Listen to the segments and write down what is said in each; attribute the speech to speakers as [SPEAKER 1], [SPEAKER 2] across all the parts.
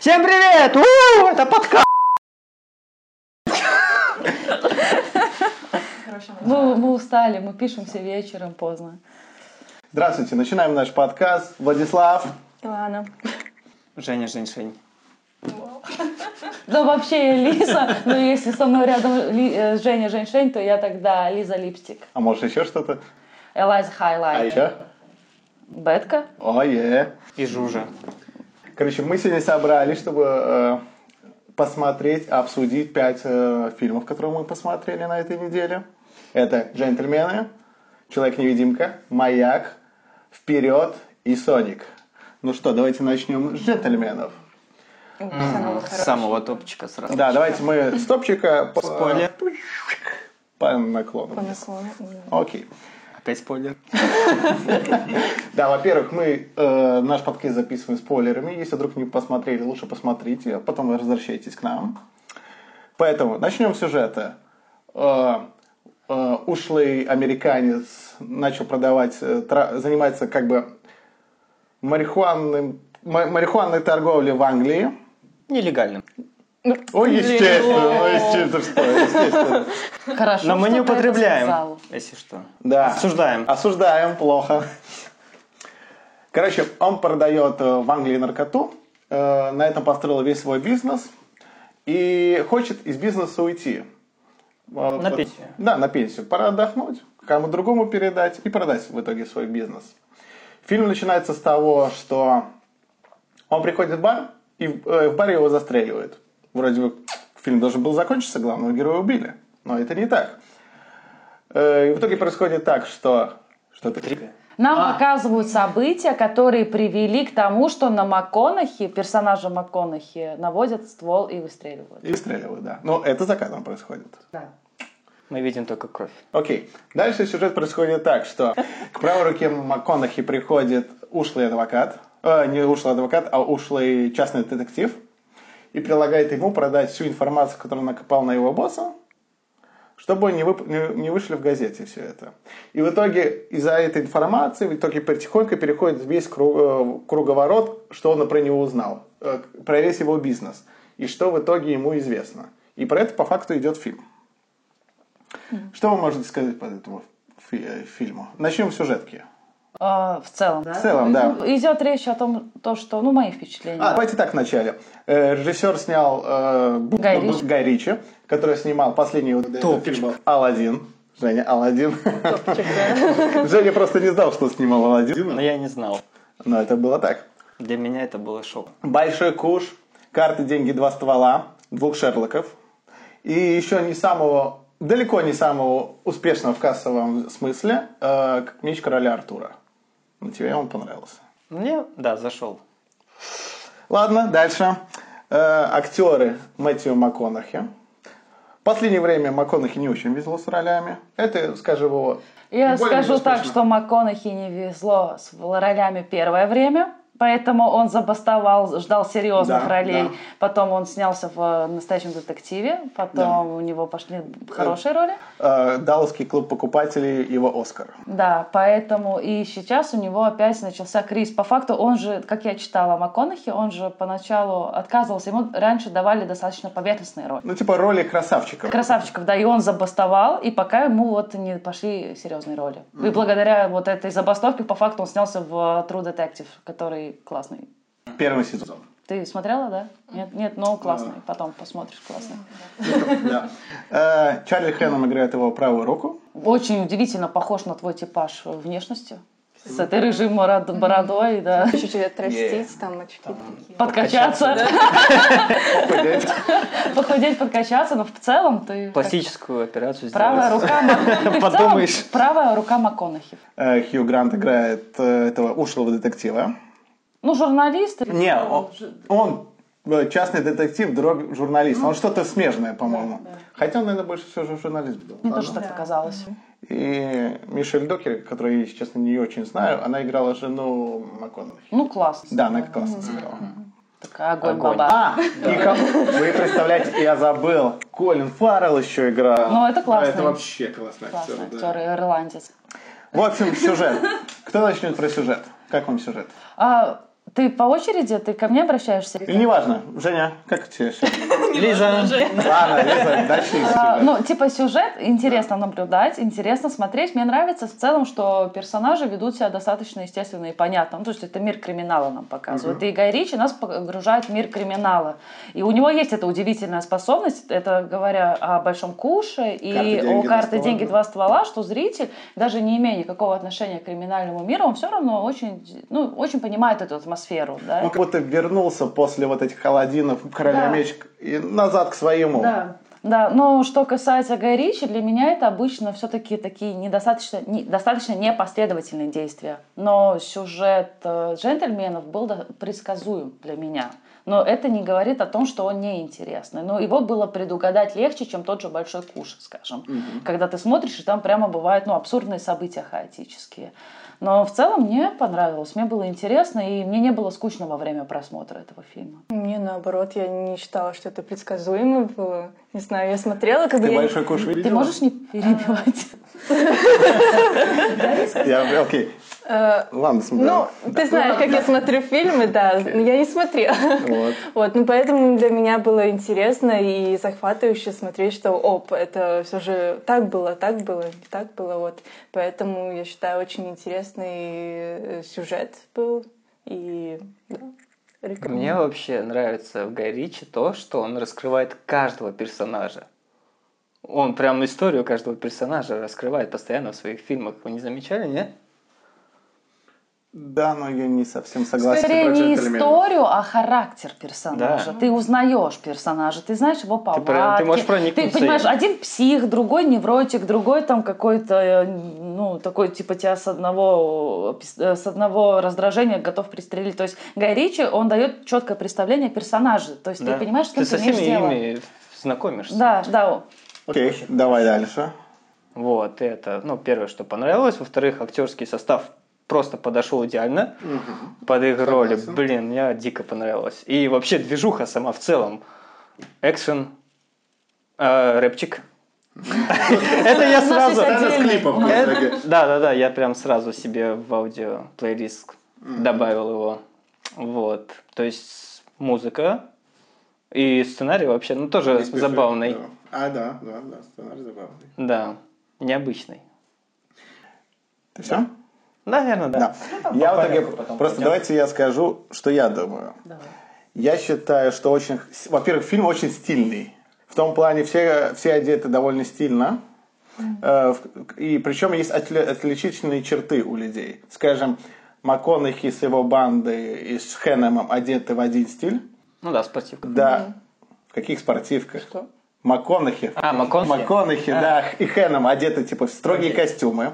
[SPEAKER 1] Всем привет! У, это подкаст!
[SPEAKER 2] Мы, мы устали, мы пишемся вечером поздно.
[SPEAKER 3] Здравствуйте, начинаем наш подкаст. Владислав,
[SPEAKER 2] Ладно.
[SPEAKER 1] Женя, Жень, Жень.
[SPEAKER 2] Да вообще я Лиза, но если со мной рядом Ли- э, Женя Женьшень, то я тогда Лиза Липстик.
[SPEAKER 3] а может еще что-то?
[SPEAKER 2] Элайза
[SPEAKER 3] А
[SPEAKER 2] Хайлайт.
[SPEAKER 3] еще?
[SPEAKER 2] Бетка?
[SPEAKER 3] О, е.
[SPEAKER 1] И Жужа.
[SPEAKER 3] Короче, мы сегодня собрались, чтобы э, посмотреть, обсудить пять э, фильмов, которые мы посмотрели на этой неделе. Это «Джентльмены», «Человек-невидимка», «Маяк», «Вперед» и «Соник». Ну что, давайте начнем с «Джентльменов».
[SPEAKER 1] С самого топчика сразу.
[SPEAKER 3] Да, давайте мы с топчика по,
[SPEAKER 1] Спойлер.
[SPEAKER 3] по наклону. Окей.
[SPEAKER 1] Опять спойлер.
[SPEAKER 3] Да, во-первых, мы э, наш подкаст записываем спойлерами. Если вдруг не посмотрели, лучше посмотрите, а потом возвращайтесь к нам. Поэтому начнем с сюжета. Э, э, ушлый американец начал продавать, э, тра- занимается как бы марихуанным, ма- марихуанной торговлей в Англии.
[SPEAKER 1] Нелегально.
[SPEAKER 3] Ой, естественно, ну, естественно, что, естественно.
[SPEAKER 2] Хорошо,
[SPEAKER 1] Но мы не
[SPEAKER 2] что ты это
[SPEAKER 1] употребляем,
[SPEAKER 2] сказал.
[SPEAKER 1] если что.
[SPEAKER 3] Да.
[SPEAKER 1] Осуждаем.
[SPEAKER 3] Осуждаем, плохо. Короче, он продает э, в Англии наркоту, э, на этом построил весь свой бизнес и хочет из бизнеса уйти. Э,
[SPEAKER 1] На
[SPEAKER 3] вот-
[SPEAKER 1] пенсию.
[SPEAKER 3] Да, на пенсию. Пора отдохнуть, кому другому передать и продать в итоге свой бизнес. Фильм начинается с того, что он приходит в бар, и э, в баре его застреливают. Вроде бы фильм должен был закончиться, главного героя убили. Но это не так. Э, И в итоге происходит так, что... Что ты?
[SPEAKER 2] Нам
[SPEAKER 1] А.
[SPEAKER 2] показывают события, которые привели к тому, что на МакКонахи, персонажа МакКонахи, наводят ствол и выстреливают.
[SPEAKER 3] И выстреливают, да. Но это за кадром происходит.
[SPEAKER 1] Мы видим только кровь.
[SPEAKER 3] Окей. Дальше сюжет происходит так, что к правой руке МакКонахи приходит ушлый адвокат, э, не ушлый адвокат, а ушлый частный детектив, и предлагает ему продать всю информацию, которую накопал на его босса, чтобы не, вып- не- не вышли в газете все это. И в итоге из-за этой информации в итоге потихоньку переходит весь кру- э, круговорот, что он про него узнал, э, про весь его бизнес, и что в итоге ему известно. И про это по факту идет фильм. Что вы можете сказать по этому фи- э, фильму? Начнем с сюжетки.
[SPEAKER 2] А, в целом, да?
[SPEAKER 3] В целом, да.
[SPEAKER 2] Идет речь о том, то, что, ну, мои впечатления.
[SPEAKER 3] А, давайте так вначале. Э, Режиссер снял э, бу-
[SPEAKER 2] Гай
[SPEAKER 3] бу-
[SPEAKER 2] Ричи.
[SPEAKER 3] Гай Ричи, который снимал последний вот этот
[SPEAKER 1] Топчик.
[SPEAKER 3] фильм «Аладдин». Женя, «Аладдин».
[SPEAKER 2] Топчик, да.
[SPEAKER 3] Женя просто не знал, что снимал «Аладдин».
[SPEAKER 1] Но я не знал.
[SPEAKER 3] Но это было так.
[SPEAKER 1] Для меня это было шок.
[SPEAKER 3] Большой куш, карты, деньги, два ствола, двух Шерлоков. И еще не самого, далеко не самого успешного в кассовом смысле, э, как меч короля Артура. Но тебе он понравился.
[SPEAKER 1] Мне, да, зашел.
[SPEAKER 3] Ладно, дальше. Э, актеры Мэтью МакКонахи. В последнее время МакКонахи не очень везло с ролями. Это, скажем его...
[SPEAKER 2] Я
[SPEAKER 3] более
[SPEAKER 2] скажу так,
[SPEAKER 3] успешно.
[SPEAKER 2] что МакКонахи не везло с ролями первое время, поэтому он забастовал, ждал серьезных
[SPEAKER 3] Да,
[SPEAKER 2] ролей.
[SPEAKER 3] да.
[SPEAKER 2] Потом он снялся в э, «Настоящем детективе», потом
[SPEAKER 3] Да.
[SPEAKER 2] у него пошли хорошие роли.
[SPEAKER 3] э, Далласский клуб покупателей, его Оскар.
[SPEAKER 2] Да, поэтому и сейчас у него опять начался кризис. По факту он же, как я читала МакКонахи, он же поначалу отказывался. Ему раньше давали достаточно поверхностные роли.
[SPEAKER 3] Ну, типа роли красавчиков.
[SPEAKER 2] Красавчиков, да, и он забастовал, и пока ему вот не пошли серьезные роли. И благодаря вот этой забастовке, по факту, он снялся в э, True Detective, который классный.
[SPEAKER 3] Первый сезон.
[SPEAKER 2] Ты смотрела, да? Нет, нет, но классный. Потом посмотришь, классный.
[SPEAKER 3] Да. Э, Чарли Хэнном играет его правую руку.
[SPEAKER 2] Очень удивительно похож на твой типаж внешностью. С этой рыжей мород- бородой, да.
[SPEAKER 4] Чуть-чуть отрастить, там очки такие.
[SPEAKER 2] Подкачаться.
[SPEAKER 3] Блядь.
[SPEAKER 2] Похудеть, подкачаться, но в целом ты... как-
[SPEAKER 1] Пластическую операцию
[SPEAKER 2] Правая
[SPEAKER 1] сделать.
[SPEAKER 2] рука Мак- ты в целом
[SPEAKER 1] Подумаешь.
[SPEAKER 2] Правая рука МакКонахи.
[SPEAKER 3] Э, Хью Грант играет э, этого ушлого детектива.
[SPEAKER 2] Ну, журналист.
[SPEAKER 3] Не, он, он, э, частный детектив, друг журналист.
[SPEAKER 2] Ну.
[SPEAKER 3] Он что-то смежное, по-моему. Хотя он, наверное, больше всего же журналист был.
[SPEAKER 2] Мне
[SPEAKER 3] Ладно.
[SPEAKER 2] тоже так показалось.
[SPEAKER 3] И Мишель Докер, которую я, если честно, не очень знаю, она играла жену МакКонахи.
[SPEAKER 2] Ну, класс.
[SPEAKER 3] Да, она классно сыграла.
[SPEAKER 2] Такая огонь,
[SPEAKER 1] Огонь.
[SPEAKER 2] баба.
[SPEAKER 3] А, и кому- вы представляете, я забыл, Колин Фаррелл еще играл. А,
[SPEAKER 2] Ну, это классно.
[SPEAKER 3] Это вообще классный актер.
[SPEAKER 2] Классный
[SPEAKER 3] да.
[SPEAKER 2] актер, ирландец.
[SPEAKER 3] В общем, сюжет. Кто начнет про сюжет? Как вам сюжет?
[SPEAKER 2] А, Ты по очереди, ты ко мне обращаешься?
[SPEAKER 3] Или неважно, Женя, как тебе всё?
[SPEAKER 1] Лиза,
[SPEAKER 3] Ладно, Лиза, дальше из
[SPEAKER 2] А,
[SPEAKER 3] тебя.
[SPEAKER 2] Ну, типа сюжет интересно наблюдать, интересно смотреть. Мне нравится в целом, что персонажи ведут себя достаточно естественно и понятно. Ну, то есть это мир криминала нам показывают. И Гай Ричи нас погружает в мир криминала. И у него есть эта удивительная способность, это говоря о Большом Куше и
[SPEAKER 3] Карты, деньги,
[SPEAKER 2] о
[SPEAKER 3] два
[SPEAKER 2] карты
[SPEAKER 3] ствола,
[SPEAKER 2] «Деньги
[SPEAKER 3] да.
[SPEAKER 2] два ствола», что зритель, даже не имея никакого отношения к криминальному миру, он все равно очень, ну, очень понимает эту атмосферу. Да?
[SPEAKER 3] Он как будто вернулся после вот этих холодинов короля
[SPEAKER 2] Да.
[SPEAKER 3] меч и назад к своему.
[SPEAKER 2] Да. Да, но что касается Гай Ричи, для меня это обычно все-таки такие недостаточно, не- достаточно непоследовательные действия. Но сюжет э, джентльменов был до- предсказуем для меня. Но это не говорит о том, что он неинтересный. Но его было предугадать легче, чем тот же «Большой куш», скажем. Когда ты смотришь, и там прямо бывают ну, абсурдные события хаотические. Но в целом мне понравилось, мне было интересно, и мне не было скучно во время просмотра этого фильма.
[SPEAKER 4] Мне наоборот, я не считала, что это предсказуемо было. Не знаю, я смотрела, как бы
[SPEAKER 3] Ты
[SPEAKER 4] я...
[SPEAKER 3] большой куш видела?
[SPEAKER 2] Ты можешь не перебивать?
[SPEAKER 3] Я, окей,
[SPEAKER 4] Э,
[SPEAKER 3] ладно, смотри.
[SPEAKER 4] Ну, ты знаешь, как я смотрю фильмы, да, но я не смотрела.
[SPEAKER 3] Вот.
[SPEAKER 4] Вот, ну поэтому для меня было интересно и захватывающе смотреть, что оп, это все же так было, так было, не так было, вот. Поэтому я считаю очень интересный э, сюжет был и да, рекомендую.
[SPEAKER 1] Мне вообще нравится в Гай Ричи то, что он раскрывает каждого персонажа. Он прям историю каждого персонажа раскрывает постоянно в своих фильмах. Вы не замечали, нет?
[SPEAKER 3] Да, но я не совсем согласен.
[SPEAKER 2] Скорее
[SPEAKER 3] про
[SPEAKER 2] не
[SPEAKER 3] джентльменов.
[SPEAKER 2] историю, а характер персонажа.
[SPEAKER 1] Да.
[SPEAKER 2] Ты узнаешь персонажа, ты знаешь его
[SPEAKER 1] прям- ты
[SPEAKER 2] повадки.
[SPEAKER 1] можешь проникнуться
[SPEAKER 2] Ты понимаешь,
[SPEAKER 1] им.
[SPEAKER 2] один псих, другой невротик, другой там какой-то, э, ну, такой типа тебя с одного, э, пис- э, с одного раздражения готов пристрелить. То есть Гай Ричи, он дает четкое представление персонажа. То есть
[SPEAKER 1] Да.
[SPEAKER 2] ты понимаешь, что
[SPEAKER 1] ты
[SPEAKER 2] ты,
[SPEAKER 1] со
[SPEAKER 2] имеешь
[SPEAKER 1] всеми
[SPEAKER 2] дело.
[SPEAKER 1] ими знакомишься.
[SPEAKER 2] Да, да.
[SPEAKER 3] Окей, давай дальше.
[SPEAKER 1] Вот, это, ну, первое, что понравилось. Во-вторых, актерский состав просто подошел идеально под их роли.
[SPEAKER 3] Согласен.
[SPEAKER 1] Блин, мне дико понравилось. И вообще движуха сама в целом. Экшен, э, рэпчик. Это я
[SPEAKER 2] У нас есть
[SPEAKER 1] сразу...
[SPEAKER 2] отдельный.
[SPEAKER 3] Сцена с клипом.
[SPEAKER 2] У нас-
[SPEAKER 3] в итоге.
[SPEAKER 1] Да, да, да, я прям сразу себе в аудио плейлист добавил его. Вот. То есть музыка и сценарий вообще, ну тоже
[SPEAKER 3] Не спеши,
[SPEAKER 1] забавный.
[SPEAKER 3] да. А, да, да, да, сценарий забавный.
[SPEAKER 1] Да. Необычный.
[SPEAKER 3] Ты все?
[SPEAKER 1] Наверное, да.
[SPEAKER 3] Да. Я в итоге, просто давайте я скажу, что я думаю.
[SPEAKER 2] Давай.
[SPEAKER 3] Я считаю, что очень... Во-первых, фильм очень стильный. В том плане все, все одеты довольно стильно. Э, в- И причем есть отле- отличительные черты у людей. Скажем, МакКонахи с его бандой и с Хэнемом одеты в один стиль.
[SPEAKER 1] Ну да, спортивка.
[SPEAKER 3] Да. В каких спортивках?
[SPEAKER 4] Что?
[SPEAKER 3] МакКонахи.
[SPEAKER 1] А, МакКонахи?
[SPEAKER 3] МакКонахи, да. И Хэном одеты, типа, в строгие костюмы.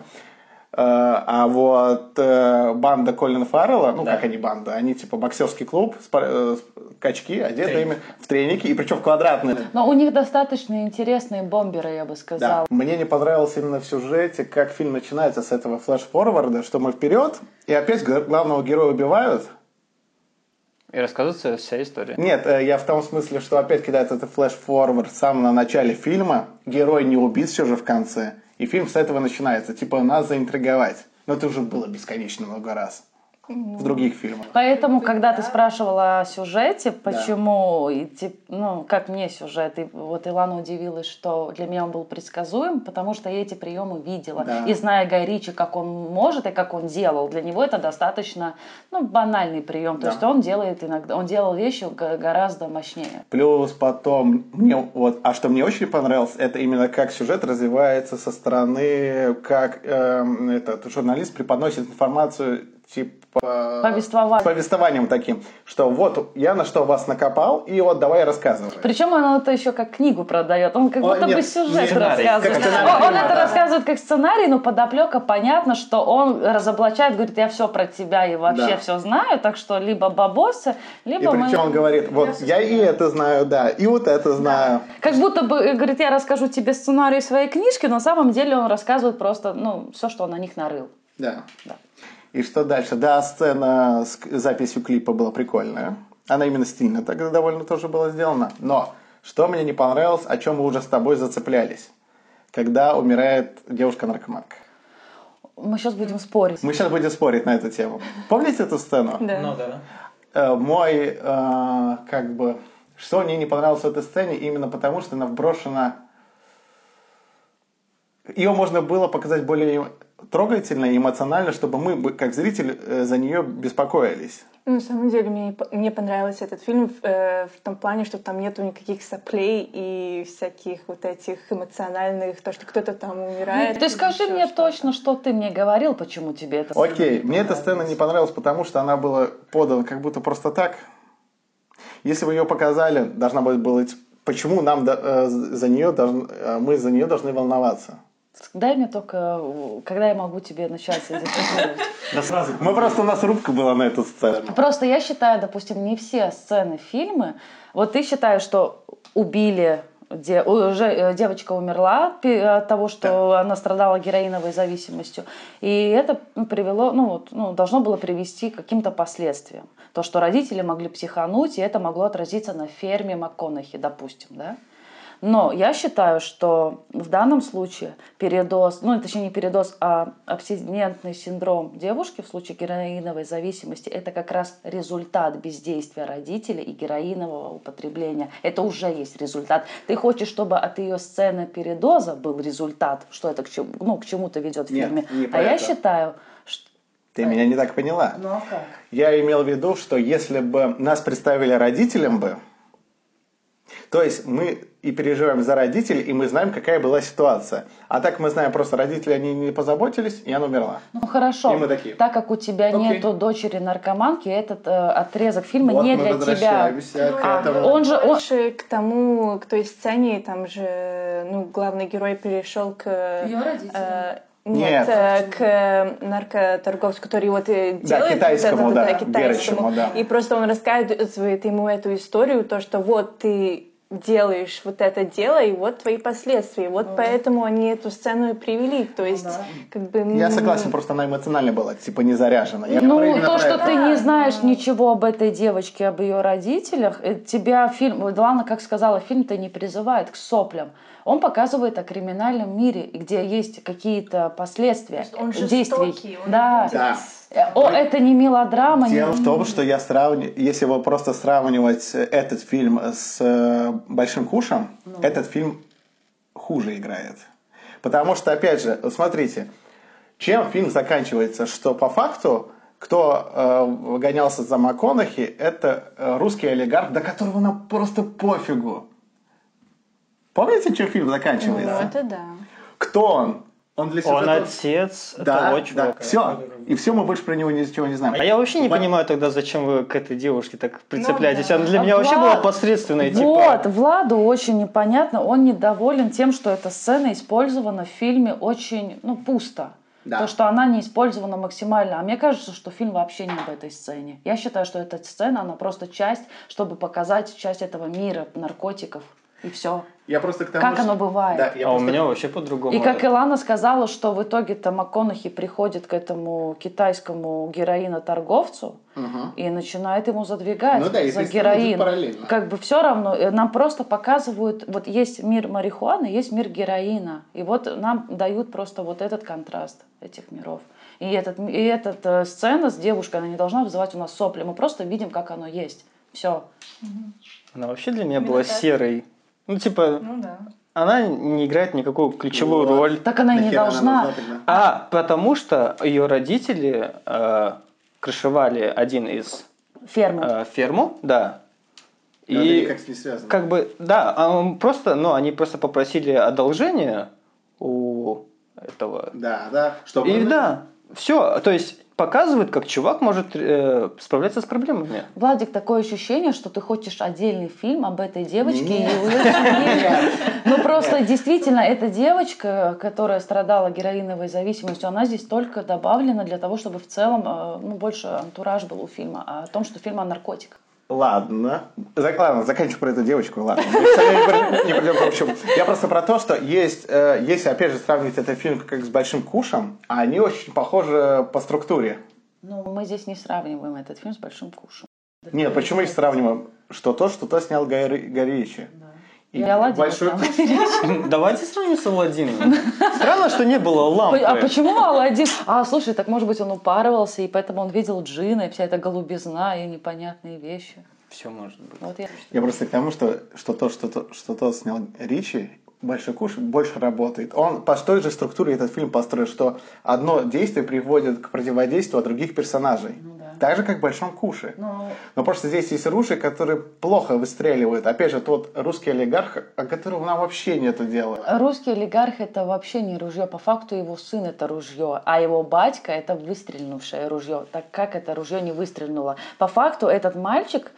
[SPEAKER 3] Э, А вот э, банда Колина Фаррелла, ну,
[SPEAKER 1] Да.
[SPEAKER 3] как они банда, они, типа, боксерский клуб, спор- э, сп- качки, одеты ими в треники, и причем в квадратные.
[SPEAKER 2] Но у них достаточно интересные бомберы, я бы сказала.
[SPEAKER 3] Да. Мне не понравилось именно в сюжете, как фильм начинается с этого флеш-форварда, что мы вперед, и опять г- главного героя убивают.
[SPEAKER 1] И рассказывается вся история.
[SPEAKER 3] Нет, э, я в том смысле, что опять кидает это флеш-форвард в самом начале фильма. Герой не убит все же в конце. И фильм с этого начинается. Типа, нас заинтриговать. Но это уже было бесконечно много раз. В других фильмах.
[SPEAKER 2] Поэтому, когда ты спрашивала о сюжете, почему, и, тип- ну, как мне сюжет, и вот Илана удивилась, что для меня он был предсказуем, потому что я эти приемы видела.
[SPEAKER 3] Да.
[SPEAKER 2] И зная Гай Ричи, как он может и как он делал, для него это достаточно ну, банальный прием. То
[SPEAKER 3] Да.
[SPEAKER 2] есть он делает иногда, он делал вещи г- гораздо мощнее.
[SPEAKER 3] Плюс потом, мне вот, а что мне очень понравилось, это именно как сюжет развивается со стороны, как эм, этот журналист преподносит информацию типа
[SPEAKER 2] Повествование.
[SPEAKER 3] с повествованием таким, что вот я на что вас накопал, и вот давай рассказывай.
[SPEAKER 2] Причем он это еще как книгу продает. Он как
[SPEAKER 3] О,
[SPEAKER 2] будто бы
[SPEAKER 3] нет,
[SPEAKER 2] сюжет
[SPEAKER 1] сценарий,
[SPEAKER 2] рассказывает.
[SPEAKER 3] как сценарий
[SPEAKER 2] он он
[SPEAKER 3] фильма,
[SPEAKER 2] это
[SPEAKER 3] да.
[SPEAKER 2] рассказывает как сценарий, но подоплека понятно, что он разоблачает, говорит, я все про тебя и вообще
[SPEAKER 3] Да.
[SPEAKER 2] все знаю, так что либо бабосы,
[SPEAKER 3] И
[SPEAKER 2] либо мы...
[SPEAKER 3] причем он говорит, вот я и это знаю, да, и вот это знаю.
[SPEAKER 2] Как будто бы, э, говорит, я расскажу тебе сценарий своей книжки, но на самом деле он рассказывает просто, ну, все, что он на них нарыл.
[SPEAKER 3] Да.
[SPEAKER 2] Да.
[SPEAKER 3] И что дальше? Да, сцена с к- записью клипа была прикольная. Она именно стильно тогда довольно тоже была сделана. Но что мне не понравилось, о чем мы уже с тобой зацеплялись, когда умирает девушка-наркоманка.
[SPEAKER 2] Мы сейчас будем спорить.
[SPEAKER 3] Мы сейчас будем спорить на эту тему. Помните эту сцену?
[SPEAKER 4] Ну, Да.
[SPEAKER 1] да.
[SPEAKER 3] э, мой, э, как бы, что мне не понравилось в этой сцене, именно потому, что она вброшена... Ее можно было показать более трогательно и эмоционально, чтобы мы, бы, как зритель, э, за нее беспокоились.
[SPEAKER 4] Ну, на самом деле, мне, по- мне понравился этот фильм э, в том плане, что там нету никаких соплей и всяких вот этих эмоциональных, то, что кто-то там умирает.
[SPEAKER 2] Ну, Ты скажи
[SPEAKER 4] ещё
[SPEAKER 2] мне
[SPEAKER 4] что-то.
[SPEAKER 2] точно, что ты мне говорил, почему тебе это сцена
[SPEAKER 3] Окей,
[SPEAKER 2] не
[SPEAKER 3] мне эта сцена
[SPEAKER 2] понравилась.
[SPEAKER 3] не понравилась, потому что она была подана как будто просто так. Если бы ее показали, должна была быть, почему нам да- э, за нее должны, э, мы за нее должны волноваться.
[SPEAKER 2] Дай мне только, э, когда я могу тебе начать дискутировать.
[SPEAKER 3] Да сразу. Мы просто у нас рубка была на эту сцену.
[SPEAKER 2] Просто я считаю, допустим, не все сцены фильмы. Вот ты считаешь, что убили де- уже э, девочка умерла пе- от того, что она страдала героиновой зависимостью, и это ну, привело, ну вот, ну, должно было привести к каким-то последствиям. То, что родители могли психануть, и это могло отразиться на ферме МакКонахи, допустим, да? Но я считаю, что в данном случае передоз, ну точнее не передоз, а абстинентный синдром девушки в случае героиновой зависимости, это как раз результат бездействия родителей и героинового употребления. Это уже есть результат. Ты хочешь, чтобы от ее сцены передоза был результат, что это к чему, ну, к чему-то ведет в
[SPEAKER 3] Нет,
[SPEAKER 2] фильме.
[SPEAKER 3] не про
[SPEAKER 2] а я
[SPEAKER 3] это.
[SPEAKER 2] считаю, что...
[SPEAKER 3] Ты меня не так поняла.
[SPEAKER 2] Ну а как?
[SPEAKER 3] Я имел в виду, что если бы нас представили родителям бы, то есть мы и переживаем за родителей, и мы знаем, какая была ситуация. А так мы знаем просто родители, они не позаботились, и она умерла.
[SPEAKER 2] Ну хорошо,
[SPEAKER 3] И мы такие.
[SPEAKER 2] так как у тебя
[SPEAKER 3] Окей.
[SPEAKER 2] нету дочери наркоманки, этот э, отрезок фильма не для тебя.
[SPEAKER 4] к
[SPEAKER 2] А, он же, он,
[SPEAKER 4] Больше к тому, к той сцене, там же, ну, главный герой перешел к...
[SPEAKER 2] Её родителям?
[SPEAKER 4] э,
[SPEAKER 3] Нет.
[SPEAKER 4] нет, э, к э, наркоторговцу, который вот э, делает...
[SPEAKER 3] Да,
[SPEAKER 4] вот
[SPEAKER 3] китайскому,
[SPEAKER 4] это,
[SPEAKER 3] да, верующему,
[SPEAKER 4] китайскому.
[SPEAKER 3] да.
[SPEAKER 4] И просто он рассказывает ему эту историю, то, что вот ты делаешь вот это дело, и вот твои последствия. И Вот поэтому они эту сцену и привели. То
[SPEAKER 2] Ну
[SPEAKER 4] есть, как бы...
[SPEAKER 3] Я
[SPEAKER 4] м,
[SPEAKER 3] согласен, просто она эмоционально была, типа не заряжена. Я
[SPEAKER 2] Ну,
[SPEAKER 3] про именно
[SPEAKER 2] то,
[SPEAKER 3] про
[SPEAKER 2] что
[SPEAKER 3] это.
[SPEAKER 2] ты не знаешь ничего об этой девочке, об ее родителях, э, тебя фильм, вот Лана как сказала, фильм-то не призывает к соплям. Он показывает о криминальном мире, где есть какие-то последствия
[SPEAKER 4] есть он
[SPEAKER 2] э,
[SPEAKER 4] жестокий,
[SPEAKER 2] действий.
[SPEAKER 4] он
[SPEAKER 2] да.
[SPEAKER 3] Да.
[SPEAKER 2] Э, О, это не мелодрама. не-
[SPEAKER 3] Дело в том, что я сравниваю, если его просто сравнивать э, этот фильм с э, Большим Кушем,
[SPEAKER 4] Ну.
[SPEAKER 3] этот фильм хуже играет. Потому что, опять же, вот смотрите, чем фильм заканчивается, что по факту, кто э, гонялся за МакКонахи, это э, русский олигарх, до которого нам просто пофигу. Помните, чем фильм
[SPEAKER 4] Ну,
[SPEAKER 3] заканчивается?
[SPEAKER 4] это да.
[SPEAKER 3] Кто он?
[SPEAKER 5] Он для
[SPEAKER 6] Он
[SPEAKER 5] сюжета...
[SPEAKER 6] отец
[SPEAKER 3] Да,
[SPEAKER 6] того
[SPEAKER 3] да,
[SPEAKER 6] чувака.
[SPEAKER 3] все. И все, мы больше про него ничего не знаем.
[SPEAKER 6] А я вообще не
[SPEAKER 3] Пон-
[SPEAKER 6] понимаю тогда, зачем вы к этой девушке так прицепляетесь.
[SPEAKER 4] да.
[SPEAKER 6] Она для
[SPEAKER 2] А
[SPEAKER 6] меня вообще
[SPEAKER 2] Влад-
[SPEAKER 6] была посредственной,
[SPEAKER 2] Вот,
[SPEAKER 6] типа.
[SPEAKER 2] Владу очень непонятно, он недоволен тем, что эта сцена использована в фильме очень, ну, пусто.
[SPEAKER 3] Да.
[SPEAKER 2] То, что она не использована максимально. А мне кажется, что фильм вообще не об этой сцене. Я считаю, что эта сцена, она просто часть, чтобы показать часть этого мира наркотиков. И все.
[SPEAKER 3] Я просто к тому,
[SPEAKER 2] Как
[SPEAKER 3] что-
[SPEAKER 2] оно бывает.
[SPEAKER 3] Да, я
[SPEAKER 6] А у
[SPEAKER 3] просто-
[SPEAKER 6] меня вообще по-другому.
[SPEAKER 2] И как Илана сказала, что в итоге-то МакКонахи приходит к этому китайскому героиноторговцу
[SPEAKER 3] Мгм.
[SPEAKER 2] и начинает ему задвигать
[SPEAKER 3] Ну да, и
[SPEAKER 2] за
[SPEAKER 3] ты с ним идут
[SPEAKER 2] героин.
[SPEAKER 3] параллельно.
[SPEAKER 2] Как бы все равно, э, нам просто показывают, вот есть мир марихуаны, есть мир героина. И вот нам дают просто вот этот контраст этих миров. И этот, и этот э, сцена с девушкой, она не должна вызывать у нас сопли. Мы просто видим, как оно есть. Все.
[SPEAKER 6] Она вообще для меня была серой. Ну, типа,
[SPEAKER 4] Ну да.
[SPEAKER 6] она не играет никакую ключевую
[SPEAKER 3] Вот.
[SPEAKER 6] роль.
[SPEAKER 2] Так она и не
[SPEAKER 3] Нахер она
[SPEAKER 2] должна.
[SPEAKER 3] нужна тогда?
[SPEAKER 6] А потому что ее родители э, крышевали один из
[SPEAKER 2] Ферма.
[SPEAKER 3] А.
[SPEAKER 6] э, ферму, да.
[SPEAKER 3] И... Это никак с ней связано.
[SPEAKER 6] Как бы, да, а, м, просто, но они просто попросили одолжение у этого.
[SPEAKER 3] Да, да. Чтобы
[SPEAKER 6] И
[SPEAKER 3] он-
[SPEAKER 6] да, все, то есть показывает, как чувак может э, справляться с проблемами.
[SPEAKER 2] Владик, такое ощущение, что ты хочешь отдельный фильм об этой девочке
[SPEAKER 3] Нет.
[SPEAKER 2] и ее семье. Ну просто действительно, эта девочка, которая страдала героиновой зависимостью, она здесь только добавлена для того, чтобы в целом э, ну, больше антураж был у фильма, а о том, что фильм о наркотиках.
[SPEAKER 3] Ладно. Зак- Ладно, заканчивай про эту девочку, ладно. Мы, кстати, не пойдем- не пойдем к общему. Я просто про то, что есть, э, если опять же сравнивать этот фильм как с Большим Кушем, а они очень похожи по структуре.
[SPEAKER 2] Но Ну, мы здесь не сравниваем этот фильм с «Большим кушем».
[SPEAKER 3] Нет, почему их сравниваем? Что то, что то снял Гай Ри- Гай Ричи. И
[SPEAKER 2] И Аладдин
[SPEAKER 3] Большой
[SPEAKER 2] там.
[SPEAKER 6] Давайте сравним с Аладдином. Странно, что не было лампы.
[SPEAKER 2] А почему Аладдин? А, слушай, так может быть он упарывался, и поэтому он видел джина, и вся эта голубизна, и непонятные вещи.
[SPEAKER 6] Все может быть.
[SPEAKER 2] Вот я...
[SPEAKER 3] Я просто к тому, что, что то, что, то, что тот снял Ричи, Большой Куш больше работает. Он по той же структуре этот фильм построен, что одно действие приводит к противодействию от других персонажей.
[SPEAKER 2] Ну да.
[SPEAKER 3] Так же, как в Большом Куше.
[SPEAKER 2] Ну,
[SPEAKER 3] Но просто здесь есть ружья, которые плохо выстреливают. Опять же, тот русский олигарх, о котором нам вообще нету дела.
[SPEAKER 2] русский олигарх это вообще не ружье. По факту его сын это ружье, а его батька это выстрельнувшее ружье. Так как это ружье не выстрельнуло? По факту этот мальчик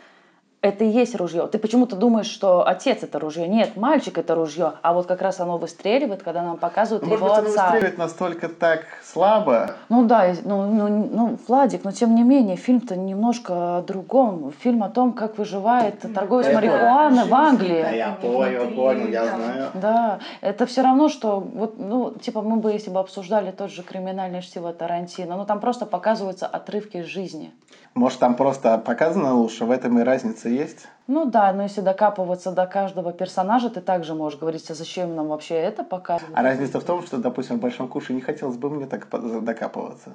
[SPEAKER 2] это и есть ружье. Ты почему-то думаешь, что отец это ружье. Нет, мальчик это ружье. А вот как раз оно выстреливает, когда нам показывают
[SPEAKER 3] Ну,
[SPEAKER 2] его
[SPEAKER 3] может быть, оно
[SPEAKER 2] отца.
[SPEAKER 3] выстреливает настолько так слабо.
[SPEAKER 2] Ну да, и- ну, ну, ну, Владик, но тем не менее, фильм-то немножко о другом. Фильм о том, как выживает торговец
[SPEAKER 3] Это-
[SPEAKER 2] марихуаны в
[SPEAKER 3] Да,
[SPEAKER 2] Англии.
[SPEAKER 3] я понял, понял, я знаю.
[SPEAKER 2] Да, это все равно, что вот, ну, типа мы бы, если бы обсуждали тот же криминальный штиво Тарантино, ну там просто показываются отрывки из жизни.
[SPEAKER 3] Может, там просто показано лучше, в этом и разница есть.
[SPEAKER 2] Ну да, но если докапываться до каждого персонажа, ты также можешь говорить, а зачем нам вообще это показывать?
[SPEAKER 3] А разница в том, что, допустим, в «Большом куше» не хотелось бы мне так по- докапываться.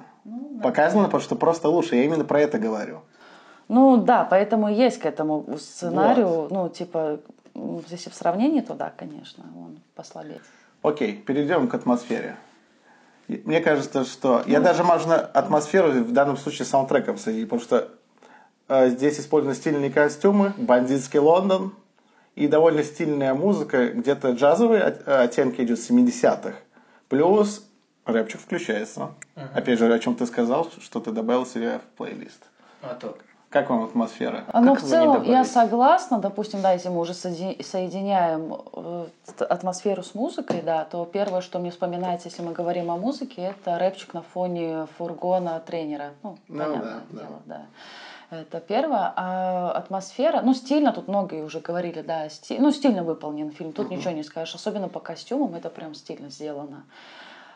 [SPEAKER 3] Показано, потому что просто лучше. Я именно про это говорю.
[SPEAKER 2] Ну да, поэтому и есть к этому сценарию, ну типа, м, если в сравнении, то да, конечно, он послабее.
[SPEAKER 3] Окей, перейдем к атмосфере. И- Мне кажется, что... Я даже можно атмосферу в данном случае с саундтреком соединить, потому что э, здесь использованы стильные костюмы, бандитский Лондон и довольно стильная музыка, где-то джазовые от- э, оттенки идут с 70-х. Плюс рэпчик включается. Опять же, о чем ты сказал, что ты добавил себе в плейлист.
[SPEAKER 6] А то.
[SPEAKER 3] Как вам атмосфера?
[SPEAKER 2] А, Ну,
[SPEAKER 6] Как
[SPEAKER 2] в
[SPEAKER 6] вы не
[SPEAKER 2] целом, я
[SPEAKER 6] добрались?
[SPEAKER 2] согласна, допустим, да, если мы уже соеди- соединяем э, т- атмосферу с музыкой, да, то первое, что мне вспоминается, если мы говорим о музыке, это рэпчик на фоне фургона тренера. Ну,
[SPEAKER 3] Ну,
[SPEAKER 2] понятное
[SPEAKER 3] да, да.
[SPEAKER 2] дело, да. Это первое. А атмосфера, ну, стильно, тут многие уже говорили, да, сти- ну, стильно выполнен фильм, тут ничего не скажешь, особенно по костюмам, это прям стильно сделано.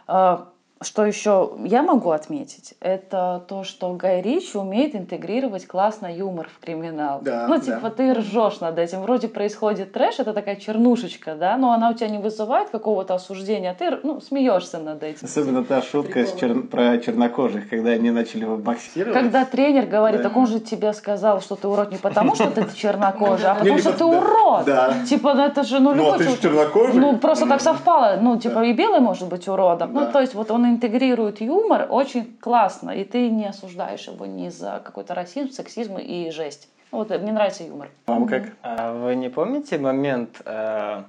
[SPEAKER 2] А, Что еще я могу отметить, это то, что Гай Ричи умеет интегрировать классно юмор в криминал.
[SPEAKER 3] Да,
[SPEAKER 2] ну,
[SPEAKER 3] да.
[SPEAKER 2] типа, ты ржешь над этим. Вроде происходит трэш, это такая чернушечка, да, но она у тебя не вызывает какого-то осуждения, ты ну, смеешься над этим.
[SPEAKER 3] Особенно та шутка с чер- про чернокожих, когда они начали его боксировать.
[SPEAKER 2] Когда тренер говорит,
[SPEAKER 3] Да.
[SPEAKER 2] так он же тебе сказал, что ты урод не потому, что ты чернокожий, а
[SPEAKER 3] Ну,
[SPEAKER 2] потому, что ты
[SPEAKER 3] либо- да.
[SPEAKER 2] урод.
[SPEAKER 3] Да. а
[SPEAKER 2] Типа, ну это же, ну, любой человек-
[SPEAKER 3] чернокожий.
[SPEAKER 2] Ну, просто так совпало. Ну, типа,
[SPEAKER 3] Да.
[SPEAKER 2] и белый может быть уродом.
[SPEAKER 3] Да.
[SPEAKER 2] Ну, то есть, вот он интегрирует юмор очень классно, и ты не осуждаешь его ни за какой-то расизм, сексизм и жесть. Вот э, мне нравится юмор.
[SPEAKER 3] Вам как?
[SPEAKER 6] А вы не помните момент, э,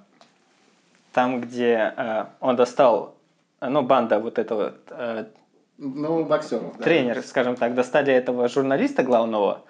[SPEAKER 6] там, где э, он достал, э, ну, банда вот этого, э,
[SPEAKER 3] Ну, боксеров, да.
[SPEAKER 6] тренер, скажем так, достали этого журналиста главного,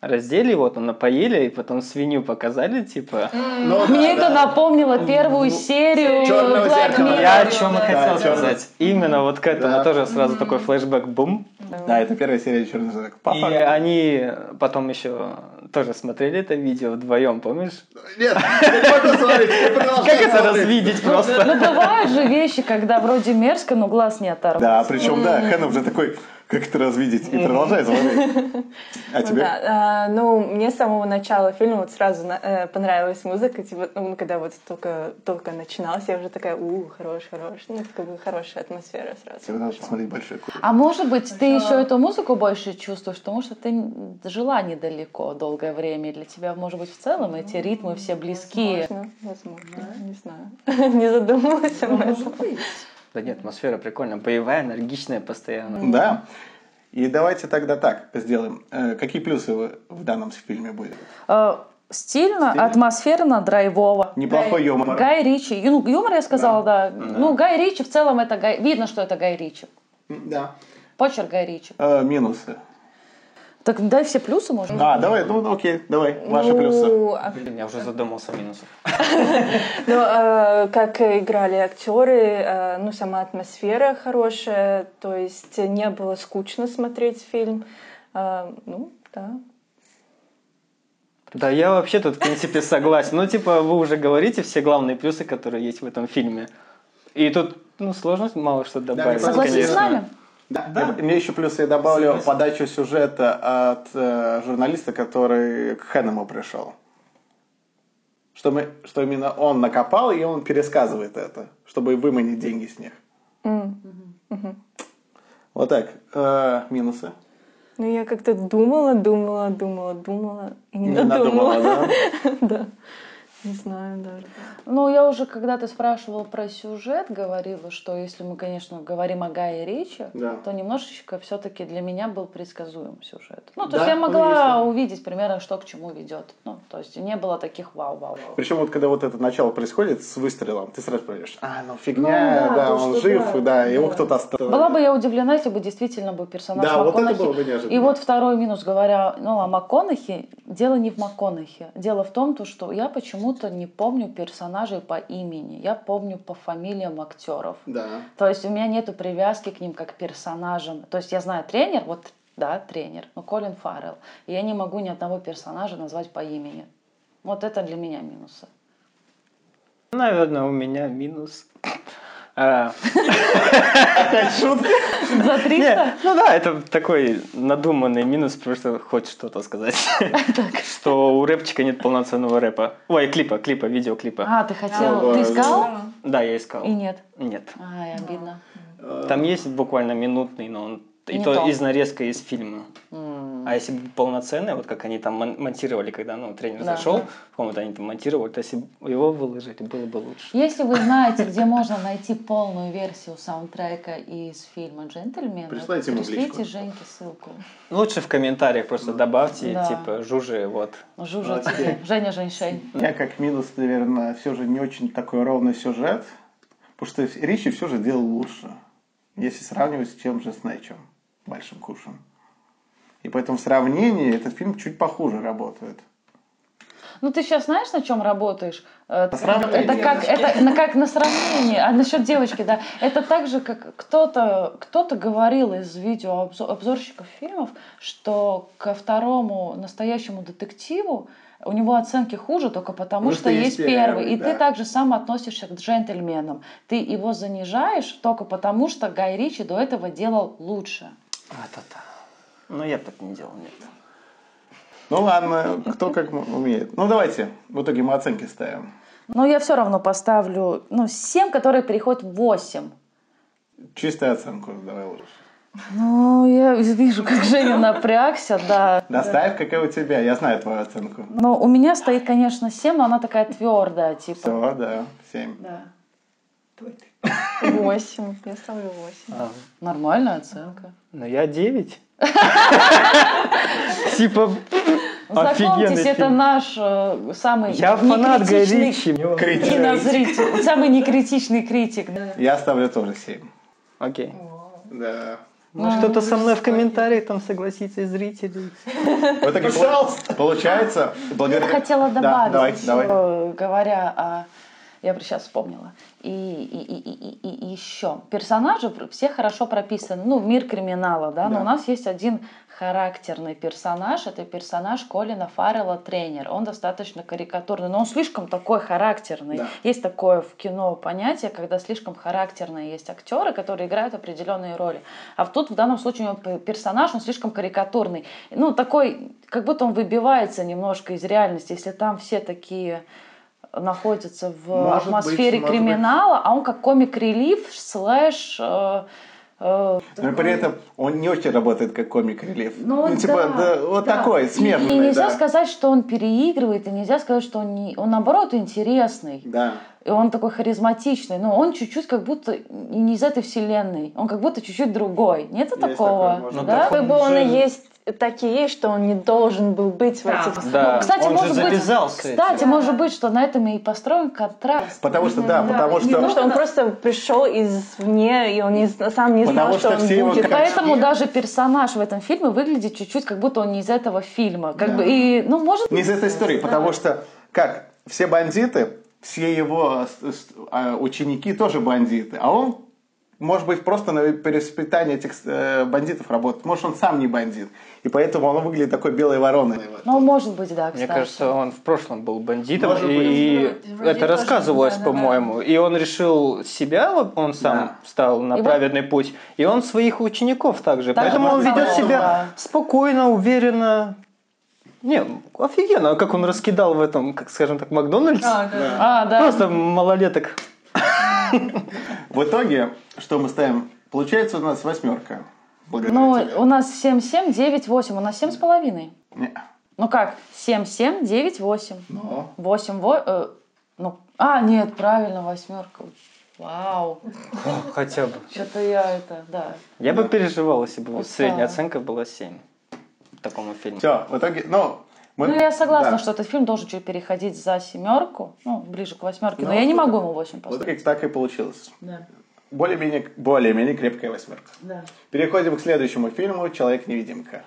[SPEAKER 6] раздели его, там напоили, и потом свинью показали, типа...
[SPEAKER 3] Ну, да,
[SPEAKER 2] Мне это
[SPEAKER 3] да.
[SPEAKER 2] напомнило первую серию
[SPEAKER 3] «Черного
[SPEAKER 2] Black
[SPEAKER 3] зеркала»,
[SPEAKER 2] Mirror.
[SPEAKER 6] Я о чем и
[SPEAKER 3] да,
[SPEAKER 6] хотел
[SPEAKER 3] да.
[SPEAKER 6] сказать. Именно вот к этому
[SPEAKER 3] Да.
[SPEAKER 6] тоже сразу такой флешбэк бум.
[SPEAKER 3] Да, это первая серия черных зеркал.
[SPEAKER 6] И они потом еще тоже смотрели это видео вдвоем, помнишь?
[SPEAKER 3] Нет, не можно смотреть, не продолжай
[SPEAKER 6] Как это
[SPEAKER 3] смотреть.
[SPEAKER 6] развидеть просто?
[SPEAKER 2] Ну, бывают же вещи, когда вроде мерзко, но глаз не оторвать.
[SPEAKER 3] Да, причем, да, Хэнов же такой, как это развидеть, и продолжает смотреть. А
[SPEAKER 4] Ну
[SPEAKER 3] тебе?
[SPEAKER 4] да, а, ну, мне с самого начала фильма вот сразу на- э, понравилась музыка, типа, ну, когда вот только, только начиналась, я уже такая, у, хорош, хорош, ну, как бы хорошая атмосфера
[SPEAKER 3] Тебе
[SPEAKER 4] сразу.
[SPEAKER 3] надо посмотреть большой куш.
[SPEAKER 2] А может быть, ты еще эту музыку больше чувствуешь, потому что ты н- жила недалеко долгое время, и для тебя, может быть, в целом эти ритмы все близкие.
[SPEAKER 4] Возможно, возможно, не знаю, не задумывалась об этом.
[SPEAKER 6] Да нет, атмосфера прикольная, боевая, энергичная постоянно.
[SPEAKER 3] Да. И давайте тогда так сделаем. Э, Какие плюсы вы в данном фильме были?
[SPEAKER 2] Э, Стильно, атмосферно, драйвово.
[SPEAKER 3] Неплохой юмор.
[SPEAKER 2] Гай Ричи. Ю- ну, Юмор я сказала, да. Ну, Гай Ричи в целом это Гай... Видно, что это Гай Ричи.
[SPEAKER 3] Да.
[SPEAKER 2] Почерк Гай Ричи.
[SPEAKER 3] Э, Минусы.
[SPEAKER 2] Так дай все плюсы, может быть.
[SPEAKER 3] А, давай, ну окей, давай, ваши плюсы.
[SPEAKER 4] Ну, а
[SPEAKER 6] Блин, я уже задумался о минусах.
[SPEAKER 4] Ну, э, как играли актеры, э, ну, сама атмосфера хорошая, то есть не было скучно смотреть фильм. Э, Ну, да.
[SPEAKER 6] Да, я вообще тут, в принципе, согласен. Ну, типа, вы уже говорите все главные плюсы, которые есть в этом фильме. И тут, ну, сложно мало что добавить,
[SPEAKER 3] мне
[SPEAKER 2] Согласись с
[SPEAKER 6] конечно.
[SPEAKER 2] нами?
[SPEAKER 3] Да, я- Мне еще плюсы я добавлю подачу сюжета от э, журналиста, который к Хэнему пришел. что, мы, что именно он накопал, и он пересказывает это, чтобы выманить деньги с них. Вот так. Э, минусы.
[SPEAKER 4] Ну, я как-то думала, думала, думала, думала и не,
[SPEAKER 3] Не надумала, да?
[SPEAKER 4] Да. Не знаю даже.
[SPEAKER 2] Ну, я уже когда ты спрашивал про сюжет, говорила, что если мы, конечно, говорим о Гае Ричи,
[SPEAKER 3] Да.
[SPEAKER 2] то немножечко все-таки для меня был предсказуем сюжет. Ну, то
[SPEAKER 3] Да,
[SPEAKER 2] есть я
[SPEAKER 3] ну,
[SPEAKER 2] могла
[SPEAKER 3] ясно.
[SPEAKER 2] увидеть примерно, что к чему ведет. Ну, то есть не было таких вау-вау-вау.
[SPEAKER 3] Причем вот когда вот это начало происходит с выстрелом, ты сразу понимаешь, а, ну
[SPEAKER 2] Ну
[SPEAKER 3] фигня,
[SPEAKER 2] да,
[SPEAKER 3] да,
[SPEAKER 2] то,
[SPEAKER 3] он
[SPEAKER 2] что
[SPEAKER 3] жив,
[SPEAKER 2] да,
[SPEAKER 3] да, его
[SPEAKER 2] да.
[SPEAKER 3] кто-то остановил.
[SPEAKER 2] Была бы я удивлена, если бы действительно бы персонаж
[SPEAKER 3] Да, вот это
[SPEAKER 2] МакКонахи-
[SPEAKER 3] было бы неожиданно.
[SPEAKER 2] И вот второй минус, говоря ну, о МакКонахи, дело не в МакКонахи. Дело в том, то, что я почему-то не помню персонажей по имени. Я помню по фамилиям актеров.
[SPEAKER 3] Да.
[SPEAKER 2] То есть у меня нету привязки к ним как к персонажам. То есть я знаю тренер, вот да, тренер, но Колин Фаррелл. И я не могу ни одного персонажа назвать по имени. Вот это для меня минусы.
[SPEAKER 6] Наверное, у меня минус. А,
[SPEAKER 3] Опять шутка.
[SPEAKER 2] За
[SPEAKER 6] не,
[SPEAKER 2] 300?
[SPEAKER 6] ну да, это такой надуманный минус, потому что хоть что-то сказать. Что у рэпчика нет полноценного рэпа. Ой, клипа, клипа, видеоклипа.
[SPEAKER 2] А, ты хотел,
[SPEAKER 3] Ну, Да,
[SPEAKER 2] ты
[SPEAKER 3] да,
[SPEAKER 2] искал?
[SPEAKER 6] Да, я искал.
[SPEAKER 2] И нет.
[SPEAKER 6] Нет.
[SPEAKER 2] Ай, обидно.
[SPEAKER 6] Там есть буквально минутный, но он и
[SPEAKER 2] Не
[SPEAKER 6] то
[SPEAKER 2] то.
[SPEAKER 6] из нарезка из фильма.
[SPEAKER 2] М.
[SPEAKER 6] А если бы полноценный, вот как они там мон- монтировали, когда ну, тренер
[SPEAKER 2] Да.
[SPEAKER 6] зашел в комнату, они там монтировали, то если бы его выложили, было бы лучше.
[SPEAKER 2] Если вы знаете, где можно найти полную версию саундтрека из фильма «Джентльмены»,
[SPEAKER 3] Присылайте ему в
[SPEAKER 2] пришлите
[SPEAKER 3] личку.
[SPEAKER 2] Женьке ссылку.
[SPEAKER 6] Лучше в комментариях просто добавьте,
[SPEAKER 2] Да.
[SPEAKER 6] типа, жужи, вот.
[SPEAKER 2] Жужа
[SPEAKER 3] Окей.
[SPEAKER 2] тебе. Женя Женьшень.
[SPEAKER 3] Я как минус, наверное, все же не очень такой ровный сюжет, потому что Ричи все же делал лучше, если сравнивать с тем же Снэчем, Большим Кушем. И поэтому в сравнении этот фильм чуть похуже работает.
[SPEAKER 2] Ну, ты сейчас знаешь, на чем работаешь? Э,
[SPEAKER 3] сравнении.
[SPEAKER 2] Это как, это, на, как на сравнении. А насчет девочки, да. Это так же, как кто-то кто говорил из видео обзорщиков фильмов, что ко второму настоящему детективу у него оценки хуже только потому,
[SPEAKER 3] Ну,
[SPEAKER 2] что, есть первый. И
[SPEAKER 3] да.
[SPEAKER 2] ты также сам относишься к джентльменам. Ты его занижаешь только потому, что Гай Ричи до этого делал лучше.
[SPEAKER 6] А, та-та. Ну, я бы так не делал, нет.
[SPEAKER 3] Ну ладно, кто как м- умеет. Ну давайте, в итоге мы оценки ставим.
[SPEAKER 2] Но я все равно поставлю ну, 7, которые переходят в 8.
[SPEAKER 3] Чистую оценку давай лучше.
[SPEAKER 2] Ну, я вижу, как Женя напрягся, да.
[SPEAKER 3] Доставь, какая у тебя, я знаю твою оценку.
[SPEAKER 2] Но у меня стоит, конечно, 7, но она такая твердая, типа.
[SPEAKER 3] Все, да, семь.
[SPEAKER 2] Да.
[SPEAKER 4] Восемь. Я ставлю восемь.
[SPEAKER 6] А,
[SPEAKER 2] Нормальная оценка.
[SPEAKER 6] ну, я 9. Типа, Офигенный
[SPEAKER 2] Знакомьтесь, это
[SPEAKER 6] фильм.
[SPEAKER 2] наш э, самый
[SPEAKER 6] я фанат Гай
[SPEAKER 2] некритичный
[SPEAKER 6] Ричи. мне он-
[SPEAKER 3] Критик.
[SPEAKER 2] кинозритель, самый некритичный критик.
[SPEAKER 3] Я ставлю тоже семь.
[SPEAKER 6] Окей.
[SPEAKER 3] Да.
[SPEAKER 6] Ну,
[SPEAKER 2] А,
[SPEAKER 6] что-то со мной в комментариях там согласится и зрителей.
[SPEAKER 3] Вот так и пол- получается.
[SPEAKER 2] Я
[SPEAKER 3] Благодаря...
[SPEAKER 2] хотела
[SPEAKER 3] Э, Да,
[SPEAKER 2] добавить,
[SPEAKER 3] давай,
[SPEAKER 2] еще,
[SPEAKER 3] давай.
[SPEAKER 2] говоря о... Я сейчас вспомнила. И, еще. Персонажи пр- все хорошо прописаны. Ну, мир криминала, да?
[SPEAKER 3] Да.
[SPEAKER 2] Но у нас есть один характерный персонаж. Это персонаж Колина Фаррелла, тренер. Он достаточно карикатурный, но он слишком такой характерный.
[SPEAKER 3] Да.
[SPEAKER 2] Есть такое в кино понятие, когда слишком характерные есть актеры, которые играют определенные роли. А в- тут в данном случае у него п- персонаж, он слишком карикатурный. Ну, такой, как будто он выбивается немножко из реальности, если там все такие э, находятся в
[SPEAKER 3] Может
[SPEAKER 2] атмосфере
[SPEAKER 3] быть, может
[SPEAKER 2] криминала, а он как комик-релив, слэш... э, э,
[SPEAKER 3] Но при этом он не очень работает как комик-релиф.
[SPEAKER 2] ну,
[SPEAKER 3] типа,
[SPEAKER 2] да,
[SPEAKER 3] да, вот
[SPEAKER 2] да. И-
[SPEAKER 3] такой,
[SPEAKER 2] И,
[SPEAKER 3] смежный,
[SPEAKER 2] нельзя
[SPEAKER 3] Ну, да.
[SPEAKER 2] сказать, что он переигрывает, и нельзя сказать, что он не... Он, наоборот, интересный.
[SPEAKER 3] Да.
[SPEAKER 2] И он такой харизматичный, но он чуть-чуть как будто и не из этой вселенной. Он как будто чуть-чуть другой. Нету
[SPEAKER 3] Есть такое,
[SPEAKER 2] такого?
[SPEAKER 3] можно.
[SPEAKER 2] да?
[SPEAKER 4] Как бы он и есть, так и есть, что он не должен был быть в этих...
[SPEAKER 6] Да,
[SPEAKER 2] Ну, кстати,
[SPEAKER 6] он
[SPEAKER 2] может
[SPEAKER 6] же
[SPEAKER 2] быть-
[SPEAKER 6] завязался.
[SPEAKER 2] Кстати, может быть, что на этом и построен контраст.
[SPEAKER 3] Потому что, да, потому
[SPEAKER 4] Потому
[SPEAKER 3] что...
[SPEAKER 4] что он просто пришел извне, и он не, зн- сам не знал,
[SPEAKER 3] Потому
[SPEAKER 4] что,
[SPEAKER 3] что
[SPEAKER 4] он
[SPEAKER 3] все его
[SPEAKER 4] будет.
[SPEAKER 3] как-
[SPEAKER 2] Поэтому даже персонаж в этом фильме выглядит чуть-чуть, как будто он не из этого фильма. Как бы, и, ну, может
[SPEAKER 3] Не из этой истории, потому что, как, все бандиты, все его с- с- а, ученики тоже бандиты, а он может быть, просто на перевоспитание этих э, бандитов работает. Может, он сам не бандит. И поэтому он выглядит такой белой вороной.
[SPEAKER 2] Ну, может быть, да, кстати.
[SPEAKER 6] Мне кажется, он в прошлом был бандитом,
[SPEAKER 3] Может быть.
[SPEAKER 6] и
[SPEAKER 5] Вроде- вроде
[SPEAKER 6] это
[SPEAKER 5] тоже,
[SPEAKER 6] рассказывалось,
[SPEAKER 5] да, да,
[SPEAKER 6] по-моему. И он решил себя, вот он сам стал на
[SPEAKER 2] И вот-
[SPEAKER 6] праведный путь, и он своих учеников также.
[SPEAKER 2] Так
[SPEAKER 6] Поэтому он
[SPEAKER 2] вот,
[SPEAKER 6] ведет
[SPEAKER 2] да.
[SPEAKER 6] себя спокойно, уверенно. Не, офигенно, как он раскидал в этом, как скажем так, Макдональдс.
[SPEAKER 3] Да.
[SPEAKER 2] А, да.
[SPEAKER 6] Просто малолеток.
[SPEAKER 3] В итоге, что мы ставим? Получается у нас восьмерка. Благодаря
[SPEAKER 2] Ну,
[SPEAKER 3] тебе.
[SPEAKER 2] у нас 7, 7, 9, 8. У нас 7 с половиной.
[SPEAKER 3] Не.
[SPEAKER 2] Ну как? 7, 7, 9, 8.
[SPEAKER 3] Но.
[SPEAKER 2] 8, 8. Ну, а, нет, правильно, восьмерка. Вау.
[SPEAKER 6] О, хотя бы.
[SPEAKER 2] Что-то я это, да.
[SPEAKER 6] Я бы переживал, если бы
[SPEAKER 2] Устала.
[SPEAKER 6] вот средняя оценка была 7 такому фильму.
[SPEAKER 3] Все, в итоге, ну, мы...
[SPEAKER 2] Ну, я согласна,
[SPEAKER 3] да.
[SPEAKER 2] что этот фильм должен чуть переходить за семерку, ну, ближе к восьмерке, но,
[SPEAKER 3] Ну,
[SPEAKER 2] я не
[SPEAKER 3] вот
[SPEAKER 2] могу
[SPEAKER 3] это-
[SPEAKER 2] ему восемь
[SPEAKER 3] Вот
[SPEAKER 2] поставить.
[SPEAKER 3] как так и получилось.
[SPEAKER 2] Да,
[SPEAKER 3] Более-менее более крепкая восьмерка.
[SPEAKER 2] да.
[SPEAKER 3] Переходим к следующему фильму «Человек-невидимка».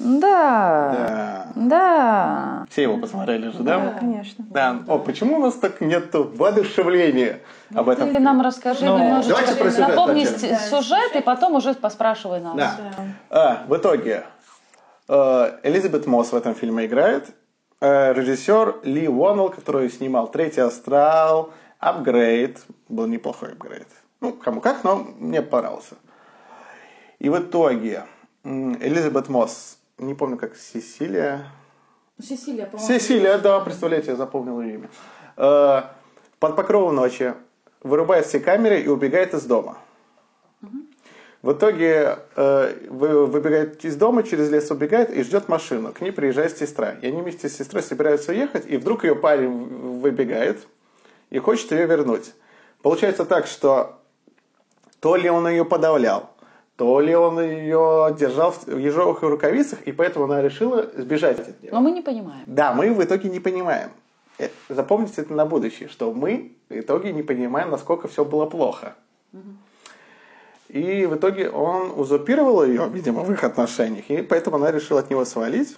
[SPEAKER 2] Да,
[SPEAKER 3] Да.
[SPEAKER 2] да.
[SPEAKER 3] Все его посмотрели же,
[SPEAKER 4] Да,
[SPEAKER 3] да?
[SPEAKER 4] конечно.
[SPEAKER 3] Да. О, почему у нас так нет воодушевления об этом?
[SPEAKER 2] Ты нам расскажи
[SPEAKER 6] Ну,
[SPEAKER 2] немножечко,
[SPEAKER 3] давайте про сюжет
[SPEAKER 2] напомни
[SPEAKER 3] сначала.
[SPEAKER 2] с- сюжет и потом уже поспрашивай нас.
[SPEAKER 3] Да.
[SPEAKER 4] Да.
[SPEAKER 3] А, в итоге, э, Элизабет Мосс в этом фильме играет. Э, Режиссер Ли Уоннелл, который снимал «Третий астрал», «Апгрейд». Был неплохой апгрейд. Ну, кому как, но мне понравился. И в итоге м, Элизабет Мосс, не помню, как Сесилия...
[SPEAKER 2] Ну, Сесилия, по-моему.
[SPEAKER 3] Сесилия, да, представляете, я запомнил ее имя. Э, Под покровом ночи вырубает все камеры и убегает из дома. В итоге э, вы- выбегает из дома, через лес убегает и ждет машину. К ней приезжает сестра. И они вместе с сестрой собираются уехать, и вдруг ее парень в- выбегает и хочет ее вернуть. Получается так, что то ли он ее подавлял, то ли он ее держал в в ежовых рукавицах, и поэтому она решила сбежать от него.
[SPEAKER 2] Но мы не понимаем.
[SPEAKER 3] Да, мы в итоге не понимаем. Э, Запомните это на будущее, что мы в итоге не понимаем, насколько все было плохо. И в итоге он узурпировал ее, видимо, в их отношениях, и поэтому она решила от него свалить.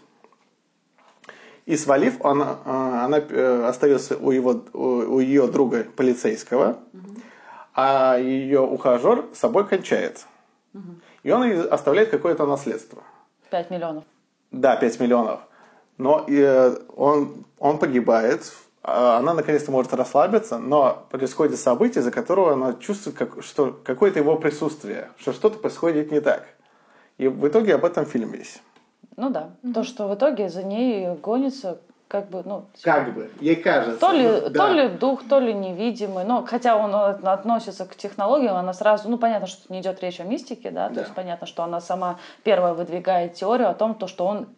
[SPEAKER 3] И свалив, она, э, она э, остается у, его, у, ее друга полицейского, а ее ухажер с собой кончает. И он ей оставляет какое-то наследство.
[SPEAKER 2] 5 миллионов.
[SPEAKER 3] Да, 5 миллионов. Но э, он, он погибает, а она наконец-то может расслабиться, но происходит событие, из-за которого она чувствует как, что какое-то его присутствие, что что-то происходит не так. И в итоге об этом фильм весь.
[SPEAKER 2] Ну да. То, что в итоге за ней гонится, как бы, ну,
[SPEAKER 3] Как бы, ей кажется. ну,
[SPEAKER 2] То ли, то ли дух, то ли невидимый. Но хотя он от- относится к технологиям, она сразу, ну понятно, что тут не идет речь о мистике, да, то
[SPEAKER 3] Да.
[SPEAKER 2] есть понятно, что она сама первая выдвигает теорию о том, то, что он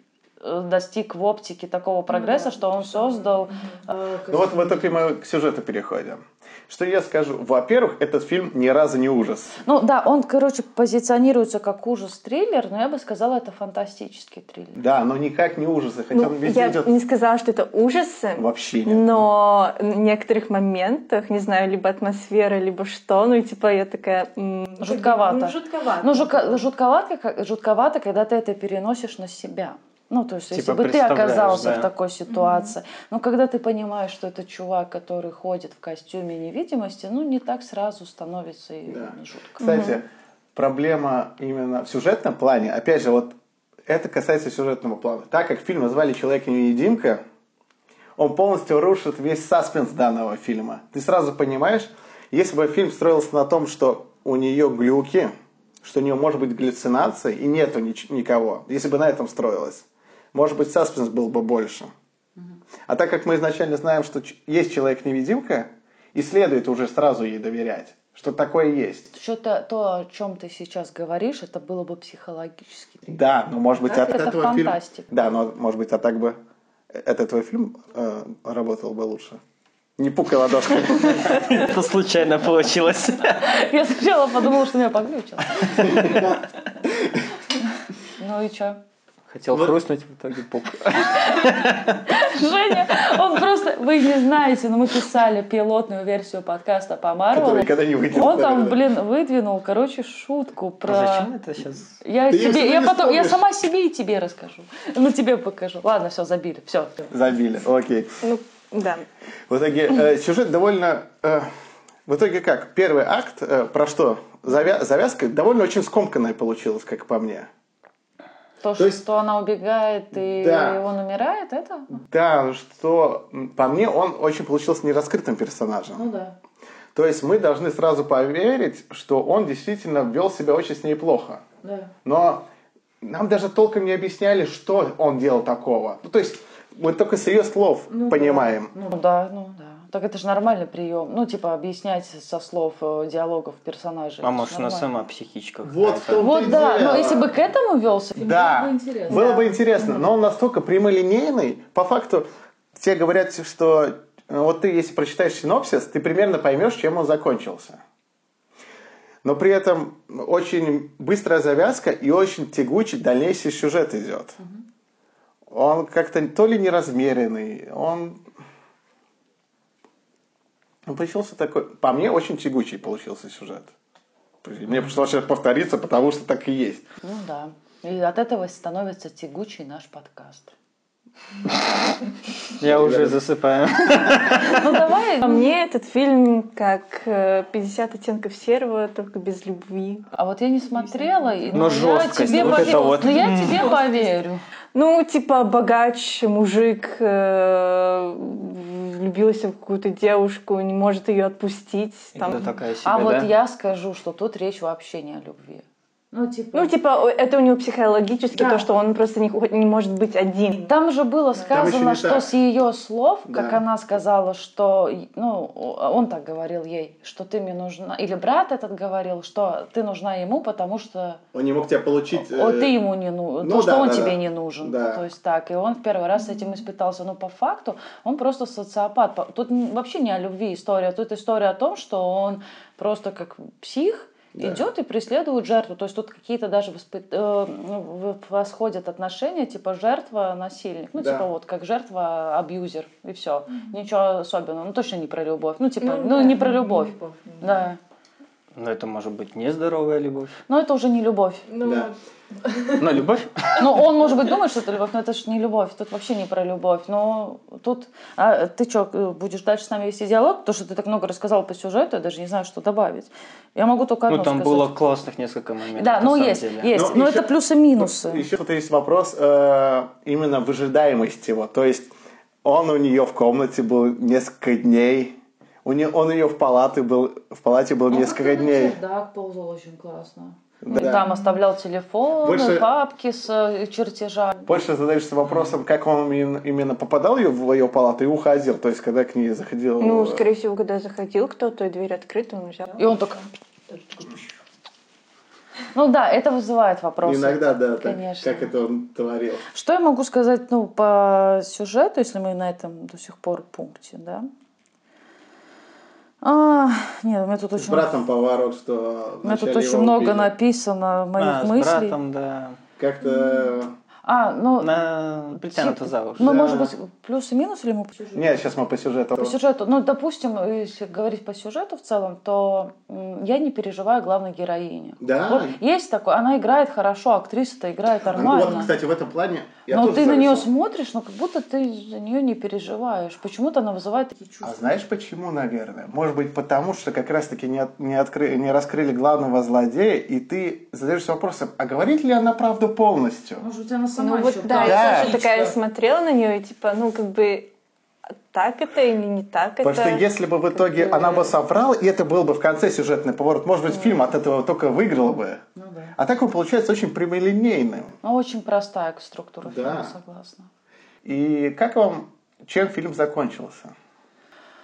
[SPEAKER 2] э, достиг в оптике такого прогресса, что он создал. э,
[SPEAKER 3] Ну вот в итоге мы к сюжету переходим. Что я скажу? Во-первых, этот фильм ни разу не ужас.
[SPEAKER 2] Ну да, он, короче, позиционируется как ужас-триллер, но я бы сказала, это фантастический триллер.
[SPEAKER 3] Да, но никак не ужасы, хотя он
[SPEAKER 4] Ну,
[SPEAKER 3] везде
[SPEAKER 4] я
[SPEAKER 3] идет
[SPEAKER 4] не сказала, что это ужасы,
[SPEAKER 3] вообще нет.
[SPEAKER 4] но в некоторых моментах, не знаю, либо атмосфера, либо что, ну и типа я такая... м,
[SPEAKER 2] Жутковато.
[SPEAKER 4] ну, жутковато.
[SPEAKER 2] Ну, жутко- жутковато, как- жутковато, когда ты это переносишь на себя. Ну, то есть, если
[SPEAKER 6] Типа
[SPEAKER 2] бы ты
[SPEAKER 6] представляешь,
[SPEAKER 2] оказался
[SPEAKER 6] да.
[SPEAKER 2] в такой ситуации. Но когда ты понимаешь, что это чувак, который ходит в костюме невидимости, ну, не так сразу становится и
[SPEAKER 3] Да.
[SPEAKER 2] жутко.
[SPEAKER 3] Кстати, проблема именно в сюжетном плане. Опять же, вот это касается сюжетного плана. Так как фильм назвали «Человек-невидимка», он полностью рушит весь саспенс данного фильма. Ты сразу понимаешь, если бы фильм строился на том, что у нее глюки, что у нее может быть галлюцинация и нету нич- никого, если бы на этом строилось, может быть, саспенс был бы больше. А так как мы изначально знаем, что ч- есть человек-невидимка, и следует уже сразу ей доверять, что такое есть.
[SPEAKER 2] Что-то то, о чем ты сейчас говоришь, это было бы психологически.
[SPEAKER 3] Да, но может быть
[SPEAKER 2] Так
[SPEAKER 3] от
[SPEAKER 2] это
[SPEAKER 3] этого фильма...
[SPEAKER 2] фантастика.
[SPEAKER 3] Да, но может быть, а так бы от этого фильм э, работал бы лучше. Не пукай ладошкой.
[SPEAKER 6] Это случайно получилось.
[SPEAKER 2] Я сначала подумала, что меня поглючило. Ну и что?
[SPEAKER 6] Хотел хрустнуть, в итоге пук.
[SPEAKER 2] Женя, он просто... Вы не знаете, но мы писали пилотную версию подкаста по
[SPEAKER 3] Который
[SPEAKER 2] Марвелу.
[SPEAKER 3] никогда не выйдет.
[SPEAKER 2] Он там,
[SPEAKER 3] наверное.
[SPEAKER 2] блин, выдвинул, короче, шутку про...
[SPEAKER 6] А Зачем это сейчас?
[SPEAKER 2] Я
[SPEAKER 3] Ты
[SPEAKER 2] тебе,
[SPEAKER 3] её
[SPEAKER 2] я
[SPEAKER 3] не
[SPEAKER 2] потом, я
[SPEAKER 3] вспомнишь.
[SPEAKER 2] сама себе и тебе расскажу. Ну, тебе покажу. Ладно, все, забили, все.
[SPEAKER 3] Забили, окей.
[SPEAKER 4] Ну, да.
[SPEAKER 3] В итоге э, сюжет довольно... э, в итоге как? Первый акт э, про что? Завя- завязка довольно очень скомканная получилась, как по мне.
[SPEAKER 2] То,
[SPEAKER 3] То есть-
[SPEAKER 2] что она убегает и
[SPEAKER 3] Да.
[SPEAKER 2] он умирает, это?
[SPEAKER 3] Да, что м, по мне он очень получился нераскрытым персонажем.
[SPEAKER 2] Ну да.
[SPEAKER 3] То есть мы должны сразу поверить, что он действительно вел себя очень с ней плохо.
[SPEAKER 2] Да.
[SPEAKER 3] Но нам даже толком не объясняли, что он делал такого. Ну, то есть мы только с ее слов
[SPEAKER 2] Ну да.
[SPEAKER 3] понимаем.
[SPEAKER 2] Ну да, ну да. Так это же нормальный прием. Ну, типа, объяснять со слов э, диалогов персонажей.
[SPEAKER 6] А
[SPEAKER 2] Это
[SPEAKER 6] может,
[SPEAKER 2] ж
[SPEAKER 6] она
[SPEAKER 2] нормально.
[SPEAKER 6] сама психичка. какая-то.
[SPEAKER 3] Вот в том-то и
[SPEAKER 2] Вот да,
[SPEAKER 3] дело.
[SPEAKER 2] но если бы к этому велся,
[SPEAKER 3] Да.
[SPEAKER 2] было бы интересно.
[SPEAKER 3] Было бы интересно, но он настолько прямолинейный. По факту, все говорят, что э, вот ты, если прочитаешь синопсис, ты примерно поймешь, чем он закончился. Но при этом очень быстрая завязка и очень тягучий дальнейший сюжет идет. Он как-то то ли неразмеренный, он... он получился такой... По мне, очень тягучий получился сюжет. То есть Мне пришлось сейчас повториться, потому что так и есть.
[SPEAKER 2] Ну да. И от этого становится тягучий наш подкаст.
[SPEAKER 6] Я уже засыпаю.
[SPEAKER 2] Ну давай.
[SPEAKER 4] А мне этот фильм как э, 50 оттенков серого, только без любви.
[SPEAKER 2] А вот я не смотрела, и
[SPEAKER 6] Но
[SPEAKER 2] ну, я
[SPEAKER 6] жесткость,
[SPEAKER 2] тебе
[SPEAKER 6] вот это
[SPEAKER 2] поверю.
[SPEAKER 6] вот.
[SPEAKER 2] Ну я тебе поверю.
[SPEAKER 4] Ну, типа, богач, мужик, э, влюбился в какую-то девушку, не может ее отпустить. Там.
[SPEAKER 6] Это Ну, такая себе,
[SPEAKER 2] А вот
[SPEAKER 6] да?
[SPEAKER 2] я скажу, что тут речь вообще не о любви. Ну, типа.
[SPEAKER 4] Ну, типа, о- это у него психологически
[SPEAKER 2] Да.
[SPEAKER 4] то, что он просто не, хо- не может быть один.
[SPEAKER 2] Там же было
[SPEAKER 3] ещё не
[SPEAKER 2] сказано,
[SPEAKER 3] так.
[SPEAKER 2] что с ее слов, как
[SPEAKER 3] Да.
[SPEAKER 2] она сказала, что, ну, он так говорил ей, что ты мне нужна, или брат этот говорил, что ты нужна ему, потому что
[SPEAKER 3] Он не мог тебя получить...
[SPEAKER 2] о,
[SPEAKER 3] э,
[SPEAKER 2] ты ему не нужен,
[SPEAKER 3] ну
[SPEAKER 2] то, что
[SPEAKER 3] да,
[SPEAKER 2] он
[SPEAKER 3] да,
[SPEAKER 2] тебе
[SPEAKER 3] да.
[SPEAKER 2] не нужен.
[SPEAKER 3] Да.
[SPEAKER 2] То есть так, и он в первый раз с этим испытался. Но по факту он просто социопат. По- Тут н- вообще не о любви история, тут история о том, что он просто как псих,
[SPEAKER 3] Да.
[SPEAKER 2] идет и преследует жертву. То есть тут какие-то даже воспит- э, ну, в- восходят отношения, типа жертва-насильник. Ну,
[SPEAKER 3] Да.
[SPEAKER 2] типа вот как жертва-абьюзер, и все. Ничего особенного. Ну, точно не про любовь. Ну, типа, ну,
[SPEAKER 4] да,
[SPEAKER 2] не про любовь.
[SPEAKER 4] ну,
[SPEAKER 2] Да.
[SPEAKER 6] Но это может быть нездоровая любовь.
[SPEAKER 2] Но это уже не любовь.
[SPEAKER 4] Ну,
[SPEAKER 3] Да.
[SPEAKER 6] Но любовь.
[SPEAKER 2] Ну, он, может быть, думает, что это любовь, но это же не любовь. Тут вообще не про любовь. Но тут... А ты что, будешь дальше с нами вести диалог? То, что ты так много рассказал по сюжету, я даже не знаю, что добавить. Я могу только одно
[SPEAKER 6] Ну, там
[SPEAKER 2] сказать.
[SPEAKER 6] было классных несколько моментов.
[SPEAKER 2] Да,
[SPEAKER 6] на
[SPEAKER 2] ну
[SPEAKER 6] самом
[SPEAKER 2] есть,
[SPEAKER 6] деле.
[SPEAKER 2] есть.
[SPEAKER 3] Ну,
[SPEAKER 2] Но,
[SPEAKER 3] ещё-
[SPEAKER 2] это плюсы-минусы.
[SPEAKER 3] Еще Ну, тут есть вопрос э, именно выжидаемости его. То есть он у нее в комнате был несколько дней. У нее, он ее в палате был, в палате
[SPEAKER 2] А
[SPEAKER 3] был несколько дней.
[SPEAKER 2] Ну, Да, ползал очень классно.
[SPEAKER 3] Да.
[SPEAKER 2] Ну, И там оставлял телефон,
[SPEAKER 3] Больше-
[SPEAKER 2] папки с э, чертежами.
[SPEAKER 3] Больше задаешься вопросом, как он им- именно попадал её в ее палату и уходил. То есть когда к ней заходил...
[SPEAKER 4] Ну,
[SPEAKER 3] э,
[SPEAKER 4] скорее всего, когда заходил кто-то, и дверь открыта, он взял.
[SPEAKER 2] И он только... Ну да, это вызывает вопросы.
[SPEAKER 3] э, Иногда, да, так,
[SPEAKER 2] Конечно.
[SPEAKER 3] как это он творил.
[SPEAKER 2] Что я могу сказать ну, по сюжету, если мы на этом до сих пор пункте, да? А, нет, у меня тут
[SPEAKER 3] С
[SPEAKER 2] очень,
[SPEAKER 3] братом поворот, что...
[SPEAKER 2] у меня Ну, тут
[SPEAKER 3] вначале
[SPEAKER 2] очень
[SPEAKER 3] его
[SPEAKER 2] много
[SPEAKER 3] убили.
[SPEAKER 2] написано моих
[SPEAKER 6] А, с
[SPEAKER 2] мыслей.
[SPEAKER 6] братом, да.
[SPEAKER 3] Как-то...
[SPEAKER 2] А, ну,
[SPEAKER 6] На... Притянуто за уши.
[SPEAKER 2] ну
[SPEAKER 3] да.
[SPEAKER 2] может быть, плюс и минус или мы по сюжету?
[SPEAKER 3] Нет, сейчас мы по сюжету.
[SPEAKER 2] По сюжету, ну, допустим, если говорить по сюжету в целом, то м, я не переживаю главной героини.
[SPEAKER 3] Да. Ну,
[SPEAKER 2] Вот есть такое, она играет хорошо, актриса-то играет нормально.
[SPEAKER 3] Вот, кстати, в этом плане... я
[SPEAKER 2] Но
[SPEAKER 3] тоже
[SPEAKER 2] ты на нее
[SPEAKER 3] заметил.
[SPEAKER 2] смотришь, но как будто ты за нее не переживаешь. Почему-то она вызывает такие чувства.
[SPEAKER 3] А знаешь почему, наверное? Может быть, потому что как раз-таки не, от- не, откры- не раскрыли главного злодея, и ты задаешься вопросом, а говорит ли она правду полностью?
[SPEAKER 2] Может быть, она сама
[SPEAKER 4] Ну вот,
[SPEAKER 2] ещё
[SPEAKER 4] да,
[SPEAKER 2] та
[SPEAKER 3] Да.
[SPEAKER 4] я тоже такая смотрела на нее, и типа, ну, как бы, так это или не так это?
[SPEAKER 3] Потому что если бы в итоге
[SPEAKER 4] как бы-
[SPEAKER 3] она бы соврала, и это был бы в конце сюжетный поворот, может быть, фильм от этого только выиграл бы.
[SPEAKER 2] Ну да.
[SPEAKER 3] А так он получается очень прямолинейным.
[SPEAKER 2] Ну, очень простая структура
[SPEAKER 3] Да.
[SPEAKER 2] фильма, согласна.
[SPEAKER 3] И как вам, чем фильм закончился?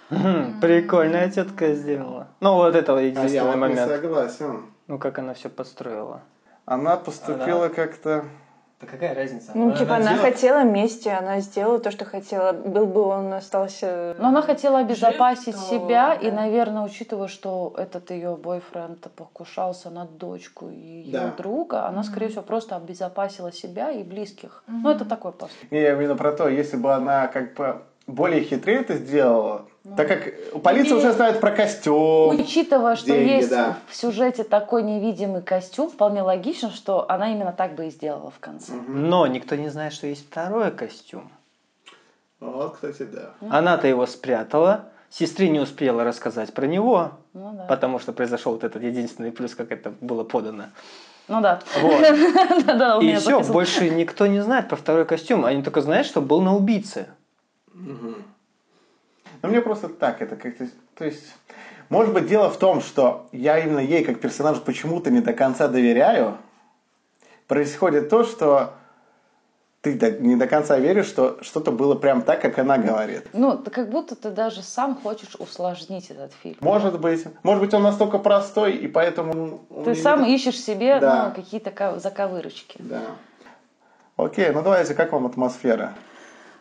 [SPEAKER 6] Хм, Прикольная тетка сделала. Ну, вот это
[SPEAKER 3] А
[SPEAKER 6] единственный момент.
[SPEAKER 3] согласен.
[SPEAKER 6] Ну, как она все подстроила.
[SPEAKER 3] Она поступила как-то...
[SPEAKER 6] Да какая разница?
[SPEAKER 4] Ну, типа, она хотела мести, она сделала то, что хотела. Был бы он остался...
[SPEAKER 2] Но она хотела обезопасить
[SPEAKER 4] Жив, то
[SPEAKER 2] себя, и,
[SPEAKER 4] да.
[SPEAKER 2] наверное, учитывая, что этот ее бойфренд покушался на дочку и ее
[SPEAKER 3] Да.
[SPEAKER 2] друга, она, скорее всего, просто обезопасила себя и близких. Ну, это такой поступок.
[SPEAKER 3] Не, я именно про то, если бы она как бы более хитрее это сделала, так как полиция
[SPEAKER 2] И-
[SPEAKER 3] уже знает про костюм.
[SPEAKER 2] Ну, Учитывая, что
[SPEAKER 3] деньги,
[SPEAKER 2] есть
[SPEAKER 3] да.
[SPEAKER 2] в сюжете такой невидимый костюм, вполне логично, что она именно так бы и сделала в конце.
[SPEAKER 6] Но никто не знает, что есть второй костюм.
[SPEAKER 3] Ну, Вот, кстати, да.
[SPEAKER 6] Она-то его спрятала. Сестре не успела рассказать про него,
[SPEAKER 2] Ну да.
[SPEAKER 6] потому что произошел вот этот единственный плюс, как это было подано.
[SPEAKER 2] Ну да.
[SPEAKER 6] Вот.
[SPEAKER 2] Да-да, А у
[SPEAKER 6] И
[SPEAKER 2] меня
[SPEAKER 6] все,
[SPEAKER 2] записано.
[SPEAKER 6] больше никто не знает про второй костюм. Они только знают, что был на убийце.
[SPEAKER 3] Но мне просто так это как-то... То есть, может быть, дело в том, что я именно ей, как персонажу, почему-то не до конца доверяю, происходит то, что ты до- не до конца веришь, что что-то было прям так, как она говорит.
[SPEAKER 2] Ну, ты как будто ты даже сам хочешь усложнить этот фильм.
[SPEAKER 3] Может быть. Может быть, он настолько простой, и поэтому... ну, он
[SPEAKER 2] Ты
[SPEAKER 3] не
[SPEAKER 2] сам
[SPEAKER 3] видит-
[SPEAKER 2] ищешь себе
[SPEAKER 3] Да.
[SPEAKER 2] ну, какие-то ка- заковырочки.
[SPEAKER 3] Да. Окей, ну давайте, как вам атмосфера?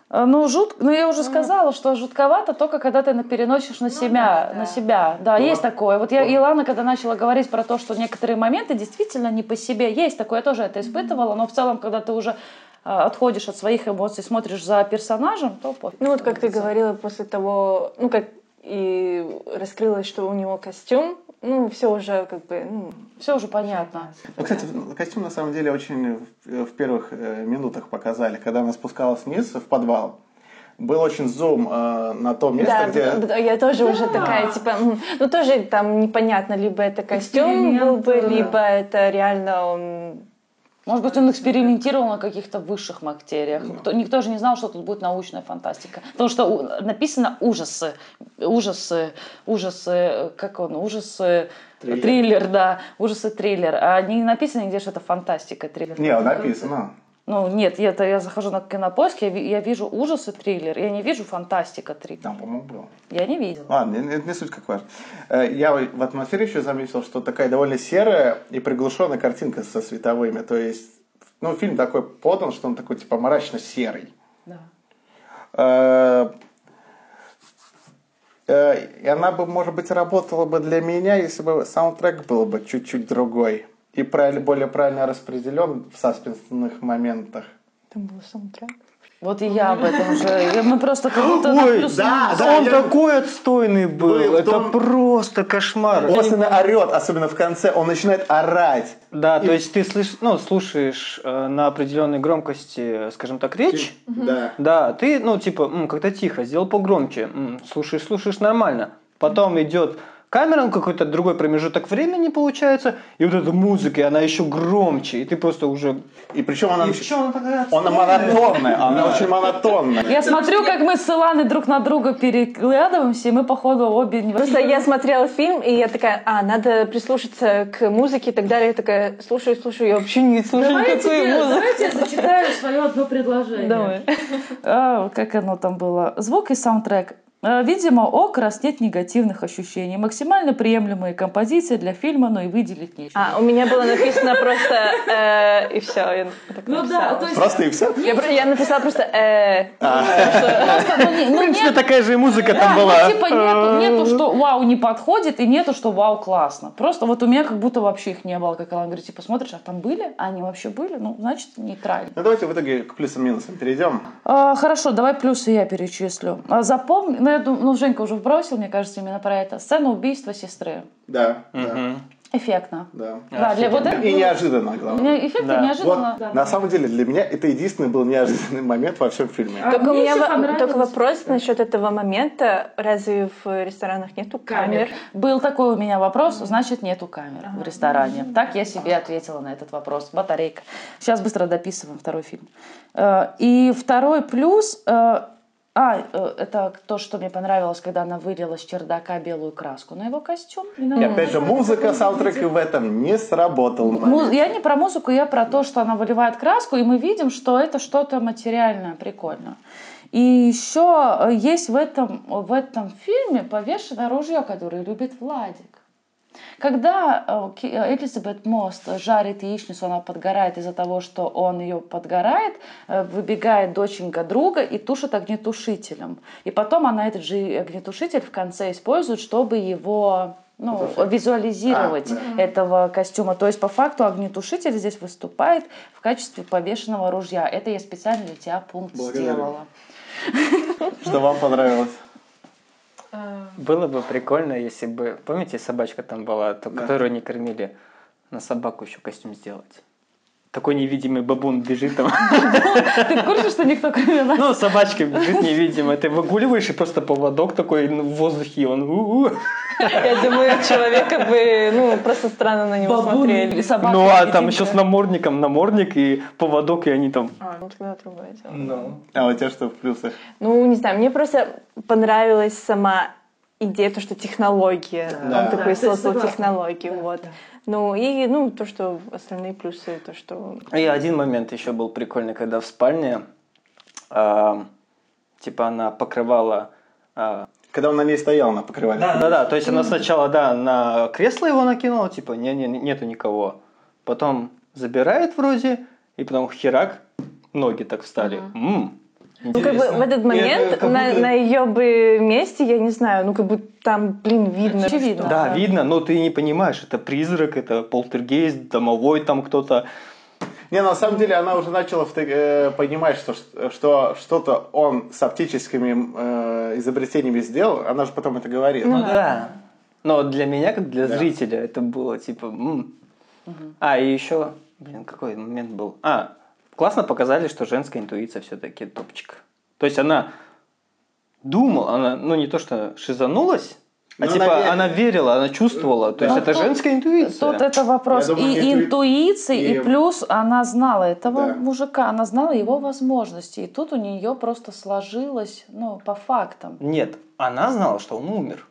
[SPEAKER 2] А, Ну, жут... ну, я уже сказала, что жутковато только, когда ты на- переносишь на себя.
[SPEAKER 4] Ну да, да.
[SPEAKER 2] На себя. Да,
[SPEAKER 3] Ну,
[SPEAKER 2] есть
[SPEAKER 3] а-
[SPEAKER 2] такое. Вот я, Илана, когда начала говорить про то, что некоторые моменты действительно не по себе, есть такое, я тоже это испытывала, но в целом, когда ты уже а, отходишь от своих эмоций, смотришь за персонажем, то пофиг.
[SPEAKER 4] Ну вот как ты
[SPEAKER 2] становится.
[SPEAKER 4] говорила после того, ну как и раскрылось, что у него костюм, ну все уже как бы, ну,
[SPEAKER 2] Все уже понятно.
[SPEAKER 3] Ну, кстати, в- костюм на самом деле очень в, в первых э, минутах показали, когда она спускалась вниз в подвал. Был очень зум э, на то место,
[SPEAKER 4] да,
[SPEAKER 3] где...
[SPEAKER 4] да, я тоже уже такая, типа, м, ну тоже там непонятно, либо это костюм был бы, либо это реально он...
[SPEAKER 2] Может быть, он экспериментировал на каких-то высших материях. Кто- никто же не знал, что тут будет научная фантастика. Потому что у- написано ужасы, ужасы, ужасы, э, как он, ужасы, триллер, да, ужасы, триллер. А не написано нигде, что это фантастика, триллер.
[SPEAKER 3] Не, а, написано.
[SPEAKER 2] Ну, нет, я, это, я захожу на кинопоиск, я, ви- я вижу ужасы, триллер, я не вижу фантастика, триллер.
[SPEAKER 3] Там, по-моему, было.
[SPEAKER 2] Я не видела.
[SPEAKER 3] Ладно, не- это не суть как важно. Э, Я в атмосфере еще заметил, что такая довольно серая и приглушенная картинка со световыми. То есть, ну, фильм такой подан, что он такой, типа, мрачно-серый.
[SPEAKER 2] Да.
[SPEAKER 3] Э, э, И она бы, может быть, работала бы для меня, если бы саундтрек был бы чуть-чуть другой. И правиль- более правильно распределен в саспенсных моментах.
[SPEAKER 4] Там был саундтрек.
[SPEAKER 2] Вот и я об этом же. Мы просто как будто... на
[SPEAKER 3] Ой,
[SPEAKER 2] плюс-
[SPEAKER 3] да, да,
[SPEAKER 6] Он
[SPEAKER 3] я-
[SPEAKER 6] такой отстойный А, был.
[SPEAKER 3] Был,
[SPEAKER 6] это
[SPEAKER 3] там-
[SPEAKER 6] просто кошмар.
[SPEAKER 3] После орет, особенно в конце, он начинает орать.
[SPEAKER 6] Да, то есть ты слышишь, ну, слушаешь э, на определенной громкости, э, скажем так, речь.
[SPEAKER 3] Да.
[SPEAKER 6] Да, ты, ну, типа, «М, как-то тихо, сделал погромче. М, слушаешь, слушаешь нормально. Потом идет камера, ну, какой-то другой промежуток времени получается, и вот эта музыка, и она еще громче, и ты просто уже...
[SPEAKER 3] И причем она...
[SPEAKER 6] она такая
[SPEAKER 3] Она монотонная, она очень монотонная.
[SPEAKER 2] Я смотрю, как мы с Иланой друг на друга переглядываемся, и мы, походу, обе не
[SPEAKER 4] Просто я смотрела фильм, и я такая, а, надо прислушаться к музыке и так далее. Я такая, слушаю, слушаю, я вообще не слушаю никакую музыку.
[SPEAKER 2] я зачитаю свое одно предложение.
[SPEAKER 4] Давай.
[SPEAKER 2] а, как оно там было? Звук и саундтрек. А, Видимо, окрас нет негативных ощущений. Максимально приемлемые композиции для фильма, но и выделить нечего.
[SPEAKER 4] А, у меня было написано просто э, и все. Я так
[SPEAKER 2] Ну
[SPEAKER 4] написала.
[SPEAKER 3] Просто и все.
[SPEAKER 4] Я, про- я написала просто э,
[SPEAKER 2] Ну, не- ну,
[SPEAKER 6] В принципе,
[SPEAKER 2] нет,
[SPEAKER 6] такая же и музыка там
[SPEAKER 2] да, ну,
[SPEAKER 6] была. Э,
[SPEAKER 2] типа нету, нету, что вау не подходит, и нету, что вау классно. Просто вот у меня как будто вообще их не было, как она говорит, типа смотришь, а там были? А они вообще были? Ну, значит, нейтрально.
[SPEAKER 3] Ну давайте в итоге к плюсам-минусам перейдем.
[SPEAKER 2] А, хорошо, давай плюсы я перечислю. А, запомни, ну, я думаю, ну, Женька уже бросил, мне кажется, именно про это. Сцена убийства сестры.
[SPEAKER 3] Да,
[SPEAKER 6] Мгм.
[SPEAKER 2] Эффектно.
[SPEAKER 3] да,
[SPEAKER 2] Да, для вот
[SPEAKER 3] да. И
[SPEAKER 2] этого...
[SPEAKER 3] неожиданно, главное.
[SPEAKER 2] Мне Эффектно,
[SPEAKER 6] Да.
[SPEAKER 2] неожиданно.
[SPEAKER 3] Э, Вот,
[SPEAKER 2] да.
[SPEAKER 3] на самом деле, для меня это единственный был неожиданный момент во всем фильме.
[SPEAKER 4] Только у
[SPEAKER 2] А, мне
[SPEAKER 4] меня
[SPEAKER 2] ещё
[SPEAKER 4] во-
[SPEAKER 2] понравилось.
[SPEAKER 4] только вопрос насчет этого момента. Разве в ресторанах нету камер?
[SPEAKER 2] Был такой у меня вопрос, значит, нету камер в ресторане. Так я себе ответила на этот вопрос. Батарейка. Сейчас быстро дописываем второй фильм. Э, И второй плюс... э, А, э, это то, что мне понравилось, когда она вылила с чердака белую краску на его костюм.
[SPEAKER 3] И
[SPEAKER 2] ну,
[SPEAKER 3] опять же, музыка, саундтрек и в этом не сработал.
[SPEAKER 2] Му- Ну, Я не про музыку, я про то, что она выливает краску, и мы видим, что это что-то материальное, прикольно. И еще э, есть в этом, в этом фильме повешенное ружье, которое любит Владик. Когда э, Ки- э, Элизабет Мост жарит яичницу, она подгорает из-за того, что он ее подгорает, э, выбегает доченька друга и тушит огнетушителем. И потом она этот же огнетушитель в конце использует, чтобы его ну, визуализировать
[SPEAKER 3] А,
[SPEAKER 2] этого костюма. То есть, по факту, огнетушитель здесь выступает в качестве повешенного ружья. Это я специально для тебя пункт
[SPEAKER 3] Благодарю.
[SPEAKER 2] сделала.
[SPEAKER 3] Что вам понравилось?
[SPEAKER 2] А.
[SPEAKER 6] Было бы прикольно, если бы... Помните, собачка там была, ту,
[SPEAKER 3] Да.
[SPEAKER 6] которую не кормили? На собаку еще костюм сделать. Такой невидимый бабун бежит там.
[SPEAKER 2] Ты в курсе, что никто кроме нас?
[SPEAKER 6] Ну, собачки бежит невидимо. Ты выгуливаешь, и просто поводок такой ну, в воздухе, и он... у-у.
[SPEAKER 4] Я думаю, человека бы, ну, просто странно на него смотрели.
[SPEAKER 2] собака
[SPEAKER 6] Ну, а там
[SPEAKER 2] невидимка.
[SPEAKER 6] еще с намордником намордник и поводок, и они там...
[SPEAKER 4] А, ну тогда другое дело.
[SPEAKER 6] Ну.
[SPEAKER 3] А у тебя что в плюсах?
[SPEAKER 4] Ну, не знаю, мне просто понравилась сама идея, то, что технология.
[SPEAKER 3] Да.
[SPEAKER 4] Он такой
[SPEAKER 2] Да, то есть
[SPEAKER 4] создал
[SPEAKER 2] согласна.
[SPEAKER 4] технологию, вот. Ну, и, ну, то, что остальные плюсы, то, что...
[SPEAKER 6] И один момент еще был прикольный, когда в спальне, а, типа, она покрывала... а,
[SPEAKER 3] Когда он на ней стоял, она покрывали.
[SPEAKER 6] Да-да, то есть она сначала, да, на кресло его накинула, типа, не, не, нету никого. Потом забирает вроде, и потом херак, ноги так встали. М,
[SPEAKER 4] Ну, как бы
[SPEAKER 6] интересно.
[SPEAKER 4] в этот момент
[SPEAKER 3] как
[SPEAKER 4] на,
[SPEAKER 3] будто-
[SPEAKER 4] на ее бы месте, я не знаю, ну, как бы там, блин, видно.
[SPEAKER 2] Очевидно.
[SPEAKER 4] что-
[SPEAKER 6] Да, видно, но ты не понимаешь, это призрак, это полтергейст, домовой там кто-то.
[SPEAKER 3] Не, ну, на самом деле она уже начала вты- э, понимать, что, что что-то он с оптическими э, изобретениями сделал. Она же потом это говорит.
[SPEAKER 6] Ну да. Но для меня, как для
[SPEAKER 3] Да.
[SPEAKER 6] зрителя, это было типа... м. А, и еще, блин, какой момент был? А, классно показали, что женская интуиция все-таки топчик. То есть она думала, она, ну не то, что шизанулась, а
[SPEAKER 3] Но
[SPEAKER 6] типа
[SPEAKER 3] она
[SPEAKER 6] она,
[SPEAKER 3] верила.
[SPEAKER 6] верила, она чувствовала. То
[SPEAKER 3] Да.
[SPEAKER 6] есть
[SPEAKER 2] Но
[SPEAKER 6] это
[SPEAKER 2] тут-
[SPEAKER 6] женская интуиция.
[SPEAKER 2] Тут это вопрос
[SPEAKER 3] Я думаю,
[SPEAKER 2] и
[SPEAKER 3] интуи-
[SPEAKER 2] интуиции, и...
[SPEAKER 3] и-
[SPEAKER 2] плюс она знала этого
[SPEAKER 3] Да.
[SPEAKER 2] мужика, она знала его возможности, и тут у нее просто сложилось, ну, по фактам.
[SPEAKER 6] Нет, она знала, что он умер.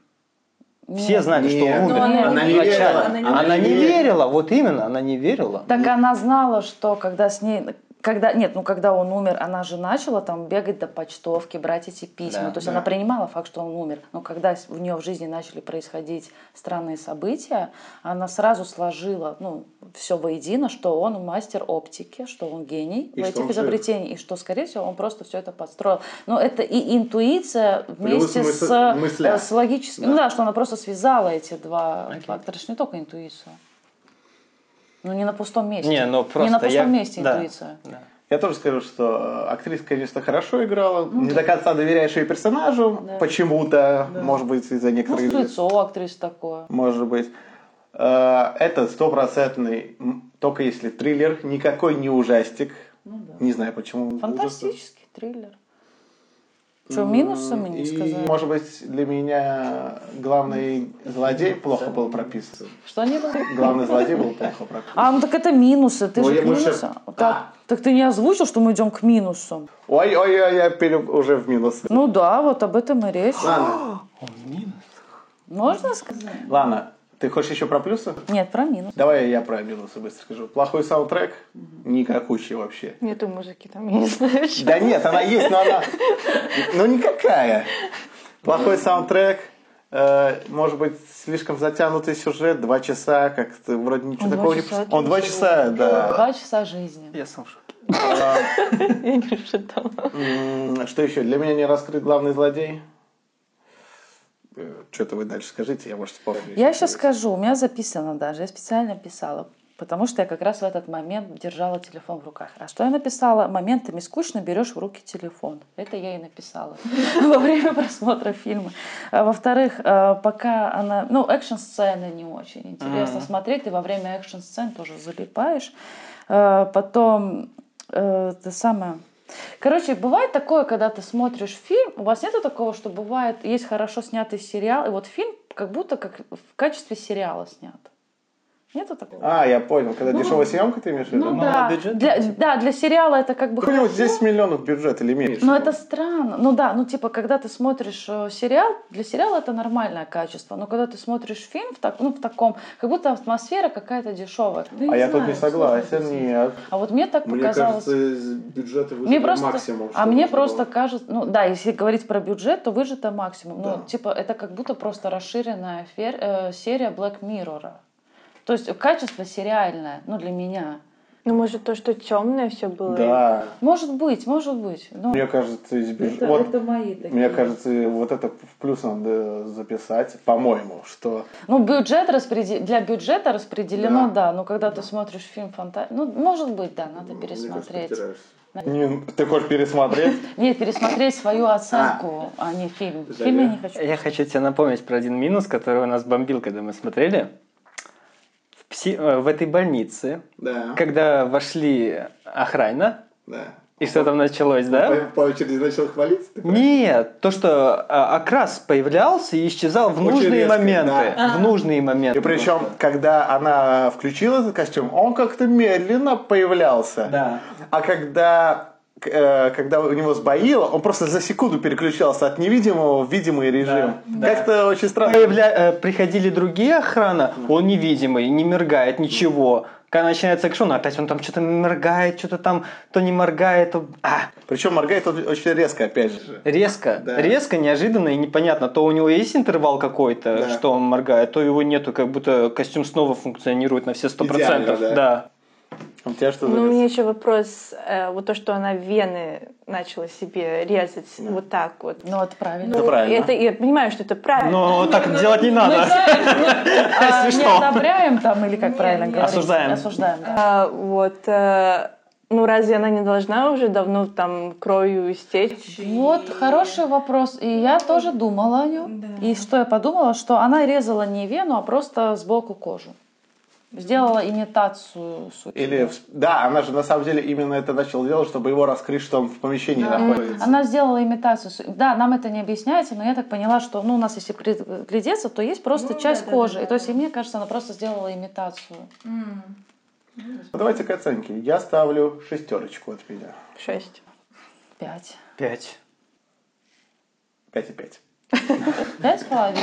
[SPEAKER 6] Все
[SPEAKER 2] Нет.
[SPEAKER 6] знали, что
[SPEAKER 3] Нет.
[SPEAKER 6] он умер.
[SPEAKER 2] Но она не верила,
[SPEAKER 6] изначально.
[SPEAKER 4] она не
[SPEAKER 6] Она не
[SPEAKER 3] верила.
[SPEAKER 6] верила, вот именно, она не верила.
[SPEAKER 2] Так
[SPEAKER 3] Ну.
[SPEAKER 2] она знала, что когда с ней... Когда, нет, ну когда он умер, она же начала там бегать до почтовки, брать эти письма.
[SPEAKER 6] Да,
[SPEAKER 2] То есть
[SPEAKER 3] да.
[SPEAKER 2] она принимала факт, что он умер. Но когда с- у нее в жизни начали происходить странные события, она сразу сложила ну, все воедино, что он мастер оптики, что он гений
[SPEAKER 3] И
[SPEAKER 2] в
[SPEAKER 3] что
[SPEAKER 2] этих
[SPEAKER 3] он жив.
[SPEAKER 2] изобретениях, и что, скорее всего, он просто все это подстроил. Но это и интуиция
[SPEAKER 3] Плюс
[SPEAKER 2] вместе с,
[SPEAKER 3] мысля- мысля.
[SPEAKER 2] э, с логическим.
[SPEAKER 3] Да.
[SPEAKER 2] Ну да, что она просто связала эти два
[SPEAKER 6] Окей.
[SPEAKER 2] фактора, что не только интуицию. Ну, не на пустом месте.
[SPEAKER 6] Не, ну
[SPEAKER 2] Не
[SPEAKER 6] просто
[SPEAKER 2] на пустом
[SPEAKER 6] я-
[SPEAKER 2] месте
[SPEAKER 6] да.
[SPEAKER 2] интуиция.
[SPEAKER 6] Да.
[SPEAKER 3] Я тоже скажу, что э, актриса, конечно, хорошо играла. Не до конца доверяешь ее персонажу.
[SPEAKER 2] Ну Да. Ну,
[SPEAKER 3] Почему-то. Может быть, из-за некоторых...
[SPEAKER 2] Может, лицо у актрисы такое.
[SPEAKER 3] Может быть. Э, Это стопроцентный, м, только если триллер, никакой не ужастик.
[SPEAKER 2] Ну да.
[SPEAKER 3] Не знаю, почему. ужас.
[SPEAKER 2] Фантастический триллер. Что, минусы
[SPEAKER 3] М,
[SPEAKER 2] мне
[SPEAKER 3] и,
[SPEAKER 2] сказали? Ну,
[SPEAKER 3] Может быть, для меня главный злодей плохо был прописан.
[SPEAKER 2] Что они были?
[SPEAKER 3] Главный злодей был плохо прописан.
[SPEAKER 2] А, ну так это минусы. Ты
[SPEAKER 3] Ну,
[SPEAKER 2] же
[SPEAKER 3] я
[SPEAKER 2] к
[SPEAKER 3] больше-
[SPEAKER 2] минусам. Так, так ты не озвучил, что мы идем к минусам.
[SPEAKER 3] Ой-ой-ой, я пере- уже в минус.
[SPEAKER 2] Ну да, вот об этом и речь.
[SPEAKER 3] Ладно,
[SPEAKER 2] Можно сказать?
[SPEAKER 3] ладно, ты хочешь еще про плюсы?
[SPEAKER 2] Нет, про минус.
[SPEAKER 3] Давай я про минусы быстро скажу. Плохой саундтрек? Никакущий вообще.
[SPEAKER 4] Нету музыки там, я не знаю, что.
[SPEAKER 3] Да нет, она есть, но она... Ну никакая. Плохой саундтрек, э, может быть, слишком затянутый сюжет, два часа, как ты вроде ничего
[SPEAKER 4] Он два
[SPEAKER 3] такого не...
[SPEAKER 4] часа, это
[SPEAKER 3] Он два
[SPEAKER 4] ничего.
[SPEAKER 3] часа, да.
[SPEAKER 2] Два часа жизни.
[SPEAKER 6] Я сам в шоке.
[SPEAKER 4] Я не рассчитала.
[SPEAKER 3] М, Что еще? Для меня не раскрыт главный злодей. Что-то вы дальше скажите, я, может, вспомню.
[SPEAKER 2] Я сейчас скажу, у меня записано даже, я специально писала, потому что я как раз в этот момент держала телефон в руках. А что я написала? Моментами скучно берешь в руки телефон. Это я и написала во время просмотра фильма. А Во-вторых, э, пока она... Ну, экшн-сцены не очень интересно
[SPEAKER 6] Мгм.
[SPEAKER 2] смотреть, ты во время экшн-сцен тоже залипаешь. Э, Потом э, ты самое... Короче, бывает такое, когда ты смотришь фильм, у вас нету такого, что бывает, есть хорошо снятый сериал, и вот фильм как будто как в качестве сериала снят. Нету такого?
[SPEAKER 3] А, я понял, когда дешевая съемка, ты имеешь в виду?
[SPEAKER 2] ну да.
[SPEAKER 6] малобюджетный,
[SPEAKER 2] Для,
[SPEAKER 6] типа.
[SPEAKER 2] да, для сериала это как бы...
[SPEAKER 3] Какой-нибудь
[SPEAKER 2] хорошо.
[SPEAKER 3] 10 миллионов бюджет или меньше.
[SPEAKER 2] Но это странно. Ну да, ну типа, когда ты смотришь э, сериал, для сериала это нормальное качество, но когда ты смотришь фильм в, так, ну, в таком, как будто атмосфера какая-то дешевая. Да
[SPEAKER 3] А я
[SPEAKER 2] знаю,
[SPEAKER 3] тут не
[SPEAKER 2] сложно
[SPEAKER 3] согласен,
[SPEAKER 2] объяснить.
[SPEAKER 3] нет.
[SPEAKER 2] А вот мне так
[SPEAKER 5] Мне
[SPEAKER 2] показалось.
[SPEAKER 5] кажется, из бюджета выжили
[SPEAKER 2] Мне просто,
[SPEAKER 5] максимум.
[SPEAKER 2] а
[SPEAKER 5] что
[SPEAKER 2] мне
[SPEAKER 5] можно
[SPEAKER 2] просто
[SPEAKER 5] было.
[SPEAKER 2] кажется, ну да, если говорить про бюджет, то выжито максимум. Ну,
[SPEAKER 3] Да.
[SPEAKER 2] типа, это как будто просто расширенная фер- э, серия Black Mirror. То есть качество сериальное, ну, для меня.
[SPEAKER 4] Ну, может, то, что темное все было.
[SPEAKER 3] Да.
[SPEAKER 2] Может быть, может быть. Ну,
[SPEAKER 3] Мне кажется, из бюджета... вот,
[SPEAKER 2] мои
[SPEAKER 3] Мне кажется, вот это в плюс надо записать, по-моему, что...
[SPEAKER 2] Ну, бюджет распреде- для бюджета распределено, да. Но когда ты смотришь фильм фантазия, ну, может быть, да, надо
[SPEAKER 5] Мне кажется,
[SPEAKER 2] пересмотреть.
[SPEAKER 5] потеряешься.
[SPEAKER 3] Не, ты хочешь пересмотреть?
[SPEAKER 2] Нет, пересмотреть свою оценку, а, не фильм.
[SPEAKER 5] Да,
[SPEAKER 2] Фильм я
[SPEAKER 5] я-
[SPEAKER 2] не хочу.
[SPEAKER 6] Я хочу тебе напомнить про один минус, который у нас бомбил, когда мы смотрели. В, пси- э, в этой больнице,
[SPEAKER 5] Да.
[SPEAKER 6] когда вошли охрана,
[SPEAKER 5] Да.
[SPEAKER 6] и что там началось, да?
[SPEAKER 5] По, по очереди начал хвалиться. ты
[SPEAKER 3] Ну,
[SPEAKER 5] прав.
[SPEAKER 6] Нет, то, что а, окрас появлялся и исчезал в
[SPEAKER 5] Очень
[SPEAKER 6] нужные
[SPEAKER 5] резко,
[SPEAKER 6] моменты.
[SPEAKER 5] да.
[SPEAKER 6] В нужные моменты.
[SPEAKER 3] И причем, когда она включила этот костюм, он как-то медленно появлялся.
[SPEAKER 6] Да.
[SPEAKER 3] А когда к- э, когда у него сбоило, он просто за секунду переключался от невидимого в видимый режим.
[SPEAKER 6] да.
[SPEAKER 3] Как-то очень странно.
[SPEAKER 6] Появля- э, Приходили другие охрана, он невидимый, не моргает, ничего. Когда начинается экшон, опять он там что-то моргает, что-то там то не моргает. то- А,
[SPEAKER 3] Причем моргает он очень резко, опять же.
[SPEAKER 6] резко,
[SPEAKER 3] Да.
[SPEAKER 6] резко, неожиданно и непонятно. То у него есть интервал какой-то,
[SPEAKER 3] Да.
[SPEAKER 6] что он моргает, то его нету, как будто костюм снова функционирует на все сто процентов.
[SPEAKER 3] Идеально, да.
[SPEAKER 6] Да.
[SPEAKER 3] У тебя что
[SPEAKER 4] Ну, у
[SPEAKER 3] за-
[SPEAKER 4] меня еще вопрос. э, вот то, что она вены начала себе резать вот так вот.
[SPEAKER 2] Ну, это правильно.
[SPEAKER 3] Это правильно.
[SPEAKER 4] это- я понимаю, что это правильно.
[SPEAKER 6] Но Ну, так делать
[SPEAKER 3] А,
[SPEAKER 6] не
[SPEAKER 2] Мы
[SPEAKER 6] надо.
[SPEAKER 2] знаем, а,
[SPEAKER 6] Если
[SPEAKER 2] не
[SPEAKER 6] что.
[SPEAKER 2] одобряем там, или как
[SPEAKER 4] Не,
[SPEAKER 2] правильно
[SPEAKER 4] не.
[SPEAKER 2] говорить?
[SPEAKER 6] Осуждаем.
[SPEAKER 2] Осуждаем, да.
[SPEAKER 4] А, вот. э, ну, разве она не должна уже давно там кровью истечь?
[SPEAKER 2] Вот хороший вопрос. И я тоже думала о нем.
[SPEAKER 4] Да.
[SPEAKER 2] И что я подумала, что она резала не вену, а просто сбоку кожу. Сделала имитацию сути.
[SPEAKER 3] Или... в- Да, она же на самом деле именно это начала делать, чтобы его раскрыть, что он в помещении находится.
[SPEAKER 2] Она сделала имитацию. су- Да, нам это не объясняется, но я так поняла, что ну, у нас, если при- глядеться, то есть просто
[SPEAKER 4] Ну,
[SPEAKER 2] часть
[SPEAKER 4] да, да,
[SPEAKER 2] кожи.
[SPEAKER 4] да,
[SPEAKER 2] и, то
[SPEAKER 4] да,
[SPEAKER 2] есть, и
[SPEAKER 4] да.
[SPEAKER 2] мне кажется, она просто сделала имитацию.
[SPEAKER 3] Ну, Давайте к оценке. Я ставлю шестерочку от меня.
[SPEAKER 4] Шесть.
[SPEAKER 2] Пять.
[SPEAKER 6] Пять.
[SPEAKER 3] 5,5.
[SPEAKER 2] Пять с половиной.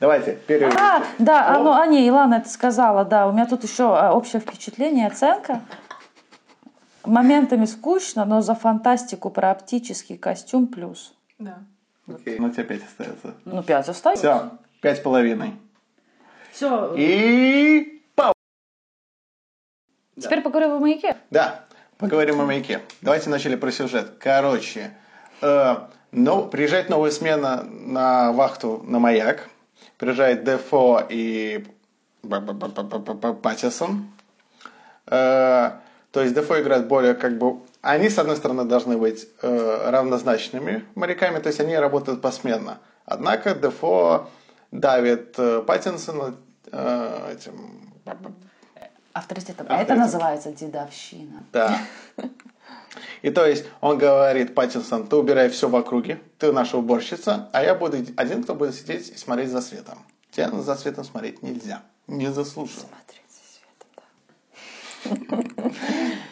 [SPEAKER 3] Давайте, первый.
[SPEAKER 2] А, да, а, ну, а не, Илана это сказала, да. У меня тут еще а, общее впечатление, оценка. Моментами скучно, но за фантастику про оптический костюм плюс.
[SPEAKER 4] Да.
[SPEAKER 3] Окей, Ну, тебе 5 остается.
[SPEAKER 2] Ну, пять остается.
[SPEAKER 3] Все, пять с половиной.
[SPEAKER 2] Все.
[SPEAKER 3] И... пау.
[SPEAKER 2] Теперь поговорим о маяке.
[SPEAKER 3] Да, поговорим о маяке. Давайте начали про сюжет. Короче, э, но приезжает новая смена на вахту на маяк. Приезжает Дефо и ба- ба- ба- ба- ба- ба- ба- Паттисон. Э, То есть Дефо играет более как бы... Они, с одной стороны, должны быть э, равнозначными моряками, то есть они работают посменно. Однако Дефо давит э, Паттинсона э, этим... ба- ба-
[SPEAKER 2] Авторитетом. А это
[SPEAKER 3] Авторитет.
[SPEAKER 2] называется дедовщина.
[SPEAKER 3] Да. И то есть он говорит, Паттинсон, ты убирай все в округе, ты наша уборщица, а я буду один, кто будет сидеть и смотреть за светом. Тебе за светом смотреть нельзя. Не заслужил.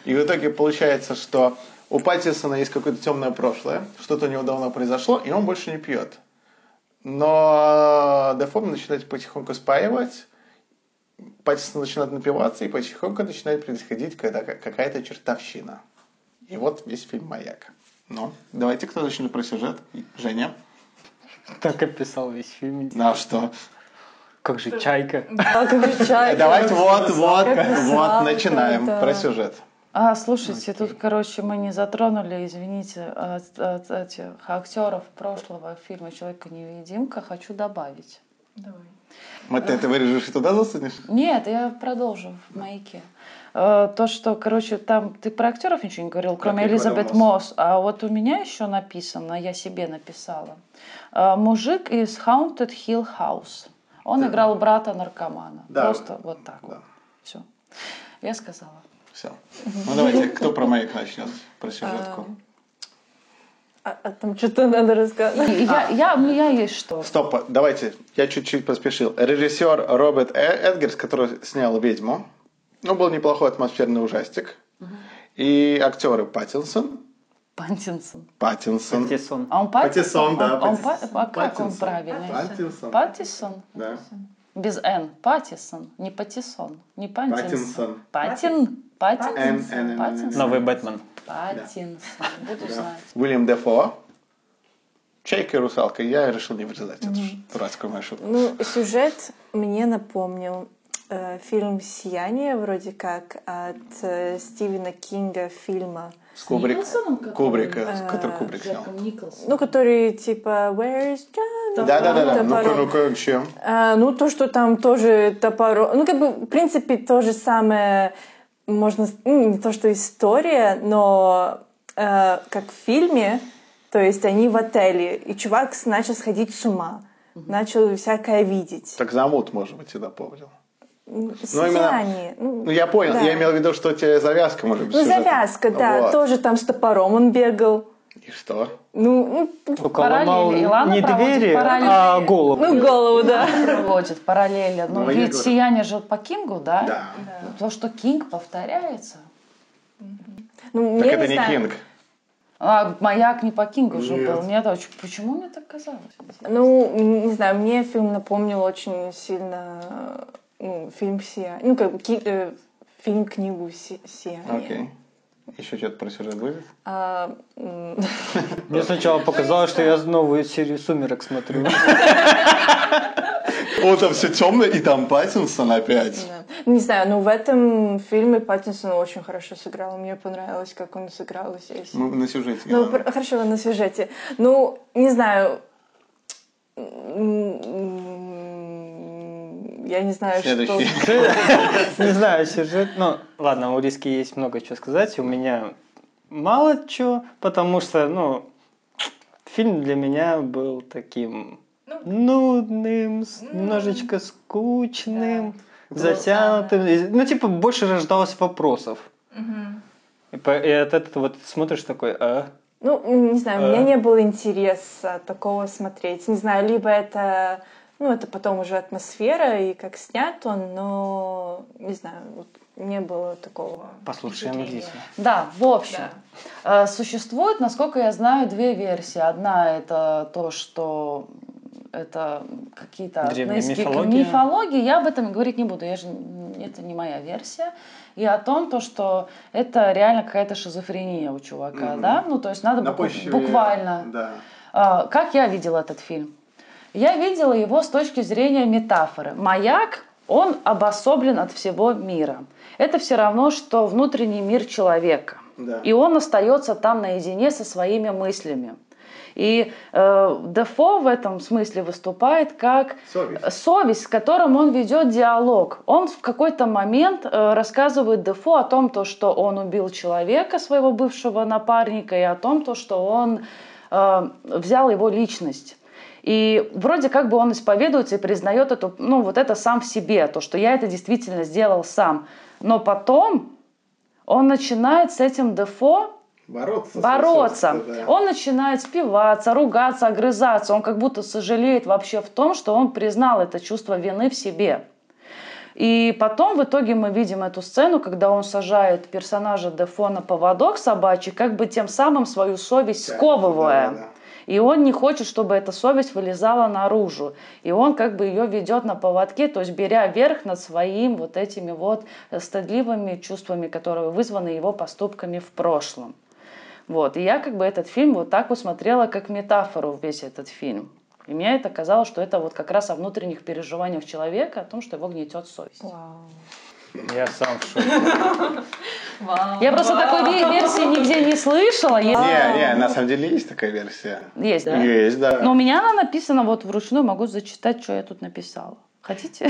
[SPEAKER 3] И в итоге получается, что у Паттинсона есть какое-то темное прошлое, что-то у него давно произошло, и он больше не пьет. Но Дефо начинает потихоньку спаивать, Паттинсон начинает напиваться, и потихоньку начинает происходить когда- какая-то чертовщина. И вот весь фильм «Маяк». Ну, давайте кто начнет про сюжет? Женя.
[SPEAKER 6] Так описал весь фильм.
[SPEAKER 3] На что?
[SPEAKER 6] Как же чайка.
[SPEAKER 3] Давайте вот, вот,
[SPEAKER 4] написал,
[SPEAKER 3] вот, начинаем
[SPEAKER 4] да.
[SPEAKER 3] про сюжет.
[SPEAKER 2] А, слушайте, тут, короче, мы не затронули, извините, от- от этих актеров прошлого фильма «Человека-невидимка» хочу добавить.
[SPEAKER 3] Мы ты это вырежешь и туда засунешь?
[SPEAKER 2] Нет, я продолжу в маяке. Э, То, что, короче, там ты про актеров ничего не говорил, кроме
[SPEAKER 3] ты говорил,
[SPEAKER 2] Элизабет
[SPEAKER 3] у нас.
[SPEAKER 2] Мосс. А вот у меня еще написано, я себе написала. э, Мужик из Haunted Hill House. Он играл брата наркомана.
[SPEAKER 3] Да.
[SPEAKER 2] Просто вот так
[SPEAKER 3] Да.
[SPEAKER 2] вот. Все. Я сказала.
[SPEAKER 3] Все. Ну давайте, кто про «Маяк» начнет? Про сюжетку.
[SPEAKER 4] А, а там что-то надо
[SPEAKER 3] А.
[SPEAKER 2] И
[SPEAKER 4] рассказать.
[SPEAKER 2] Я, я, у меня есть что.
[SPEAKER 3] Стоп, давайте, я чуть-чуть поспешил. Режиссер Роберт Э- Эдгерс, который снял «Ведьму», ну, был неплохой атмосферный ужастик. И актеры Паттинсон,
[SPEAKER 2] Паттинсон.
[SPEAKER 3] Паттинсон,
[SPEAKER 6] Паттисон.
[SPEAKER 2] А он
[SPEAKER 5] Паттисон,
[SPEAKER 2] Паттинсон?
[SPEAKER 5] да,
[SPEAKER 2] Он- он
[SPEAKER 5] Паттинсон.
[SPEAKER 2] Па- а как он
[SPEAKER 5] Паттинсон.
[SPEAKER 2] правильный?
[SPEAKER 5] Паттинсон.
[SPEAKER 2] Паттисон?
[SPEAKER 5] Да.
[SPEAKER 2] Без Н. Паттисон. Не Паттисон. Не Паттинсон.
[SPEAKER 5] Паттинсон.
[SPEAKER 2] Паттин.
[SPEAKER 5] Н, Н, Н,
[SPEAKER 2] Паттинсон.
[SPEAKER 5] Н,
[SPEAKER 2] Паттинсон.
[SPEAKER 5] Н.
[SPEAKER 6] Новый Бэтмен.
[SPEAKER 2] Паттинсон. Буду знать.
[SPEAKER 3] Уильям Дефо, Чайка и русалка. Я решил не вырезать эту ж дурацкую мою шутку.
[SPEAKER 4] Ну, сюжет мне напомнил э, фильм «Сияние», вроде как, от э, Стивена Кинга фильма.
[SPEAKER 3] С Кубрик,
[SPEAKER 2] Николсоном, который-
[SPEAKER 3] Кубрика, с-
[SPEAKER 4] Э,
[SPEAKER 3] который Кубрик снял.
[SPEAKER 2] Джеком Николсоном.
[SPEAKER 4] Ну, который типа «Where is John?»
[SPEAKER 3] Да-да-да,
[SPEAKER 4] Топором.
[SPEAKER 3] ну-ка, ну-ка, к чему?
[SPEAKER 4] А, ну, то, что там тоже топоро... Ну, как бы, в принципе, то же самое, можно... с- ну, не то, что история, но э, как в фильме, то есть они в отеле, и чувак с- начал сходить с ума, начал всякое видеть.
[SPEAKER 3] Так замут, может быть, и напомнил.
[SPEAKER 4] Ну,
[SPEAKER 3] Ну, именно-
[SPEAKER 4] Сияние.
[SPEAKER 3] Ну, я понял,
[SPEAKER 4] да.
[SPEAKER 3] я имел в виду, что тебе завязка, может быть,
[SPEAKER 4] Ну,
[SPEAKER 3] сюжета.
[SPEAKER 4] завязка, да,
[SPEAKER 3] Вот.
[SPEAKER 4] тоже там с топором он бегал.
[SPEAKER 3] И что?
[SPEAKER 4] Ну, ну,
[SPEAKER 6] Только
[SPEAKER 2] Параллели.
[SPEAKER 6] ломал
[SPEAKER 2] Илана
[SPEAKER 6] не
[SPEAKER 2] проводит
[SPEAKER 6] двери,
[SPEAKER 2] параллели.
[SPEAKER 6] а голову.
[SPEAKER 4] ну, голову, да.
[SPEAKER 2] Проводит параллельно. Ну,
[SPEAKER 5] Ну, я
[SPEAKER 2] ведь
[SPEAKER 5] говорю.
[SPEAKER 2] сияние же по Кингу, да?
[SPEAKER 3] Да.
[SPEAKER 2] То, что Кинг повторяется.
[SPEAKER 4] Ну,
[SPEAKER 3] Так
[SPEAKER 4] я
[SPEAKER 3] это не
[SPEAKER 4] знаю.
[SPEAKER 3] Кинг.
[SPEAKER 2] А «Маяк» не по Кингу же
[SPEAKER 5] Нет.
[SPEAKER 2] был. Мне это очень... Почему мне так казалось?
[SPEAKER 4] Ну, м, не знаю, мне фильм напомнил очень сильно э, ну, фильм «Сия». Ну, как бы ки- э, фильм-книгу «Си- «Сияние».
[SPEAKER 3] Окей. Еще что-то про сюжет будет?
[SPEAKER 4] А, м,
[SPEAKER 6] Мне сначала показалось, что я новую серию «Сумерок» смотрю.
[SPEAKER 3] О, там все темно, и там Паттинсон опять.
[SPEAKER 4] да. Не знаю, но в этом фильме Паттинсон очень хорошо сыграл. Мне понравилось, как он сыграл здесь.
[SPEAKER 3] Ну, на сюжете.
[SPEAKER 4] Ну,
[SPEAKER 3] главное.
[SPEAKER 4] пр- хорошо, на сюжете. Ну, не знаю. М, Я не знаю,
[SPEAKER 3] Следующий.
[SPEAKER 4] что...
[SPEAKER 6] Не знаю, сюжет. Ну, ладно, у Риски есть много чего сказать. У меня мало чего, потому что, ну, фильм для меня был таким нудным, с- немножечко скучным, затянутым. И, Ну, типа, больше рождалось вопросов. И, по- и от этого вот смотришь такой, а?
[SPEAKER 4] Ну, не знаю, у меня
[SPEAKER 6] Э.
[SPEAKER 4] не было интереса такого смотреть. Не знаю, либо это... Ну, это потом уже атмосфера и как снят он, но... Не знаю, вот не было такого...
[SPEAKER 6] Послушаем
[SPEAKER 4] впечатления.
[SPEAKER 6] Лизу.
[SPEAKER 2] Да, в общем. Э, Существует, насколько я знаю, две версии. Одна это то, что это какие-то
[SPEAKER 6] Древняя
[SPEAKER 2] отныски к
[SPEAKER 6] мифология.
[SPEAKER 2] мифологии. Я об этом говорить не буду, я же, н- это не моя версия. И о том, то, что это реально какая-то шизофрения у чувака,
[SPEAKER 3] Мгм.
[SPEAKER 2] да? Ну, то есть надо
[SPEAKER 3] На
[SPEAKER 2] бу-
[SPEAKER 3] почве-
[SPEAKER 2] буквально.
[SPEAKER 3] Да.
[SPEAKER 2] А, Как я видела этот фильм? Я видела его с точки зрения метафоры. Маяк, он обособлен от всего мира. Это все равно, что внутренний мир человека.
[SPEAKER 3] Да.
[SPEAKER 2] И он остается там наедине со своими мыслями. И э, Дефо в этом смысле выступает как
[SPEAKER 5] Совесть.
[SPEAKER 2] совесть, с которым он ведет диалог. Он в какой-то момент э, рассказывает Дефо о том, то, что он убил человека, своего бывшего напарника, и о том, то, что он э, взял его личность. И вроде как бы он исповедуется и признает эту, ну, вот это сам в себе, то, что я это действительно сделал сам. Но потом он начинает с этим Дефо
[SPEAKER 5] Бороться.
[SPEAKER 2] бороться.
[SPEAKER 5] собственно, да.
[SPEAKER 2] Он начинает спиваться, ругаться, огрызаться. Он как будто сожалеет вообще в том, что он признал это чувство вины в себе. И потом в итоге мы видим эту сцену, когда он сажает персонажа Дефо на поводок собачий, как бы тем самым свою совесть сковывая.
[SPEAKER 3] Да, да, да.
[SPEAKER 2] И он не хочет, чтобы эта совесть вылезала наружу. И он как бы ее ведет на поводке, то есть беря верх над своим вот этими вот э, стыдливыми чувствами, которые вызваны его поступками в прошлом. Вот. И я как бы этот фильм вот так усмотрела, как метафору весь этот фильм. И мне это казалось, что это вот как раз о внутренних переживаниях человека, о том, что его гнетет совесть.
[SPEAKER 4] Вау.
[SPEAKER 6] Я сам в шоке.
[SPEAKER 2] Я просто такой ве- версии нигде не слышала. Есть,
[SPEAKER 3] Не, не, на самом деле есть такая версия.
[SPEAKER 2] есть да? Ну,
[SPEAKER 3] Есть, да.
[SPEAKER 2] Но у меня она написана вот вручную, могу зачитать, что я тут написала. Хотите?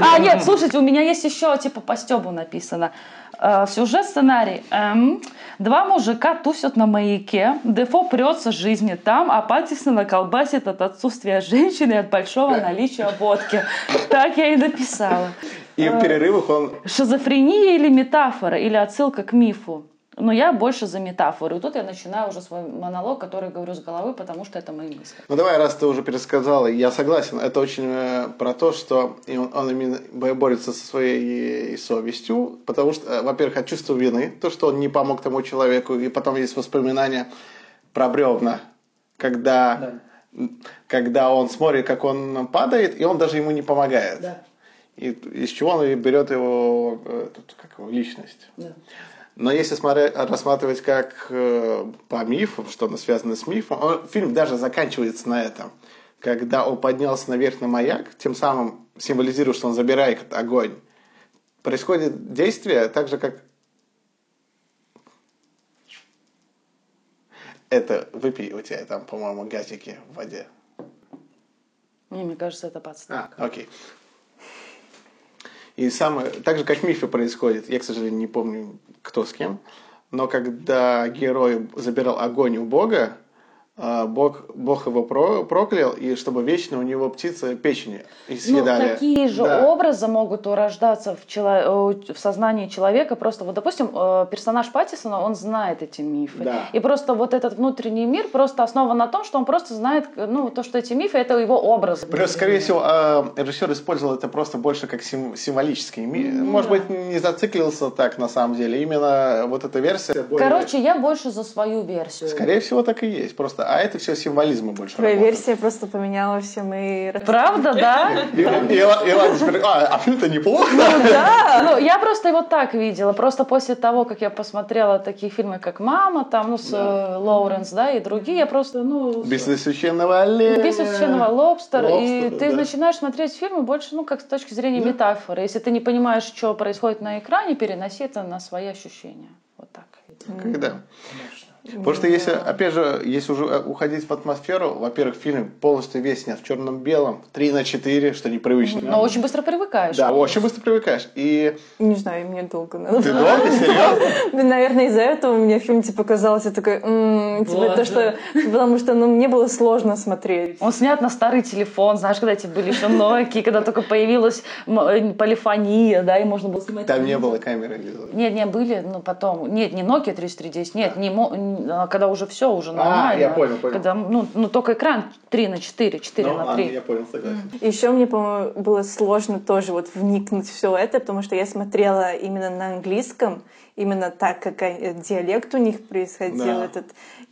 [SPEAKER 2] А, нет, слушайте, у меня есть еще, типа, по Стебу написано. Э, Сюжет, сценарий. Эм, Два мужика тусят на маяке, Дефо прется жизни там, а Паттисона колбасит от отсутствия женщины и от большого наличия водки. Так я и написала.
[SPEAKER 3] И
[SPEAKER 2] э,
[SPEAKER 3] в перерывах он...
[SPEAKER 2] Шизофрения или метафора, или отсылка к мифу? Но я больше за метафору. И тут я начинаю уже свой монолог, который говорю с головы, потому что это мои мысли.
[SPEAKER 3] Ну давай, раз ты уже пересказала, я согласен, это очень э, про то, что и он, он именно бо- борется со своей э, совестью, потому что, э, во-первых, от чувства вины, то, что он не помог тому человеку, и потом есть воспоминания про бревна, когда, м, когда он смотрит, как он падает, и он даже ему не помогает. И т- из чего он и берет его, э, тут как его личность. Но если смотря- рассматривать как э, по мифам, что оно связано с мифом, он- фильм даже заканчивается на этом. Когда он поднялся наверх на маяк, тем самым символизирует, что он забирает этот огонь, происходит действие так же, как... Это выпей, у тебя там, по-моему, газики в воде.
[SPEAKER 2] Не, мне кажется, это подстава.
[SPEAKER 3] А, окей. И самое, так же, как в мифе происходит, я, к сожалению, не помню, кто с кем, но когда герой забирал огонь у бога, а, Бог, Бог его про- проклял, и чтобы вечно у него птицы печени и
[SPEAKER 2] Ну,
[SPEAKER 3] съедали.
[SPEAKER 2] такие же
[SPEAKER 3] Да.
[SPEAKER 2] образы могут урождаться в, чело- э, в сознании человека. Просто, вот, допустим, э, персонаж Паттисона, он знает эти мифы.
[SPEAKER 3] Да.
[SPEAKER 2] И просто вот этот внутренний мир просто основан на том, что он просто знает, ну, то, что эти мифы, это его образ.
[SPEAKER 3] Плюс, скорее всего, а, режиссер использовал это просто больше как сим- символический. ми-
[SPEAKER 2] Ну,
[SPEAKER 3] Может
[SPEAKER 2] да.
[SPEAKER 3] быть, не зациклился так на самом деле. Именно вот эта версия. более-
[SPEAKER 2] Короче, я больше за свою версию.
[SPEAKER 3] Скорее всего, так и есть. Просто, а это все символизмы больше.
[SPEAKER 4] Твоя
[SPEAKER 3] работает.
[SPEAKER 4] версия просто поменяла все мои...
[SPEAKER 2] Правда, да?
[SPEAKER 3] И, и ла- и ладно, теперь, а, а фильм-то неплохо.
[SPEAKER 2] Ну, я просто его так видела. Просто после того, как я посмотрела такие фильмы, как «Мама», там, ну, с э, Лоуренс, да, и другие, я просто, ну...
[SPEAKER 3] Убийство священного оленя.
[SPEAKER 2] Убийство священного лобстера, и
[SPEAKER 5] Лобстера,
[SPEAKER 2] ты
[SPEAKER 5] да.
[SPEAKER 2] начинаешь смотреть фильмы больше, ну, как с точки зрения метафоры. Если ты не понимаешь, что происходит на экране, переноси это на свои ощущения. Вот так.
[SPEAKER 3] Когда? Потому что если, опять же, если уже э, уходить в атмосферу, во-первых, фильм полностью весь снят в черном-белом, 3 на 4, что непривычно.
[SPEAKER 4] Ну,
[SPEAKER 2] Но очень быстро привыкаешь.
[SPEAKER 3] Да, очень быстро привыкаешь. И
[SPEAKER 4] Не знаю, мне долго надо.
[SPEAKER 3] ты долго, серьезно?
[SPEAKER 4] Наверное, из-за этого мне фильм типа казался такой, «М, типа
[SPEAKER 2] Вот,
[SPEAKER 4] то, что, потому что, ну, мне было сложно смотреть.
[SPEAKER 2] Он снят на старый телефон, знаешь, когда эти были еще Nokia, когда только появилась м, э, полифония, да, и можно было снимать.
[SPEAKER 3] Там не было камеры. Лиза.
[SPEAKER 2] Нет, не были, но потом. Нет, не Nokia 3310, нет, не, мо- н- а, когда уже все, уже
[SPEAKER 3] А,
[SPEAKER 2] нормально.
[SPEAKER 3] я понял, понял.
[SPEAKER 2] Когда, ну, ну, только экран 3 на 4, 4
[SPEAKER 5] Ну,
[SPEAKER 2] на
[SPEAKER 5] ладно,
[SPEAKER 2] 3.
[SPEAKER 5] я понял, согласен.
[SPEAKER 4] Еще мне, по-моему, было сложно тоже вот вникнуть в все это, потому что я смотрела именно на английском, именно так, как они- э, диалект у них происходил
[SPEAKER 3] Да.
[SPEAKER 4] этот.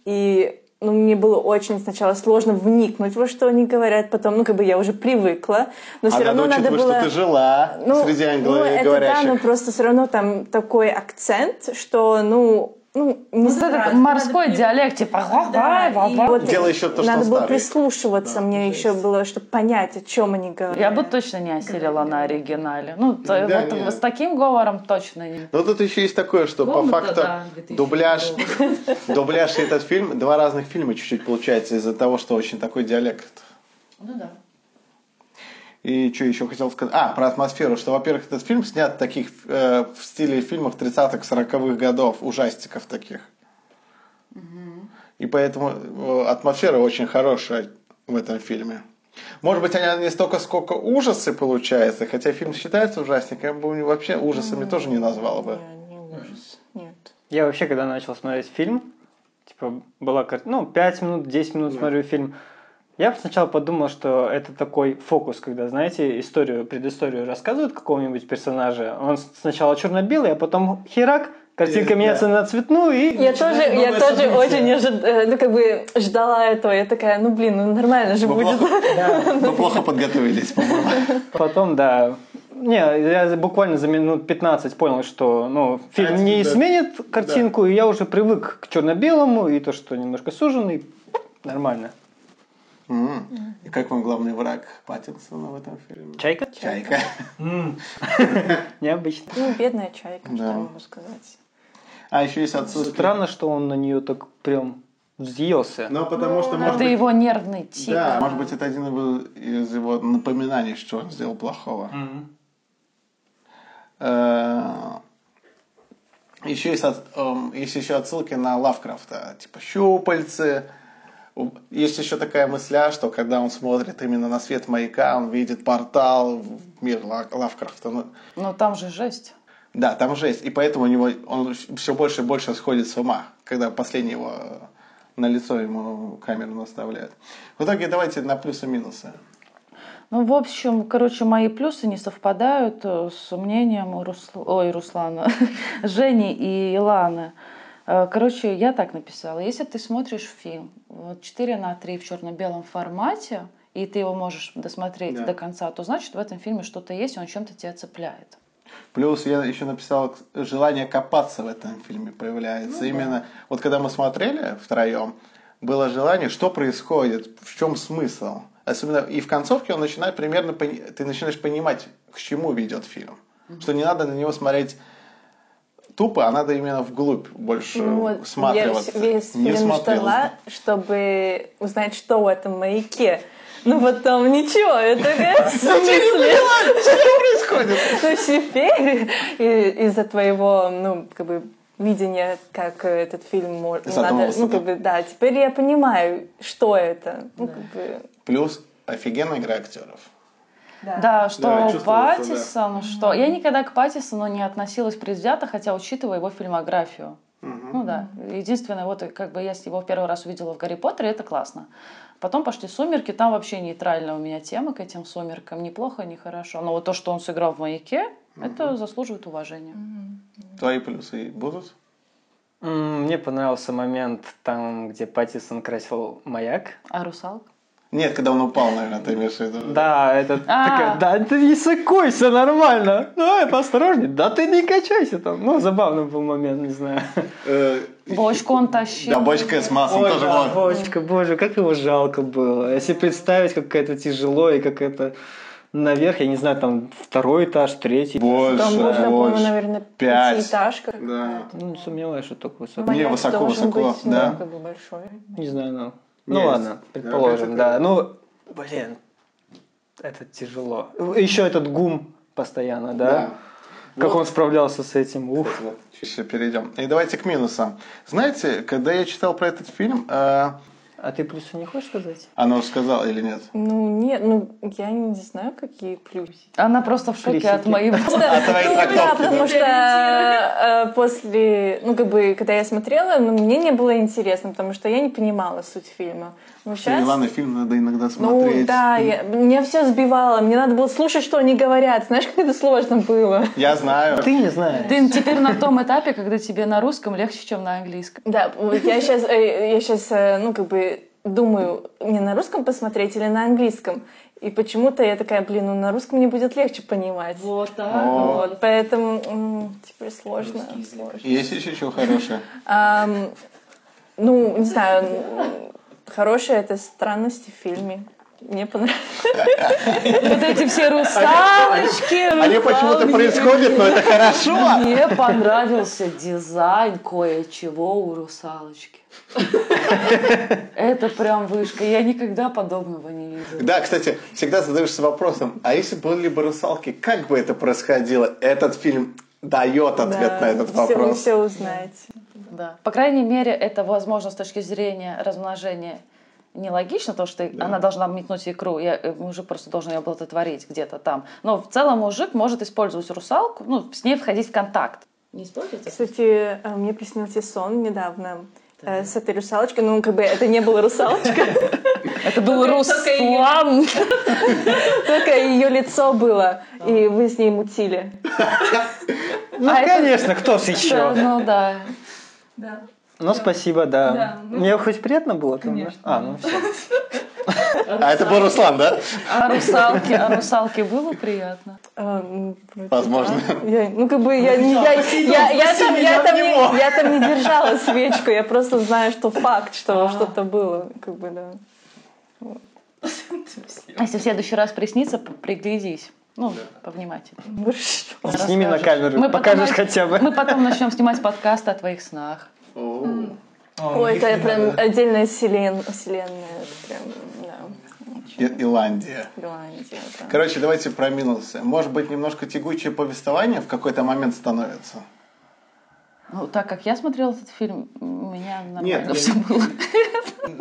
[SPEAKER 4] И ну, мне было очень сначала сложно вникнуть во что они говорят, потом, ну, как бы я уже привыкла, но все
[SPEAKER 3] а
[SPEAKER 4] равно надо
[SPEAKER 3] учитывать,
[SPEAKER 4] было...
[SPEAKER 3] что ты жила среди
[SPEAKER 4] ну, это да, но
[SPEAKER 3] англоговорящих.
[SPEAKER 4] просто все равно там такой акцент, что, ну, ну, не
[SPEAKER 2] Ну, это как морской диалект, типа, «Ага,
[SPEAKER 4] Да,
[SPEAKER 2] ага, ага».
[SPEAKER 4] и вот
[SPEAKER 3] Делай еще то, что
[SPEAKER 4] Надо
[SPEAKER 3] он
[SPEAKER 4] было
[SPEAKER 3] старый.
[SPEAKER 4] прислушиваться, мне еще было, чтобы понять, о чем они говорят.
[SPEAKER 2] Я бы точно не осилила на оригинале. Ну, то-
[SPEAKER 3] Да,
[SPEAKER 2] вот
[SPEAKER 3] нет.
[SPEAKER 2] с таким говором точно не.
[SPEAKER 3] Но Ну, тут еще есть такое, что по
[SPEAKER 2] Комната,
[SPEAKER 3] факту
[SPEAKER 2] да, 2000
[SPEAKER 3] дубляж, дубляж и этот фильм, два разных фильма чуть-чуть получается из-за того, что очень такой диалект.
[SPEAKER 2] Ну да.
[SPEAKER 3] И что еще хотел сказать? А, про атмосферу, что, во-первых, этот фильм снят таких э, в стиле фильмов 30-х, 40-х годов, ужастиков таких. И поэтому э, атмосфера очень хорошая в этом фильме. Может быть, они не столько, сколько ужасы получается, хотя фильм считается ужасником, я бы вообще ужасами тоже не назвал бы.
[SPEAKER 4] Не, не ужас. Нет.
[SPEAKER 6] Я вообще, когда начал смотреть фильм, типа, была кар- ну, 5 минут, 10 минут смотрю фильм, я сначала подумал, что это такой фокус, когда, знаете, историю, предысторию рассказывают какого-нибудь персонажа, он с- сначала черно-белый, а потом херак, картинка
[SPEAKER 3] И- Э, да.
[SPEAKER 6] меняется на цветную и...
[SPEAKER 4] Я тоже, я
[SPEAKER 3] новое
[SPEAKER 4] тоже
[SPEAKER 3] событие.
[SPEAKER 4] очень ожи- э, ну, как бы ждала этого. Я такая, ну блин, ну нормально же
[SPEAKER 3] Вы
[SPEAKER 4] будет.
[SPEAKER 3] плохо, вы плохо подготовились, по-моему.
[SPEAKER 6] Потом, да. Не, я за- буквально за минут 15 понял, что ну, фильм не
[SPEAKER 3] Да.
[SPEAKER 6] сменит картинку, и я уже привык к черно-белому, и то, что немножко суженный, нормально.
[SPEAKER 3] М. И как вам главный враг Паттинсона в этом фильме?
[SPEAKER 6] Чайка?
[SPEAKER 3] Чайка.
[SPEAKER 6] Необычно.
[SPEAKER 4] Ну, бедная чайка, что
[SPEAKER 3] Да.
[SPEAKER 4] я могу сказать.
[SPEAKER 3] А еще есть
[SPEAKER 1] Ну,
[SPEAKER 3] отсутствие.
[SPEAKER 6] Странно, что он на нее так прям взъелся.
[SPEAKER 3] Ну,
[SPEAKER 5] Но потому что,
[SPEAKER 2] Это
[SPEAKER 5] может быть,
[SPEAKER 2] его нервный тик.
[SPEAKER 3] Да, может быть, это один его- из его напоминаний, что он сделал плохого. Э, Еще есть, от- эм, есть еще отсылки на Лавкрафта, типа щупальцы. У- Есть еще такая мысля, что когда он смотрит именно на свет маяка, он видит портал в мир Ла- Лавкрафта. Ну,
[SPEAKER 2] Но там же жесть.
[SPEAKER 3] Да, там жесть. И поэтому у него он все больше и больше сходит с ума, когда последний его э, на лицо ему камеру наставляют. В итоге давайте на плюсы-минусы.
[SPEAKER 2] Ну, в общем, короче, мои плюсы не совпадают э, с мнением у Русл- Ой, Руслана, Жени и Иланы. Э, Короче, я так написала. Если ты смотришь фильм вот, 4 на 3 в черно-белом формате, и ты его можешь досмотреть
[SPEAKER 3] Да.
[SPEAKER 2] до конца, то значит в этом фильме что-то есть, и он чем-то тебя цепляет.
[SPEAKER 3] Плюс я еще написал к- желание копаться в этом фильме
[SPEAKER 4] Ну
[SPEAKER 3] появляется. Именно вот когда мы смотрели втроем, было желание, что происходит, в чем смысл. Особенно и в концовке он начинает примерно пони- ты начинаешь понимать, к чему ведет фильм, что не надо на него смотреть тупо, а надо именно вглубь больше
[SPEAKER 4] Ну, вот я весь,
[SPEAKER 3] всматриваться.
[SPEAKER 4] весь
[SPEAKER 3] не
[SPEAKER 4] фильм
[SPEAKER 3] всматривался.
[SPEAKER 4] ждала, чтобы узнать, что в этом маяке. Ну потом ничего, это такая, в смысле?
[SPEAKER 3] Что происходит?
[SPEAKER 4] Ну, теперь и- из-за твоего, ну, как бы, видение, как э, этот фильм мо- ну, надо,
[SPEAKER 3] Задумался,
[SPEAKER 4] ну как
[SPEAKER 3] да.
[SPEAKER 4] бы да, теперь я понимаю, что это, ну
[SPEAKER 2] Да.
[SPEAKER 4] как бы
[SPEAKER 3] Плюс офигенная игра актеров.
[SPEAKER 2] Да, что
[SPEAKER 5] чувствовал, что да.
[SPEAKER 2] Паттисон, что... Я никогда к Паттисону не относилась предвзято, хотя учитывая его фильмографию. Ну да, единственное, вот как бы я с- его в первый раз увидела в «Гарри Поттере», это классно. Потом пошли «Сумерки», там вообще нейтральная у меня тема к этим «Сумеркам», неплохо, нехорошо. Но вот то, что он сыграл в «Маяке», это заслуживает уважения.
[SPEAKER 3] Твои плюсы будут?
[SPEAKER 1] М, Мне понравился момент там, где Паттисон красил маяк.
[SPEAKER 2] А «Русалка»?
[SPEAKER 3] Нет, когда он упал, наверное, ты имеешь в виду.
[SPEAKER 1] Да, это
[SPEAKER 2] А.
[SPEAKER 1] такая, да, ты не сыкуйся нормально. Давай, поосторожней. Да ты не качайся там. Ну, забавный был момент, не знаю.
[SPEAKER 5] Э,
[SPEAKER 2] Бочку он тащил.
[SPEAKER 3] Да, бочка с маслом
[SPEAKER 1] Ой,
[SPEAKER 3] тоже
[SPEAKER 1] да,
[SPEAKER 3] была.
[SPEAKER 1] Вовочка, боже, как его жалко было. Если представить, как это тяжело и как это наверх, я не знаю, там второй этаж, третий.
[SPEAKER 3] Больше,
[SPEAKER 4] там можно, по-моему,
[SPEAKER 3] больше.
[SPEAKER 4] наверное,
[SPEAKER 3] пять.
[SPEAKER 4] пятиэтажка.
[SPEAKER 5] Да.
[SPEAKER 4] какая-то.
[SPEAKER 1] Ну, сомневаюсь, что так высоко.
[SPEAKER 4] Маяк
[SPEAKER 3] высоко,
[SPEAKER 4] должен
[SPEAKER 3] высоко,
[SPEAKER 4] быть, ну,
[SPEAKER 3] да.
[SPEAKER 4] как бы большой.
[SPEAKER 1] Не знаю, ну. Ну
[SPEAKER 5] Есть.
[SPEAKER 1] ладно, предположим,
[SPEAKER 5] Да,
[SPEAKER 1] да. Ну, блин, это тяжело. Еще этот гум постоянно, да? Как
[SPEAKER 5] Вот.
[SPEAKER 1] он справлялся с этим? Ух.
[SPEAKER 5] Кстати, вот.
[SPEAKER 3] Еще перейдем. И давайте к минусам. Знаете, когда я читал про этот фильм, э,
[SPEAKER 1] А ты плюсы не хочешь сказать?
[SPEAKER 3] она уже сказала или нет?
[SPEAKER 4] Ну нет, ну я не знаю, какие плюсы.
[SPEAKER 2] Она просто в шоке от
[SPEAKER 1] Плесики.
[SPEAKER 2] моего...
[SPEAKER 3] А твои
[SPEAKER 4] Ну, да,
[SPEAKER 3] трактовки, да?
[SPEAKER 4] потому что э, после, ну как бы, когда я смотрела, ну, мне не было интересно, потому что я не понимала суть фильма. Ну,
[SPEAKER 3] Что,
[SPEAKER 4] сейчас...
[SPEAKER 3] Илана, фильм надо иногда
[SPEAKER 4] Ну
[SPEAKER 3] смотреть.
[SPEAKER 4] да, я- меня все сбивало, мне надо было слушать, что они говорят. Знаешь, как это сложно было?
[SPEAKER 3] Я знаю.
[SPEAKER 1] Ты не знаешь.
[SPEAKER 2] Ты теперь на том этапе, когда тебе на русском легче, чем на английском.
[SPEAKER 4] Да, вот я сейчас, я сейчас, ну как бы думаю, мне на русском посмотреть или на английском. И почему-то я такая, блин, ну на русском мне будет легче понимать.
[SPEAKER 2] Вот
[SPEAKER 3] О.
[SPEAKER 4] Вот, поэтому м, теперь сложно. сложно.
[SPEAKER 3] Есть еще чего хорошее?
[SPEAKER 4] Ам, ну, не знаю, м, хорошее это странности в фильме. Мне понравилось.
[SPEAKER 2] Вот эти все русалочки.
[SPEAKER 3] Они почему-то происходят, но это хорошо.
[SPEAKER 2] Мне понравился дизайн кое-чего у русалочки. Это прям вышка. Я никогда подобного не видела.
[SPEAKER 3] Да, кстати, всегда задаешься вопросом, а если были бы русалки, как бы это происходило? Этот фильм дает ответ на этот
[SPEAKER 4] Все, вы
[SPEAKER 3] вопрос.
[SPEAKER 4] все узнаете.
[SPEAKER 2] Да. По крайней мере, это возможно с точки зрения размножения нелогично, потому что она должна метнуть икру, я, э, мужик просто должен ее оплодотворить где-то там. Но в целом мужик может использовать русалку, ну, с ней входить в контакт. Не используйте?
[SPEAKER 4] Кстати, э, мне приснился сон недавно э, с этой русалочкой. Ну, как бы это не было русалочка,
[SPEAKER 2] Это был
[SPEAKER 4] Руслан. только ее лицо было, и вы с ней мутили.
[SPEAKER 1] Ну,
[SPEAKER 2] А это-
[SPEAKER 1] конечно, кто ж еще?
[SPEAKER 2] Ну да.
[SPEAKER 1] Ну, спасибо, да.
[SPEAKER 7] Да, ну-
[SPEAKER 1] Мне хоть приятно было? там, да?
[SPEAKER 7] Конечно.
[SPEAKER 1] А, ну все.
[SPEAKER 3] А это был Руслан, да?
[SPEAKER 2] А русалки, а русалки было приятно.
[SPEAKER 4] А, ну, вроде
[SPEAKER 3] Возможно.
[SPEAKER 4] да. Я- ну, как бы я, не- я, я- я там, я, там не, я там не держала свечку, я просто знаю, что факт, что что-то было. Как бы, да.
[SPEAKER 2] А если в следующий раз приснится, п- приглядись. Ну, повнимательнее.
[SPEAKER 4] Ну, что?
[SPEAKER 1] Сними на
[SPEAKER 2] Расскажешь.
[SPEAKER 1] камеру,
[SPEAKER 2] Мы
[SPEAKER 1] покажешь
[SPEAKER 2] потом-
[SPEAKER 1] хотя бы.
[SPEAKER 2] Мы потом начнем снимать подкасты о твоих снах.
[SPEAKER 3] А,
[SPEAKER 4] Ой, это прям отдельная вселен- вселенная. это Прям, да.
[SPEAKER 3] И- Иландия.
[SPEAKER 4] Голландия, да.
[SPEAKER 3] Короче, давайте про минусы. Может быть, немножко тягучее повествование в какой-то момент становится?
[SPEAKER 2] Ну, так как я смотрела этот фильм, у меня нормально
[SPEAKER 3] Нет, я-
[SPEAKER 2] все было.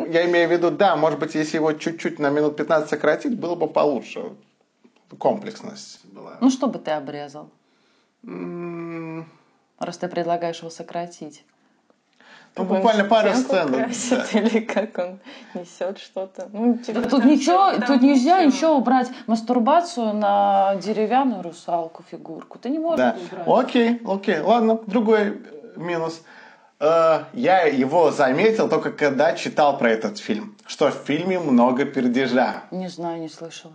[SPEAKER 3] Я имею в виду, да, может быть, если его чуть-чуть на минут 15 сократить, было бы получше. Комплексность была.
[SPEAKER 2] Ну, что бы ты обрезал?
[SPEAKER 3] М,
[SPEAKER 2] Раз ты предлагаешь его сократить.
[SPEAKER 3] Ну, буквально пару
[SPEAKER 4] Стенку
[SPEAKER 3] сцен. да.
[SPEAKER 4] красит Или как он несет что-то. Ну, типа,
[SPEAKER 2] тут
[SPEAKER 4] там
[SPEAKER 2] ничего,
[SPEAKER 4] всё,
[SPEAKER 2] тут
[SPEAKER 4] там
[SPEAKER 2] нельзя
[SPEAKER 4] всё.
[SPEAKER 2] ничего убрать. Мастурбацию на деревянную русалку фигурку. Ты не можешь
[SPEAKER 3] Да.
[SPEAKER 2] убрать.
[SPEAKER 3] Окей, окей, ладно, другой э, минус. Э, Я его заметил только когда читал про этот фильм, что в фильме много пердежа.
[SPEAKER 2] Не знаю, не слышала.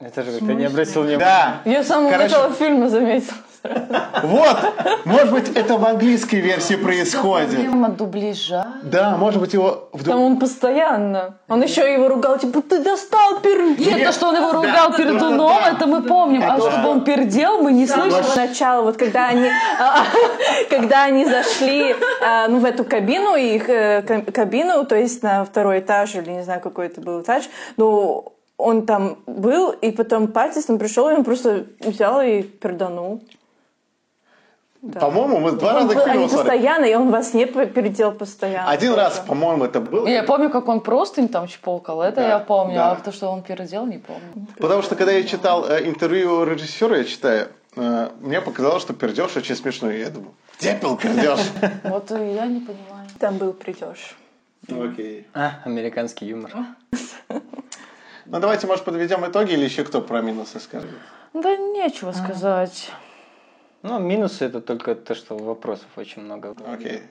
[SPEAKER 1] Это же как-то не обратил внимания.
[SPEAKER 3] Да,
[SPEAKER 4] Я с самого
[SPEAKER 3] Короче-
[SPEAKER 4] начала фильма заметила.
[SPEAKER 3] вот, может быть, это в английской версии происходит.
[SPEAKER 2] Проблема дубляжа.
[SPEAKER 3] Да, может быть, его... в ду-
[SPEAKER 4] Там он постоянно. Он еще его ругал, типа, ты достал пердец.
[SPEAKER 2] Нет, то, что он его ругал пердуном, это мы помним. А чтобы он пердел, мы не
[SPEAKER 4] С
[SPEAKER 2] слышим.
[SPEAKER 4] самого начала, вот когда они, когда они зашли а, ну, в эту кабину, их э, ка- кабину, то есть на второй этаж, или не знаю, какой это был этаж, ну, он там был, и потом Паттисон пришел, и он просто взял и перданул. Да.
[SPEAKER 3] По-моему, мы два раза
[SPEAKER 4] Он был-
[SPEAKER 3] фильма
[SPEAKER 4] они
[SPEAKER 3] смотрели.
[SPEAKER 4] постоянно, и он вас не п- передел постоянно.
[SPEAKER 3] Один раз,
[SPEAKER 4] тоже.
[SPEAKER 3] по-моему, это было.
[SPEAKER 2] Я помню, как он просто им там чпокал, это
[SPEAKER 3] Да,
[SPEAKER 2] я помню,
[SPEAKER 3] да.
[SPEAKER 2] а то, что он передел, не помню.
[SPEAKER 3] Потому что, когда я читал э, интервью режиссера, я читаю, э, мне показалось, что пердеж очень смешной. Я думаю, где был пердеж?
[SPEAKER 2] Вот и я не понимаю.
[SPEAKER 4] Там был придешь.
[SPEAKER 5] Окей.
[SPEAKER 6] А, американский юмор.
[SPEAKER 2] А?
[SPEAKER 3] Ну, давайте, может, подведем итоги или еще кто про минусы скажет?
[SPEAKER 2] Да нечего сказать.
[SPEAKER 6] Ну, минусы это только то, что вопросов очень много.
[SPEAKER 3] Окей.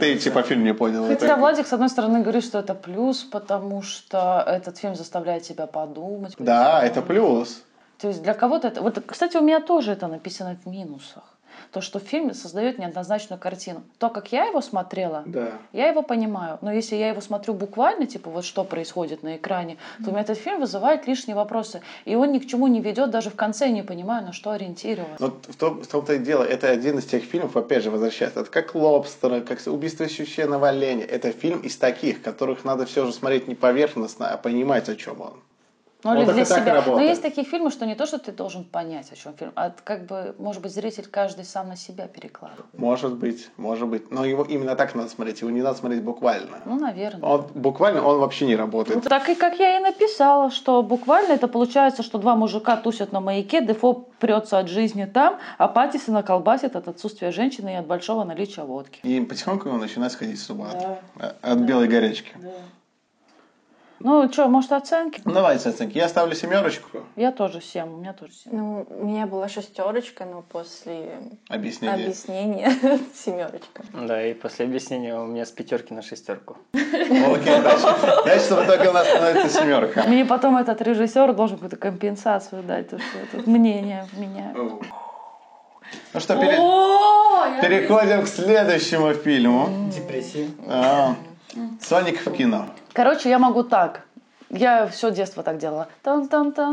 [SPEAKER 3] Ты типа фильм не понял.
[SPEAKER 2] Хотя
[SPEAKER 3] итоги.
[SPEAKER 2] Владик, с одной стороны, говорит, что это плюс, потому что этот фильм заставляет тебя подумать.
[SPEAKER 3] Да, это плюс.
[SPEAKER 2] То есть для кого-то это... Вот, кстати, у меня тоже это написано в минусах. То, что фильм создает неоднозначную картину. То, как я его смотрела,
[SPEAKER 5] Да.
[SPEAKER 2] я его понимаю. Но если я его смотрю буквально, типа вот что происходит на экране, то у меня этот фильм вызывает лишние вопросы. И он ни к чему не ведет, даже в конце я не понимаю, на что ориентироваться.
[SPEAKER 3] Но Ну, в, том, то и дело, это один из тех фильмов, опять же, возвращается. Это как «Лобстера», как «Убийство священного оленя». Это фильм из таких, которых надо все же смотреть не поверхностно, а понимать, о чем он.
[SPEAKER 2] Ну,
[SPEAKER 5] Он
[SPEAKER 2] или
[SPEAKER 5] так
[SPEAKER 2] для
[SPEAKER 5] и так
[SPEAKER 2] себя. Но
[SPEAKER 5] работает.
[SPEAKER 2] есть такие фильмы, что не то, что ты должен понять, о чем фильм, а как бы, может быть, зритель каждый сам на себя перекладывает.
[SPEAKER 3] Может быть, может быть. Но его именно так надо смотреть. Его не надо смотреть буквально.
[SPEAKER 2] Ну, наверное. Ну,
[SPEAKER 3] Он, буквально он вообще не работает.
[SPEAKER 2] Так и как я и написала, что буквально это получается, что два мужика тусят на маяке, Дефо прется от жизни там, а Паттисона колбасит от отсутствия женщины и от большого наличия водки.
[SPEAKER 3] И потихоньку он начинает сходить с ума от-
[SPEAKER 2] Да.
[SPEAKER 3] от, белой горячки.
[SPEAKER 2] Ну что, может оценки?
[SPEAKER 3] Ну, Давайте оценки. Я ставлю семерочку.
[SPEAKER 2] Я тоже всем, у меня тоже всем.
[SPEAKER 4] Ну, у меня была шестерочка, но после
[SPEAKER 3] Объяснение.
[SPEAKER 4] объяснения семерочка.
[SPEAKER 6] Да, и после объяснения у меня с пятерки на шестерку.
[SPEAKER 3] Окей, дальше. Дальше в итоге у нас становится семерка.
[SPEAKER 2] Мне потом этот режиссер должен какую-то компенсацию дать, то, что тут мнение меняет.
[SPEAKER 3] Ну что, пере- переходим к следующему фильму.
[SPEAKER 1] Депрессия.
[SPEAKER 3] А, Соник в кино.
[SPEAKER 2] Короче, я могу так. Я все детство так делала.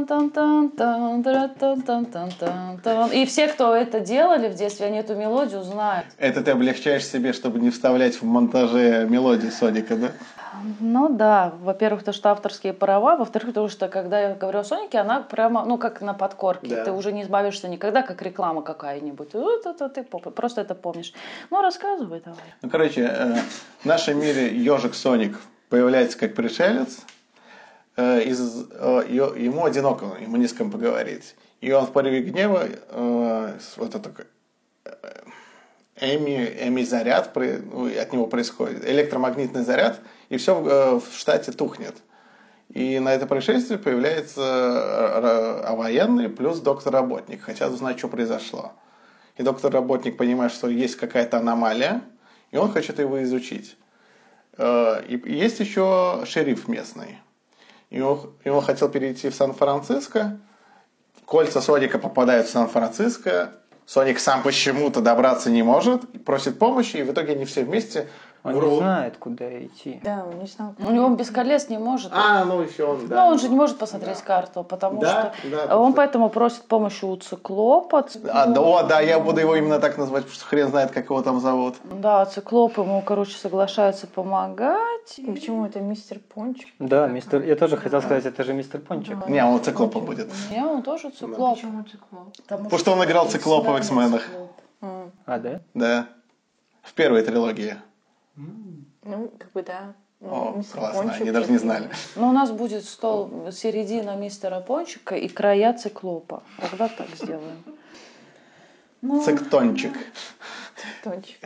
[SPEAKER 2] Тан-тан-тан-тан-тан-тан, тара-тан-тан-тан-тан-тан. И все, кто это делали в детстве, они эту мелодию знают.
[SPEAKER 3] Это ты облегчаешь себе, чтобы не вставлять в монтаже мелодии Соника, да?
[SPEAKER 2] Ну да, во-первых, то, что авторские права, во-вторых, потому что, когда я говорю о Сонике, она прямо, ну, как на подкорке,
[SPEAKER 5] Да.
[SPEAKER 2] ты уже не избавишься никогда, как реклама какая-нибудь. Вот это ты поп- просто это помнишь. Ну, рассказывай давай.
[SPEAKER 3] Ну, короче, э, в нашем мире ежик Соник появляется как пришелец. Э, из- э, ё- ему одиноко, ему не с кем поговорить. И он в порыве гнева э, с- вот это как, э, эми, эми заряд от него происходит, электромагнитный заряд, и все в штате тухнет. И на это происшествие появляется э, ра- военный плюс доктор-работник. Хотят узнать, что произошло. И доктор-работник понимает, что есть какая-то аномалия, и он хочет его изучить. Э, И и есть еще шериф местный. И он, и он хотел перейти в Сан-Франциско. Кольца Соника попадают в Сан-Франциско. Соник сам почему-то добраться не может, просит помощи, и в итоге они все вместе...
[SPEAKER 6] Он
[SPEAKER 3] в
[SPEAKER 6] не
[SPEAKER 3] ру-
[SPEAKER 6] знает, куда идти.
[SPEAKER 4] Да, не знаю.
[SPEAKER 2] У него Ну, без колес не может.
[SPEAKER 5] А, ну еще он, да.
[SPEAKER 2] ну, он же не может посмотреть карту, потому
[SPEAKER 5] Да,
[SPEAKER 2] что
[SPEAKER 5] да,
[SPEAKER 2] он
[SPEAKER 5] да.
[SPEAKER 2] поэтому просит помощи у циклопа.
[SPEAKER 3] А, да, о, да, я буду его именно так назвать, потому что хрен знает, как его там зовут.
[SPEAKER 2] Да, циклоп ему, короче, соглашается помогать.
[SPEAKER 4] Почему это мистер Пончик?
[SPEAKER 6] Да, мистер, я тоже хотел сказать, это же мистер Пончик.
[SPEAKER 3] Не, он циклопа будет.
[SPEAKER 2] Не, он тоже циклоп.
[SPEAKER 4] а Почему циклоп?
[SPEAKER 2] Потому
[SPEAKER 3] Потому что он играл циклопа в
[SPEAKER 2] всегда
[SPEAKER 3] «Иксменах».
[SPEAKER 2] циклоп.
[SPEAKER 4] М,
[SPEAKER 6] А, да?
[SPEAKER 3] Да. В первой трилогии.
[SPEAKER 4] Ну, как бы да. Ну,
[SPEAKER 3] О,
[SPEAKER 4] мистер
[SPEAKER 3] классно,
[SPEAKER 4] Пончик
[SPEAKER 3] они даже не
[SPEAKER 4] это-
[SPEAKER 3] знали.
[SPEAKER 2] Но Ну, у нас будет стол середина мистера Пончика и края циклопа. Тогда так сделаем.
[SPEAKER 3] Ну. Циктончик.
[SPEAKER 4] Пончик.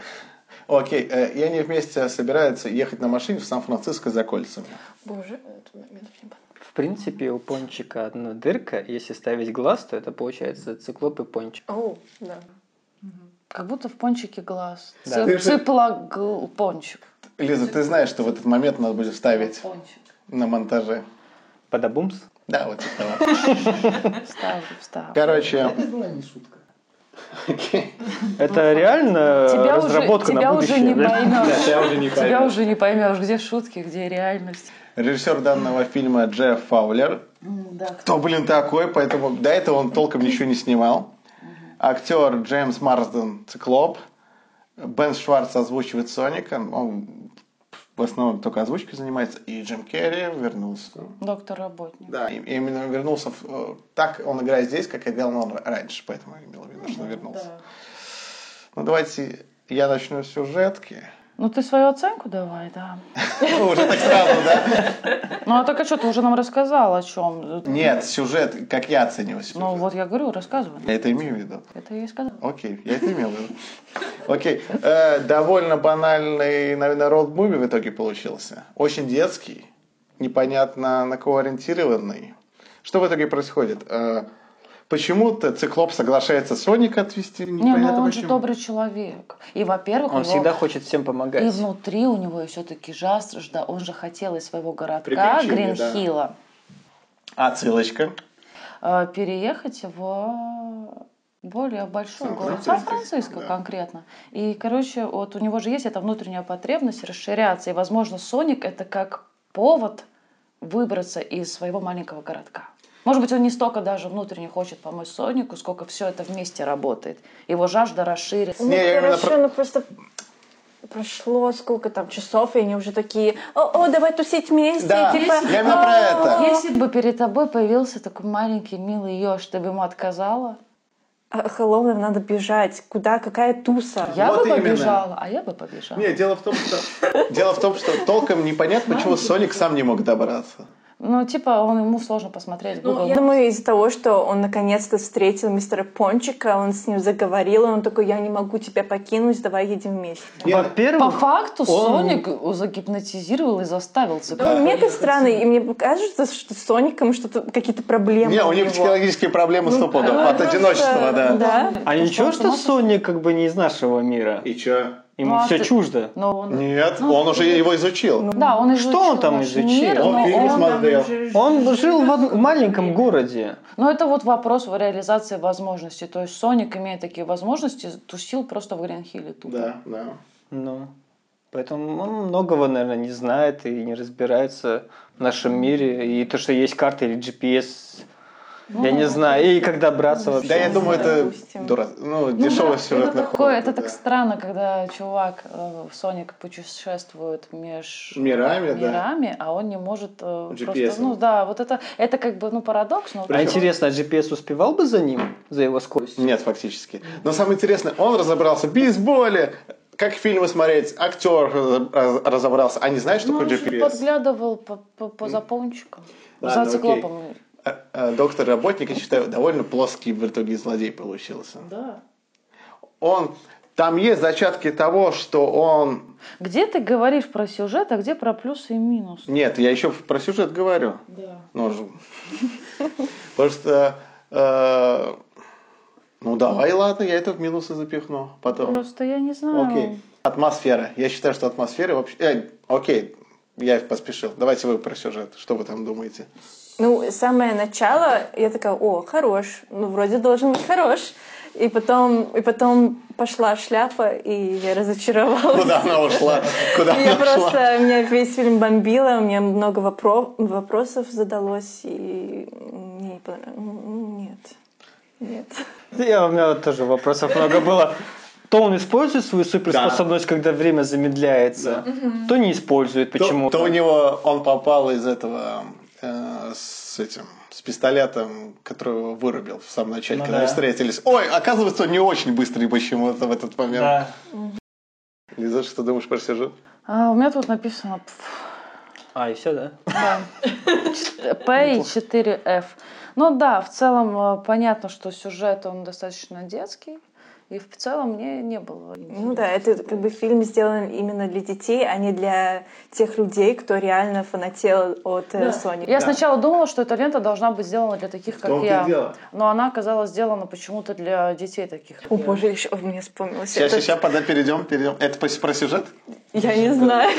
[SPEAKER 3] Окей, э, и они вместе собираются ехать на машине в Сан-Франциско за кольцами.
[SPEAKER 4] Боже, этот момент очень понравился.
[SPEAKER 6] В принципе, у Пончика одна дырка. Если ставить глаз, то это получается циклоп и Пончик.
[SPEAKER 4] Оу, да.
[SPEAKER 2] Как будто в пончике глаз.
[SPEAKER 6] Да.
[SPEAKER 2] Ци- Цыплогл- пончик.
[SPEAKER 3] Лиза, ты знаешь, что в этот момент надо будет вставить
[SPEAKER 2] Пончик.
[SPEAKER 3] на монтаже.
[SPEAKER 6] Подобумс.
[SPEAKER 3] Да, вот это вот.
[SPEAKER 2] Вставлю, вставлю.
[SPEAKER 3] Короче,
[SPEAKER 5] Это была не шутка.
[SPEAKER 6] Это реально
[SPEAKER 2] Ну, Тебя уже-
[SPEAKER 6] разработка на
[SPEAKER 2] тебя уже
[SPEAKER 6] будущее.
[SPEAKER 2] не поймешь.
[SPEAKER 5] Я уже не
[SPEAKER 2] Тебя
[SPEAKER 5] пойму.
[SPEAKER 2] уже не поймешь, где шутки, где реальность.
[SPEAKER 3] режиссер данного фильма Джефф Фаулер.
[SPEAKER 2] М, Да.
[SPEAKER 3] Кто, блин, такой? Поэтому до этого он толком ничего не снимал. Актер Джеймс Марсден Циклоп. Бен Шварц озвучивает Соника. Он в основном только озвучкой занимается. И Джим Керри вернулся.
[SPEAKER 2] Доктор работник.
[SPEAKER 3] Да, и- и именно он вернулся. в- э, так он играет здесь, как играл он раньше, поэтому я имел в виду, что он вернулся. Ну, давайте я начну с сюжетки. Ну,
[SPEAKER 2] Ну, ты свою оценку давай, да.
[SPEAKER 3] Уже так сразу, да?
[SPEAKER 2] Ну, а так а что, ты уже нам рассказал о чем?
[SPEAKER 3] Нет, сюжет, как я оценил сюжет.
[SPEAKER 2] Ну, вот я говорю, рассказывай.
[SPEAKER 3] Я это имею в виду.
[SPEAKER 2] Это я и сказала.
[SPEAKER 3] Окей, я это имел в виду. Окей. Э, довольно банальный, наверное, роуд-муви в итоге получился. Очень детский, непонятно на кого ориентированный. Что в итоге происходит? Э, почему-то Циклоп соглашается Соника отвести,
[SPEAKER 2] Не,
[SPEAKER 3] непонятно
[SPEAKER 2] ну он же
[SPEAKER 3] почему.
[SPEAKER 2] добрый человек. И, во-первых, у
[SPEAKER 6] Он
[SPEAKER 2] него-
[SPEAKER 6] всегда хочет всем
[SPEAKER 2] и
[SPEAKER 6] помогать.
[SPEAKER 2] внутри у него все-таки жажда. Он же хотел из своего городка,
[SPEAKER 5] Приключения, да.
[SPEAKER 2] Гринхилла,
[SPEAKER 3] А Цилочка?
[SPEAKER 2] э, переехать в более большой город,
[SPEAKER 5] Сан-Франциско.
[SPEAKER 2] Сан-Франциско
[SPEAKER 3] Да.
[SPEAKER 2] конкретно. И, короче, вот у него же есть эта внутренняя потребность расширяться. И, возможно, Соник это как повод выбраться из своего маленького городка. Может быть, он не столько даже внутренне хочет помочь Сонику, сколько все это вместе работает. Его жажда расширится.
[SPEAKER 4] Ну,
[SPEAKER 3] Не, я именно
[SPEAKER 4] короче,
[SPEAKER 3] про-
[SPEAKER 4] ну просто прошло сколько там часов, и они уже такие, о, о давай тусить вместе,
[SPEAKER 3] Да,
[SPEAKER 4] и типа,
[SPEAKER 3] я именно про это.
[SPEAKER 2] Если бы перед тобой появился такой маленький милый еж, ты бы ему отказала?
[SPEAKER 4] «А, Hello, нам надо бежать, куда, какая туса?
[SPEAKER 2] Я
[SPEAKER 5] Вот
[SPEAKER 2] бы
[SPEAKER 5] именно.
[SPEAKER 2] побежала, а я бы побежала.
[SPEAKER 5] Нет, дело в том, что...
[SPEAKER 3] Дело в том, что толком непонятно, почему Соник сам не мог добраться.
[SPEAKER 2] Ну, типа, он, ему сложно посмотреть в
[SPEAKER 4] Ну,
[SPEAKER 2] Google
[SPEAKER 4] я думаю, из-за того, что он наконец-то встретил мистера Пончика, он с ним заговорил, и он такой, я не могу тебя покинуть, давай едем вместе.
[SPEAKER 2] По
[SPEAKER 6] Во-первых,
[SPEAKER 2] факту
[SPEAKER 6] он-
[SPEAKER 2] Соник загипнотизировал и заставил цикла.
[SPEAKER 4] Ну, мне как странно, и мне кажется, что с Соником что-то какие-то проблемы.
[SPEAKER 3] Не, у них
[SPEAKER 4] него.
[SPEAKER 3] психологические проблемы с
[SPEAKER 4] Ну,
[SPEAKER 3] пудов. От
[SPEAKER 4] просто-
[SPEAKER 3] одиночества, да.
[SPEAKER 4] Да.
[SPEAKER 6] а ничего, что Соник как бы не из нашего мира.
[SPEAKER 5] И чё?
[SPEAKER 6] Ему
[SPEAKER 2] Ну, а
[SPEAKER 6] все
[SPEAKER 2] ты-
[SPEAKER 6] чуждо.
[SPEAKER 2] Но он...
[SPEAKER 3] Нет, он
[SPEAKER 2] ну,
[SPEAKER 3] уже его изучил.
[SPEAKER 2] Да, он изучил
[SPEAKER 6] он там
[SPEAKER 2] наш
[SPEAKER 6] изучил?
[SPEAKER 2] мир,
[SPEAKER 6] Он
[SPEAKER 2] но
[SPEAKER 5] фильм
[SPEAKER 2] он-
[SPEAKER 5] смотрел.
[SPEAKER 6] Он жил в од- маленьком городе.
[SPEAKER 2] но это вот вопрос в реализации возможностей. То есть Соник, имея такие возможности, тусил просто в Гринхилле тупо.
[SPEAKER 5] Да, да.
[SPEAKER 6] Ну, поэтому он многого, наверное, не знает и не разбирается в нашем мире. И то, что есть карты или GPS,
[SPEAKER 2] Ну,
[SPEAKER 6] я не знаю. И как добраться
[SPEAKER 4] Да
[SPEAKER 6] вообще.
[SPEAKER 3] Да, я
[SPEAKER 4] Ну,
[SPEAKER 3] думаю, это
[SPEAKER 4] допустим.
[SPEAKER 3] дура- ну,
[SPEAKER 2] Ну
[SPEAKER 3] дешевый
[SPEAKER 2] да,
[SPEAKER 3] сюжетный
[SPEAKER 2] это, такое,
[SPEAKER 3] ход.
[SPEAKER 2] это так
[SPEAKER 5] да.
[SPEAKER 2] странно, когда чувак э, Соник путешествует меж
[SPEAKER 5] Мирами, да.
[SPEAKER 2] мирами, а он не может э, просто,
[SPEAKER 5] GPS-ом.
[SPEAKER 2] ну да, вот это это как бы ну парадокс, но
[SPEAKER 6] А интересно, а GPS успевал бы за ним, за его скоростью?
[SPEAKER 3] Нет, фактически. Но самое интересное, он разобрался в бейсболе, как фильмы смотреть, актер раз- раз- разобрался. Они знают, что
[SPEAKER 2] ну,
[SPEAKER 3] такое
[SPEAKER 2] он же
[SPEAKER 3] GPS?
[SPEAKER 2] подглядывал по, по, по заполнчикам,
[SPEAKER 5] Ладно, ну,
[SPEAKER 2] за
[SPEAKER 5] окей.
[SPEAKER 2] циклопом.
[SPEAKER 3] А, а, Доктор Работник, я считаю, довольно плоский в итоге злодей получился.
[SPEAKER 2] Да.
[SPEAKER 3] Он... Там есть зачатки того, что он...
[SPEAKER 2] Где ты говоришь про сюжет, а где про плюсы и минусы?
[SPEAKER 3] Нет, я еще про сюжет говорю.
[SPEAKER 2] Да.
[SPEAKER 3] Ну, ж- Потому что... э, Ну, давай, ладно, я это в минусы запихну
[SPEAKER 4] Ну,
[SPEAKER 3] потом.
[SPEAKER 2] Просто я не знаю.
[SPEAKER 3] Окей. Атмосфера. Я считаю, что атмосфера вообще... э, окей, я поспешил. Давайте вы про сюжет. Что вы там думаете?
[SPEAKER 4] Ну, самое начало, я такая, о, хорош, ну, вроде должен быть хорош. И потом, и потом пошла шляпа, и я разочаровалась.
[SPEAKER 3] Куда она ушла? Куда
[SPEAKER 4] И я
[SPEAKER 3] она ушла?
[SPEAKER 4] просто, меня весь фильм бомбило, у меня много вопро- вопросов задалось, и мне не понравилось. М, Нет. Нет.
[SPEAKER 6] Я, у меня вот тоже вопросов много было. То он использует свою суперспособность, когда время замедляется, то не использует.
[SPEAKER 3] То-
[SPEAKER 6] Почему?
[SPEAKER 3] То у него... Он попал из этого... э, с этим... С пистолетом, который его вырубил в самом начале,
[SPEAKER 6] Ну
[SPEAKER 3] когда
[SPEAKER 6] да.
[SPEAKER 3] они встретились. Ой, оказывается, он не очень быстрый почему-то в этот момент.
[SPEAKER 6] Да.
[SPEAKER 3] Лиза, что думаешь про сюжет?
[SPEAKER 2] А, у меня тут написано пф,
[SPEAKER 6] А, и все, да?
[SPEAKER 2] да. P и 4F. Ну да, в целом э, понятно, что сюжет он достаточно детский, и в целом мне не было.
[SPEAKER 4] Ну да, это как бы фильм сделан именно для детей, а не для тех людей, кто реально фанател от э, Соника.
[SPEAKER 2] Я сначала думала, что эта лента должна быть сделана для таких, как
[SPEAKER 5] том-то и
[SPEAKER 2] я.
[SPEAKER 5] дело.
[SPEAKER 2] Но она оказалась сделана почему-то для детей таких. как
[SPEAKER 4] О
[SPEAKER 2] я.
[SPEAKER 4] боже, еще мне вспомнилось.
[SPEAKER 3] Сейчас,
[SPEAKER 4] это.
[SPEAKER 3] сейчас, сейчас, пода, перейдем, перейдем. Это по- про сюжет?
[SPEAKER 4] Я не знаю.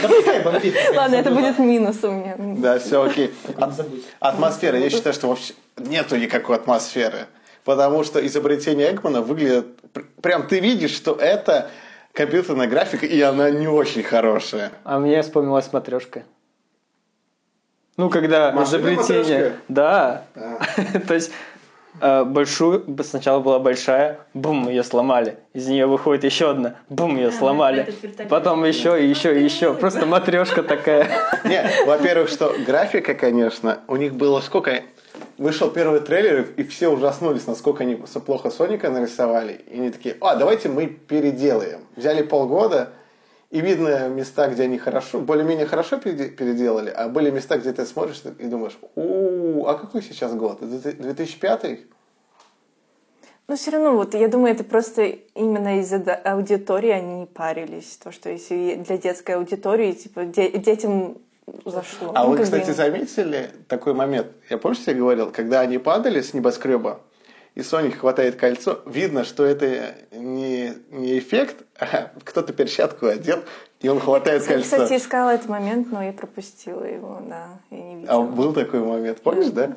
[SPEAKER 4] Ладно, это будет минус у меня.
[SPEAKER 3] Да, все окей. Ат- Атмосфера. Я считаю, что вообще нету никакой атмосферы. Потому что изобретение Экмана выглядит... пр- Прям ты видишь, что это компьютерная графика, и она не очень хорошая.
[SPEAKER 6] А мне вспомнилась матрешка. Ну, когда
[SPEAKER 5] Машина
[SPEAKER 6] изобретение.
[SPEAKER 5] «Матрешка»?
[SPEAKER 6] Да.
[SPEAKER 5] А.
[SPEAKER 6] То есть э, большую, б- сначала была большая, бум, ее сломали. Из нее выходит еще одна, бум, ее сломали. Потом еще, и еще, и еще. Просто матрешка такая.
[SPEAKER 3] Не, во-первых, что графика, конечно, у них было сколько... Вышел первый трейлер, и все ужаснулись, насколько они с- плохо Соника нарисовали. И они такие, а, давайте мы переделаем. Взяли полгода, и видно места, где они хорошо, более-менее хорошо переде- переделали, а были места, где ты смотришь и думаешь, у а какой сейчас год? 2005?
[SPEAKER 4] Но все равно, вот я думаю, это просто именно из-за до- аудитории они не парились. То, что если для детской аудитории, типа, де- детям зашло.
[SPEAKER 3] А
[SPEAKER 4] Ну,
[SPEAKER 3] вы,
[SPEAKER 4] как бы
[SPEAKER 3] кстати,
[SPEAKER 4] им-
[SPEAKER 3] заметили такой момент? Я помню, что я говорил, когда они падали с небоскреба, и Соник хватает кольцо, видно, что это не, не эффект, а кто-то перчатку одел, и он хватает
[SPEAKER 4] Я,
[SPEAKER 3] кольцо.
[SPEAKER 4] кстати, искала этот момент, но я пропустила его, да, я не видела.
[SPEAKER 3] А был такой момент, помнишь, да?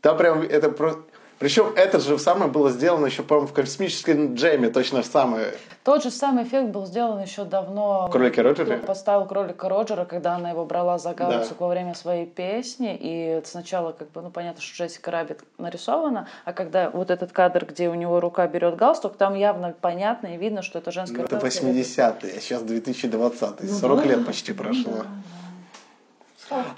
[SPEAKER 3] Там прям это просто... Причем это же самое было сделано еще, по-моему, в космическом джеме, точно самое.
[SPEAKER 2] Тот же самый эффект был сделан еще давно.
[SPEAKER 3] Кролики Роджера?
[SPEAKER 2] Кто поставил кролика Роджера, когда она его брала за галстук во время своей песни. И сначала, как бы, ну, понятно, что Джессика Раббит нарисована, а когда вот этот кадр, где у него рука берет галстук, там явно понятно и видно, что это женская
[SPEAKER 3] Это
[SPEAKER 2] рука.
[SPEAKER 3] 80-е, а сейчас 2020-е.
[SPEAKER 2] Ну
[SPEAKER 3] 40 лет почти прошло.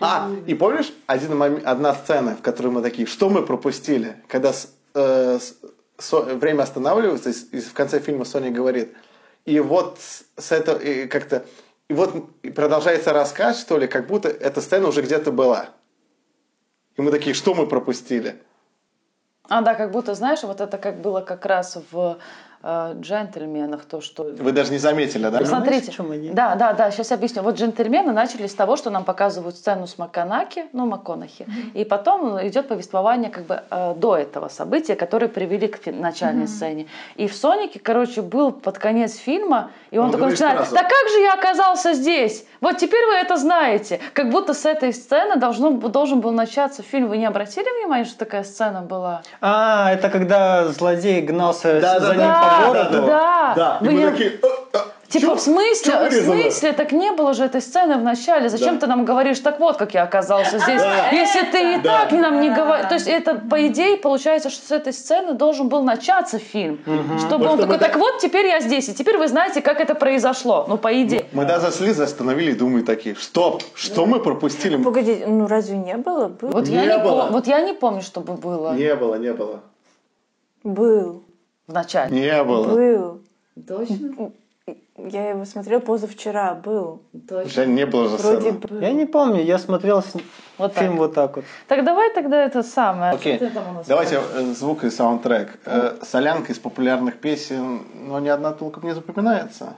[SPEAKER 3] А, и помнишь один мом- одна сцена, в которой мы такие, что мы пропустили? Когда с- э, с- со- время останавливается, и, с- и в конце фильма Соня говорит, и вот с, с этого и как-то, и вот м- и продолжается рассказ, что ли, как будто эта сцена уже где-то была. И мы такие, что мы пропустили?
[SPEAKER 2] А, да, как будто, знаешь, вот это как было как раз в э, «Джентльменах», то, что...
[SPEAKER 3] Вы даже не заметили, да?
[SPEAKER 2] Ну, Смотрите,
[SPEAKER 6] Понимаешь, в чём они?
[SPEAKER 2] да, да, да, сейчас объясню. Вот джентльмены начали с того, что нам показывают сцену с Маканаки, ну, Маконахи, и потом идет повествование как бы э, до этого события, которые привели к фи- начальной сцене. И в «Сонике», короче, был под конец фильма, и он,
[SPEAKER 3] Он
[SPEAKER 2] такой
[SPEAKER 3] говорит
[SPEAKER 2] начинает,
[SPEAKER 3] сразу.
[SPEAKER 2] да как же я оказался здесь? Вот теперь вы это знаете. Как будто с этой сцены должно, должен был начаться фильм. Вы не обратили внимания, что такая сцена была?
[SPEAKER 6] А, это когда злодей гнался
[SPEAKER 3] Да,
[SPEAKER 6] за
[SPEAKER 3] да,
[SPEAKER 6] ним
[SPEAKER 2] да,
[SPEAKER 6] по
[SPEAKER 2] да,
[SPEAKER 6] городу.
[SPEAKER 2] да.
[SPEAKER 3] Да, и
[SPEAKER 2] Вы
[SPEAKER 3] мы
[SPEAKER 2] не-
[SPEAKER 3] такие, «Э, э,
[SPEAKER 2] Типа,
[SPEAKER 3] чё-
[SPEAKER 2] в
[SPEAKER 3] чё
[SPEAKER 2] смысле, в
[SPEAKER 3] вырезано?»
[SPEAKER 2] смысле, так не было же этой сцены в начале. Зачем
[SPEAKER 3] Да.
[SPEAKER 2] ты нам говоришь, так вот, как я оказался здесь?
[SPEAKER 3] Да.
[SPEAKER 2] Если ты и
[SPEAKER 3] Да.
[SPEAKER 2] так нам не говоришь. То есть это, по идее, получается, что с этой сцены должен был начаться фильм. Чтобы
[SPEAKER 3] Просто
[SPEAKER 2] он такой,
[SPEAKER 3] мы так-
[SPEAKER 2] так вот, теперь я здесь, и теперь вы знаете, как это произошло. Ну, по идее.
[SPEAKER 3] Мы даже слезы остановили, думаю, такие, стоп, что мы пропустили?
[SPEAKER 4] Погоди, ну разве не было? Был.
[SPEAKER 2] Вот, я
[SPEAKER 3] Не
[SPEAKER 2] не
[SPEAKER 3] было.
[SPEAKER 2] пом- вот я не помню, чтобы было
[SPEAKER 3] Не было, не было.
[SPEAKER 4] Был.
[SPEAKER 2] в начале.
[SPEAKER 3] Не было.
[SPEAKER 4] Был.
[SPEAKER 5] Точно?
[SPEAKER 4] Я его смотрела позавчера, был.
[SPEAKER 5] Точно.
[SPEAKER 3] Жаль, не было же
[SPEAKER 4] Вроде
[SPEAKER 3] сцены.
[SPEAKER 4] был.
[SPEAKER 6] Я не помню, я смотрел с-
[SPEAKER 2] Вот так.
[SPEAKER 6] фильм вот так вот.
[SPEAKER 2] Так давай тогда это самое.
[SPEAKER 3] Окей,
[SPEAKER 2] Что там у нас
[SPEAKER 3] давайте э, звук и саундтрек. Э, Солянка из популярных песен, но ни одна толком не запоминается.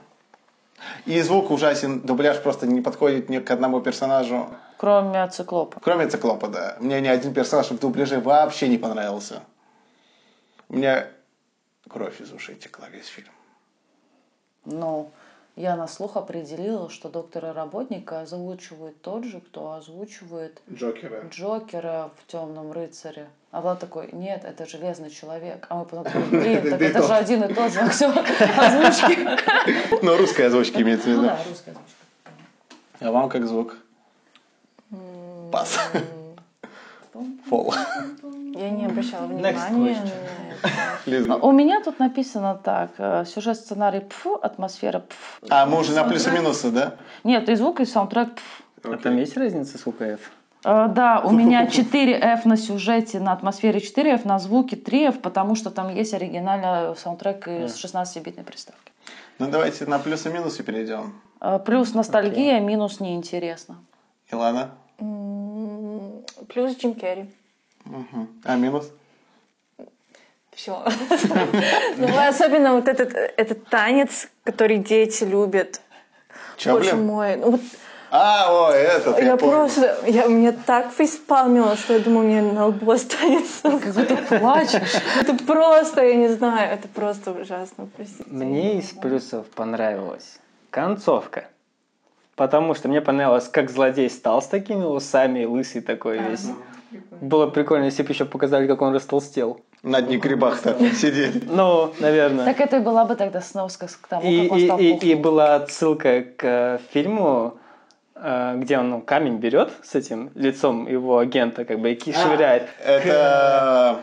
[SPEAKER 3] И звук ужасен, дубляж просто не подходит ни к одному персонажу.
[SPEAKER 2] Кроме циклопа.
[SPEAKER 3] Кроме Циклопа, да. Мне ни один персонаж в дубляже вообще не понравился. У меня кровь из ушей текла весь фильм.
[SPEAKER 2] Но я на слух определила, что доктора работника озвучивает тот же, кто озвучивает
[SPEAKER 3] Джокера.
[SPEAKER 2] Джокера в темном рыцаре. А Влад такой, нет, это железный человек. А мы подумали, блин, так
[SPEAKER 3] Да и
[SPEAKER 2] это
[SPEAKER 3] то.
[SPEAKER 2] же один и тот же актер озвучки.
[SPEAKER 3] Ну, русская озвучка имеется в
[SPEAKER 2] Ну
[SPEAKER 3] виду.
[SPEAKER 2] да, русская озвучка.
[SPEAKER 3] А вам как звук? Пас. Фол.
[SPEAKER 4] Я не обращала
[SPEAKER 6] Next
[SPEAKER 4] внимания.
[SPEAKER 3] Лиза.
[SPEAKER 2] А У меня тут написано так, э, сюжет, сценарий, пф, атмосфера, пф.
[SPEAKER 3] А мы уже на плюсы-минусы, да?
[SPEAKER 2] Нет, и звук, и саундтрек, пф.
[SPEAKER 6] А там есть разница, сколько F?
[SPEAKER 2] Э, Да, у меня 4F на сюжете, на атмосфере 4F, на звуке 3F, потому что там есть оригинальный саундтрек из 16-битной приставки.
[SPEAKER 3] Ну давайте на плюсы-минусы перейдем.
[SPEAKER 2] Э, Плюс ностальгия, минус неинтересно.
[SPEAKER 3] Илана.
[SPEAKER 4] М, Плюс Джим Керри.
[SPEAKER 3] Мгм. А минус?
[SPEAKER 4] Все. Ну, Особенно вот этот, этот танец, который дети любят.
[SPEAKER 3] Чё,
[SPEAKER 4] Боже
[SPEAKER 3] блин?
[SPEAKER 4] мой. ну вот
[SPEAKER 3] А, ой, этот, я,
[SPEAKER 4] я
[SPEAKER 3] помню.
[SPEAKER 4] просто, я, мне так фейспалмило, что я думаю, у меня на лбу останется.
[SPEAKER 2] Как будто плачешь.
[SPEAKER 4] Это просто, я не знаю, это просто ужасно. простите.
[SPEAKER 6] Мне из плюсов понравилась концовка. Потому что мне понравилось, как злодей стал с такими усами, лысый такой весь. Было прикольно, если бы еще показали, как он растолстел.
[SPEAKER 3] На дне грибах-то сидит.
[SPEAKER 6] Ну, наверное.
[SPEAKER 2] Так это и была бы тогда сноска к тому,
[SPEAKER 6] И,
[SPEAKER 2] как он
[SPEAKER 6] и,
[SPEAKER 2] стал
[SPEAKER 6] и-
[SPEAKER 2] пухлым.
[SPEAKER 6] и была отсылка к э, фильму, э, где он ну,
[SPEAKER 2] А,
[SPEAKER 6] камень берет с этим лицом его агента, как бы и ки- швыряет.
[SPEAKER 3] Это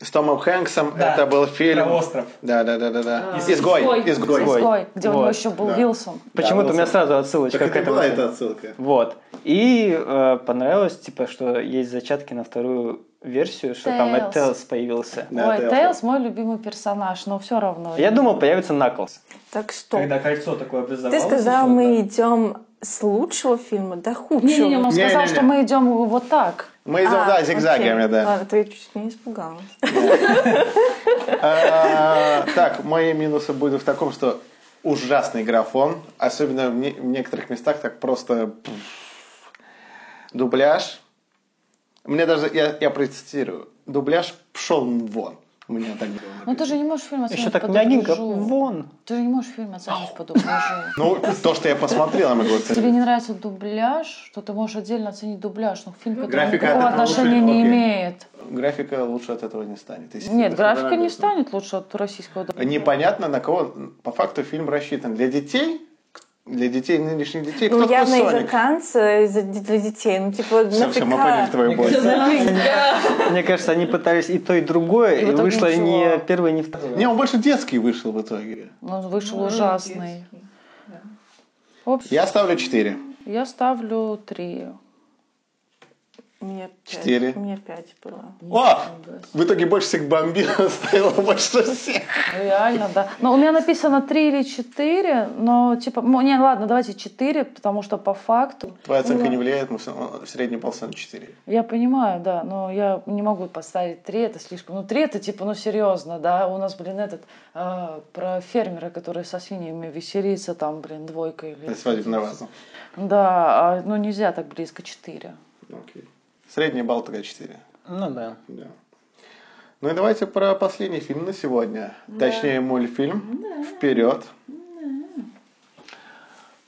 [SPEAKER 3] С Томом Хэнксом
[SPEAKER 5] Да.
[SPEAKER 3] это был фильм.
[SPEAKER 5] Про остров.
[SPEAKER 3] Да, да, да, да, да.
[SPEAKER 5] А.
[SPEAKER 3] Изгой.
[SPEAKER 2] Изгой.
[SPEAKER 3] Изгой.
[SPEAKER 2] Изгой, где у него
[SPEAKER 6] Вот,
[SPEAKER 2] еще был
[SPEAKER 3] да.
[SPEAKER 2] Вилсон.
[SPEAKER 6] Почему-то у меня
[SPEAKER 3] Уилсон.
[SPEAKER 6] сразу отсылочка
[SPEAKER 3] Так
[SPEAKER 6] к
[SPEAKER 3] это
[SPEAKER 6] этому.
[SPEAKER 3] была
[SPEAKER 6] фильму.
[SPEAKER 3] эта отсылка.
[SPEAKER 6] Вот. И э, понравилось, типа, что есть зачатки на вторую версию, что там
[SPEAKER 2] Tails.
[SPEAKER 6] Эттелс появился.
[SPEAKER 3] Да,
[SPEAKER 2] Ой,
[SPEAKER 3] Тейлз.
[SPEAKER 2] Тейлз мой любимый персонаж, но все равно.
[SPEAKER 6] Я думал, появится Наклс.
[SPEAKER 4] Так что,
[SPEAKER 5] Когда кольцо такое образовалось.
[SPEAKER 4] ты сказал,
[SPEAKER 5] ещё,
[SPEAKER 4] мы идем с лучшего фильма до худшего.
[SPEAKER 2] Не-не-не, он
[SPEAKER 3] Не-не-не.
[SPEAKER 2] сказал, что мы идем вот так.
[SPEAKER 3] Мы идем, да,
[SPEAKER 4] А,
[SPEAKER 3] зигзагами,
[SPEAKER 4] окей.
[SPEAKER 3] да.
[SPEAKER 4] Ладно, то я чуть не испугалась.
[SPEAKER 3] А, Так, мои минусы будут в таком, что ужасный графон, особенно в не- в некоторых местах так просто пф, дубляж. Мне даже, я, я процитирую, дубляж пшел вон. Мне так было
[SPEAKER 2] Ну ты же не можешь фильм оценить
[SPEAKER 6] Еще так
[SPEAKER 2] по
[SPEAKER 6] мягенько.
[SPEAKER 2] дубляжу.
[SPEAKER 6] Вон.
[SPEAKER 2] Ты же не можешь фильм оценить по дубляжу.
[SPEAKER 3] Ну, то, что я посмотрел, я могу
[SPEAKER 2] Тебе
[SPEAKER 3] оценить.
[SPEAKER 2] не нравится дубляж, то ты можешь отдельно оценить дубляж, но фильм к этому
[SPEAKER 3] Графика
[SPEAKER 2] никакого
[SPEAKER 3] от этого лучше,
[SPEAKER 2] отношения не
[SPEAKER 3] окей.
[SPEAKER 2] имеет.
[SPEAKER 3] Графика лучше от этого не станет. естественно.
[SPEAKER 2] Нет, графика не
[SPEAKER 3] Дорогой.
[SPEAKER 2] станет лучше от российского дубляжа.
[SPEAKER 3] Непонятно, на кого по факту фильм рассчитан. Для детей, для детей, нынешних детей, кто
[SPEAKER 4] Ну,
[SPEAKER 3] такой
[SPEAKER 4] явно
[SPEAKER 3] Соник?
[SPEAKER 4] американцы из- для детей. Ну, типа,
[SPEAKER 3] Все, все, мы поняли
[SPEAKER 4] нафига?
[SPEAKER 3] твою боль.
[SPEAKER 6] Мне кажется, они пытались и то, и другое,
[SPEAKER 2] И
[SPEAKER 6] и,
[SPEAKER 2] в итоге
[SPEAKER 6] вышло не
[SPEAKER 2] ничего.
[SPEAKER 6] первое, не второе.
[SPEAKER 3] Не, он больше детский вышел в итоге.
[SPEAKER 2] Он вышел
[SPEAKER 3] Ну,
[SPEAKER 2] ужасный. В общем,
[SPEAKER 3] Я ставлю 4.
[SPEAKER 2] я ставлю три.
[SPEAKER 4] Мне пять.
[SPEAKER 3] Четыре.
[SPEAKER 4] Мне пять было.
[SPEAKER 3] О! В итоге больше всех бомбил, ставила больше всех.
[SPEAKER 2] Реально, да. Но у меня написано 3 или 4, но типа, ну, не, ладно, давайте 4, потому что по факту,
[SPEAKER 3] Твоя оценка не влияет, мы всё- в среднем полсан 4.
[SPEAKER 2] я понимаю, да, но я не могу поставить 3, это слишком. Ну, 3 это типа, ну, серьезно, да, у нас, блин, этот, а, про фермера, который со свиньями веселится, там, блин, двойка или...
[SPEAKER 3] Свадебная ваза.
[SPEAKER 2] Да, а, ну, нельзя так близко 4.
[SPEAKER 3] Ну, Окей. Средний балл тогда 4.
[SPEAKER 6] Ну да.
[SPEAKER 3] Да. Ну и давайте про последний фильм на сегодня. Точнее, мультфильм. Вперед.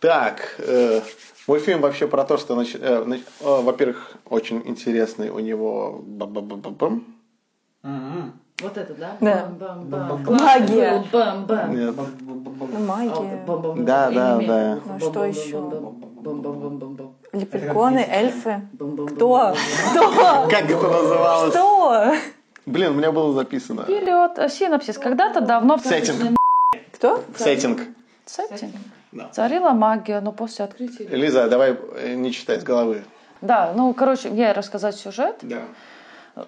[SPEAKER 3] Так, э, мультфильм вообще про то, что, нач- э, нач- э, во-первых, очень интересный у него... ба-ба-ба-ба-бам.
[SPEAKER 2] Вот это, да?
[SPEAKER 4] Да.
[SPEAKER 2] Бам-бам-бам.
[SPEAKER 4] Магия.
[SPEAKER 2] Бам-бам.
[SPEAKER 3] Нет.
[SPEAKER 4] Ну,
[SPEAKER 2] А,
[SPEAKER 4] Магия.
[SPEAKER 3] Да, да, да.
[SPEAKER 4] Ну, что еще? Лепреконы, эльфы. Кто? Кто?
[SPEAKER 3] Как это называлось?
[SPEAKER 4] Кто?
[SPEAKER 3] Блин, у меня было записано.
[SPEAKER 2] Вперед. А, Синапсис. Когда-то давно...
[SPEAKER 3] Сеттинг.
[SPEAKER 4] Кто?
[SPEAKER 3] Сеттинг.
[SPEAKER 2] Сеттинг.
[SPEAKER 3] Да.
[SPEAKER 2] Царила магия, но после открытия...
[SPEAKER 3] Лиза, давай э, не читай с головы.
[SPEAKER 2] Да, ну, короче, я рассказать сюжет.
[SPEAKER 3] Да.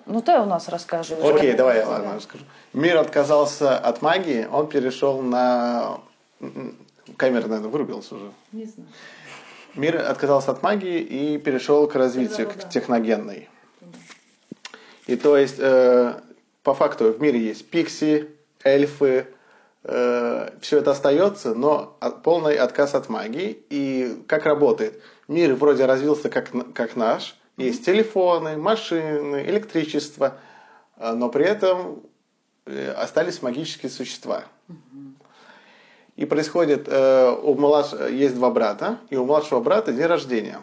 [SPEAKER 2] Ну, ты у нас расскажешь.
[SPEAKER 3] Окей, давай, я ладно, расскажу. Мир отказался от магии, он перешел на... м, Камера, наверное, вырубилась уже.
[SPEAKER 2] Не знаю.
[SPEAKER 3] Мир отказался от магии и перешел к развитию, к техногенной. И то есть, э, по факту, в мире есть пикси, эльфы, все это остается, но от- полный отказ от магии. И как работает? Мир вроде развился как, н- как наш. Есть телефоны, машины, электричество, э, но при этом э, остались магические существа. И происходит, э, у младш... есть два брата, и у младшего брата день рождения.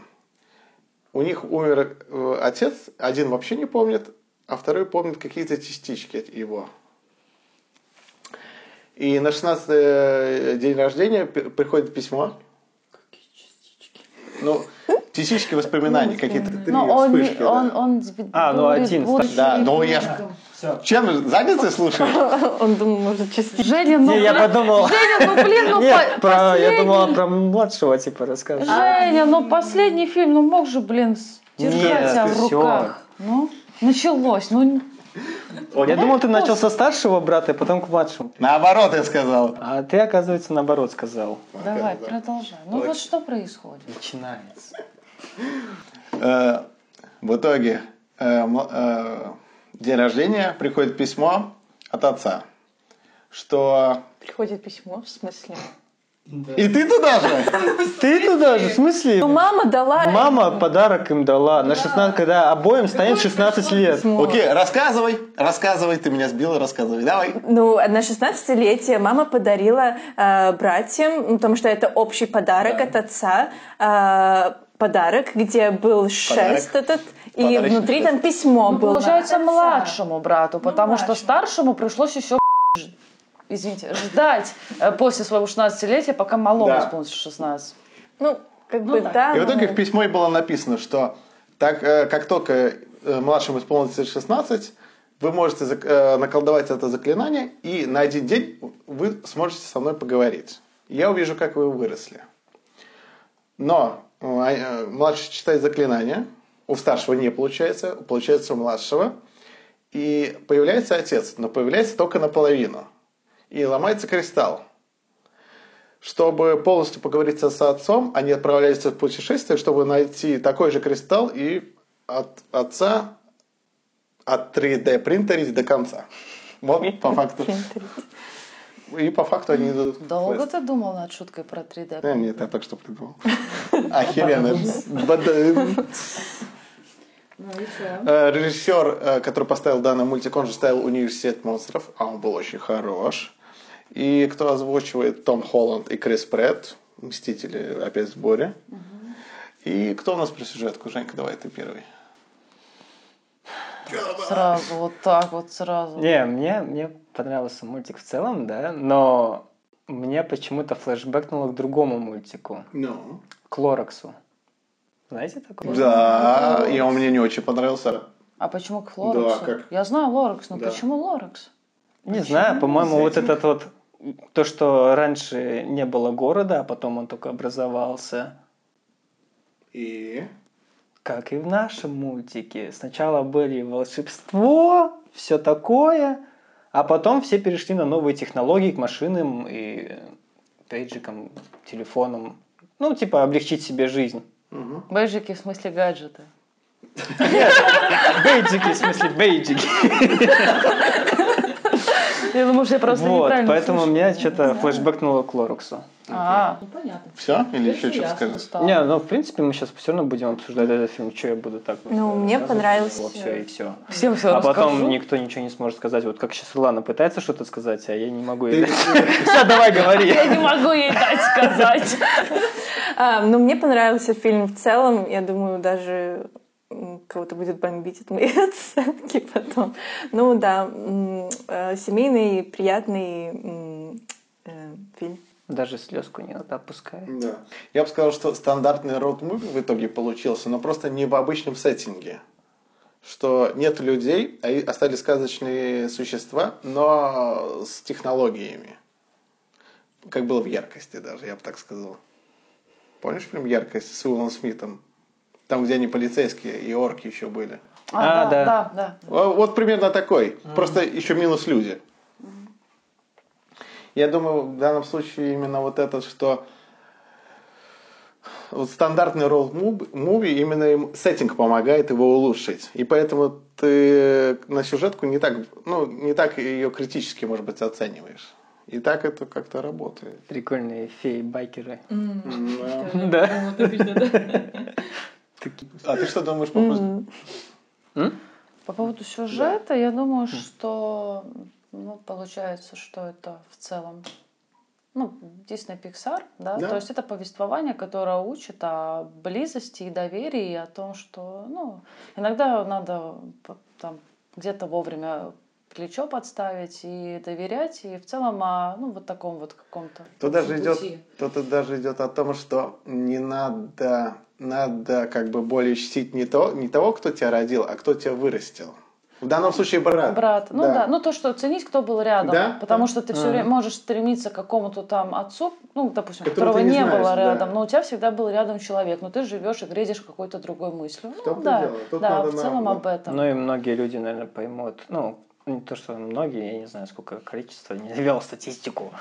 [SPEAKER 3] У них умер э, отец, один вообще не помнит, а второй помнит какие-то частички от его. И на 16 день рождения пи- приходит письмо. Какие частички? Ну, частички воспоминаний какие-то.
[SPEAKER 2] Но Ну, он, не- он, он,
[SPEAKER 6] А, ну,
[SPEAKER 2] дурит
[SPEAKER 6] один,
[SPEAKER 2] будущим
[SPEAKER 3] Да, ну я... ж-
[SPEAKER 2] ребенком.
[SPEAKER 5] Всё.
[SPEAKER 3] Чем задницей слушаешь?
[SPEAKER 4] Он думал, может, частично.
[SPEAKER 2] Женя, ну,
[SPEAKER 6] Не, я
[SPEAKER 2] блин,
[SPEAKER 6] подумал.
[SPEAKER 2] Женя, ну, блин, ну,
[SPEAKER 6] Нет,
[SPEAKER 2] по-
[SPEAKER 6] про- я
[SPEAKER 2] последний-
[SPEAKER 6] думала про младшего, типа, расскажешь.
[SPEAKER 2] Женя, ну, последний фильм, ну, мог же, блин, с- держать
[SPEAKER 6] Нет,
[SPEAKER 2] тебя в
[SPEAKER 6] всё.
[SPEAKER 2] руках. Ну, началось, ну, А,
[SPEAKER 6] Я думал, ты начал со старшего брата, а потом к младшему.
[SPEAKER 3] Наоборот, я сказал.
[SPEAKER 6] А ты, оказывается, наоборот сказал.
[SPEAKER 2] давай, продолжай. Ну, вот что происходит?
[SPEAKER 6] Начинается.
[SPEAKER 3] Э, в итоге э, мл- э, день рождения приходит письмо от отца, что
[SPEAKER 4] Приходит письмо, в смысле?
[SPEAKER 3] и ты туда же.
[SPEAKER 6] Ты туда же, в смысле?
[SPEAKER 4] Ну, мама дала
[SPEAKER 6] Мама подарок им дала на 16, когда обоим станет 16 лет.
[SPEAKER 4] письмо.
[SPEAKER 3] Окей, рассказывай, рассказывай, ты меня сбила, рассказывай, давай.
[SPEAKER 4] Ну, на 16-летие мама подарила э, братьям, ну, потому что это общий подарок от отца, э, подарок, где был шест этот, и
[SPEAKER 3] Подарочный
[SPEAKER 4] внутри
[SPEAKER 3] шест.
[SPEAKER 4] там письмо было.
[SPEAKER 2] Получается, младшему брату, потому что старшему пришлось еще извините, ждать э, после своего 16-летия, пока малому
[SPEAKER 3] Да.
[SPEAKER 2] исполнится 16.
[SPEAKER 4] Ну, как бы, да.
[SPEAKER 3] И в итоге
[SPEAKER 4] ну,
[SPEAKER 3] в письме было написано, что так э, как только э, младшему исполнится 16, Вы можете зак- э, наколдовать это заклинание, и на один день вы сможете со мной поговорить. Я увижу, как вы выросли. Но э, э, младший читает заклинание, у старшего не получается, получается у младшего. И появляется отец, но появляется только наполовину. И ломается кристалл. Чтобы полностью поговорить со- с отцом, они отправляются в путешествие, чтобы найти такой же кристалл и от отца от 3D принтерить до конца. Вот по факту. И по факту они идут. в
[SPEAKER 2] Долго
[SPEAKER 3] квест.
[SPEAKER 2] ты думал над шуткой про 3D?
[SPEAKER 3] Да, нет, я только что придумал. Охеренно. Бада-
[SPEAKER 8] Ну и чё?
[SPEAKER 3] Э, Режиссер, э, который поставил данный мультик, он же ставил «Университет монстров», а он был очень хорош. И кто озвучивает Том Холланд и Крис Прэтт, «Мстители» опять в сборе. И кто у нас про сюжетку? Женька, давай ты первый.
[SPEAKER 2] Сразу, вот так вот, сразу.
[SPEAKER 6] Не, мне, мне понравился мультик в целом, да, но мне почему-то флешбэкнуло к другому мультику,
[SPEAKER 3] Ну.
[SPEAKER 6] к Лораксу. Знаете такой?
[SPEAKER 3] Да, и он мне не очень понравился.
[SPEAKER 2] А почему к Лораксу?
[SPEAKER 3] Да, как?
[SPEAKER 2] Я знаю Лоракс, но
[SPEAKER 3] Да.
[SPEAKER 2] почему Лоракс?
[SPEAKER 6] Не знаю, по-моему, вот этот вот, то, что раньше не было города, а потом он только образовался,
[SPEAKER 3] И...
[SPEAKER 6] как и в нашем мультике. Сначала были волшебство, все такое, а потом все перешли на новые технологии к машинам и э, пейджикам, телефонам. Ну, типа, облегчить себе жизнь.
[SPEAKER 3] Мгм.
[SPEAKER 2] Бэджики в смысле гаджеты.
[SPEAKER 6] Бейджики, в смысле, бейджики.
[SPEAKER 2] Я думаю, что я просто
[SPEAKER 6] Вот,
[SPEAKER 2] неправильно
[SPEAKER 6] поэтому
[SPEAKER 2] слышу.
[SPEAKER 6] меня что-то флешбэкнуло к Лоруксу.
[SPEAKER 2] А,
[SPEAKER 8] Ну понятно.
[SPEAKER 3] Все? Или
[SPEAKER 8] Всё
[SPEAKER 3] еще что-то
[SPEAKER 8] ясно
[SPEAKER 3] скажешь?
[SPEAKER 2] стало.
[SPEAKER 6] Не, ну, в принципе, мы сейчас все равно будем обсуждать этот фильм, что я буду так... вот,
[SPEAKER 4] Ну,
[SPEAKER 6] э,
[SPEAKER 4] мне
[SPEAKER 6] рассказывать.
[SPEAKER 4] понравилось,
[SPEAKER 6] Вот все и все.
[SPEAKER 2] Всем все
[SPEAKER 6] А потом
[SPEAKER 2] расскажу.
[SPEAKER 6] никто ничего не сможет сказать. Вот как сейчас Лана пытается что-то сказать, а я не могу.
[SPEAKER 3] Ты-
[SPEAKER 6] Все, давай, говори.
[SPEAKER 2] Я не могу ей дать сказать.
[SPEAKER 4] А, ну, мне понравился фильм в целом. Я думаю, даже м, кого-то будет бомбить от моей оценки потом. Ну да, м, э, семейный, приятный м, э, фильм.
[SPEAKER 6] Даже слезку не отпускай.
[SPEAKER 3] Да. Я бы сказал, что стандартный роуд муви в итоге получился, но просто не в обычном сеттинге. Что нет людей, а и- остались сказочные существа, но с технологиями. Как было в яркости даже, я бы так сказал. Помнишь фильм «Яркость» с Уиллом Смитом? Там, где они полицейские и орки еще были.
[SPEAKER 6] А, да.
[SPEAKER 2] да, да.
[SPEAKER 3] Во- Вот примерно такой. Просто еще минус люди. Я думаю, в данном случае именно вот этот, что вот стандартный ролл муви именно им сеттинг помогает его улучшить. И поэтому ты на сюжетку не так, ну, не так ее критически, может быть, оцениваешь. И так это как-то работает.
[SPEAKER 6] Прикольные феи-байкеры.
[SPEAKER 3] Да.
[SPEAKER 6] Да.
[SPEAKER 8] Вот обидно, да?
[SPEAKER 6] Такие.
[SPEAKER 3] А ты что думаешь по поводу-
[SPEAKER 4] М.
[SPEAKER 2] По поводу сюжета, я
[SPEAKER 6] Хм.
[SPEAKER 2] думаю, что ну, получается, что это в целом ну, Disney Pixar, да?
[SPEAKER 3] Да.
[SPEAKER 2] то есть это повествование, которое учит о близости и доверии, и о том, что ну, иногда надо п- там где-то вовремя плечо подставить и доверять, и в целом о ну, вот таком вот каком-то
[SPEAKER 3] Тут даже идет,
[SPEAKER 8] Пути.
[SPEAKER 3] то тут даже идет о том, что не надо, надо как бы более чтить не, то, не того, кто тебя родил, а кто тебя вырастил. В данном случае брат.
[SPEAKER 2] брат. Ну да.
[SPEAKER 3] Да.
[SPEAKER 2] ну то, что ценить, кто был рядом.
[SPEAKER 3] Да,
[SPEAKER 2] Потому
[SPEAKER 3] да.
[SPEAKER 2] что ты
[SPEAKER 6] А.
[SPEAKER 2] все время можешь стремиться к какому-то там отцу, ну, допустим,
[SPEAKER 3] Которого
[SPEAKER 2] которого
[SPEAKER 3] ты
[SPEAKER 2] не,
[SPEAKER 3] не знаешь,
[SPEAKER 2] было
[SPEAKER 3] да.
[SPEAKER 2] рядом, но у тебя всегда был рядом человек, но ты живешь и грезишь какой-то другой мыслью.
[SPEAKER 3] В том-то
[SPEAKER 2] ну
[SPEAKER 3] и
[SPEAKER 2] да,
[SPEAKER 3] дело. Тут
[SPEAKER 2] да
[SPEAKER 3] надо
[SPEAKER 2] в целом
[SPEAKER 3] нам-
[SPEAKER 2] об этом.
[SPEAKER 6] Ну и многие люди, наверное, поймут. Ну, не то, что многие, я не знаю, сколько количество, не вел статистику.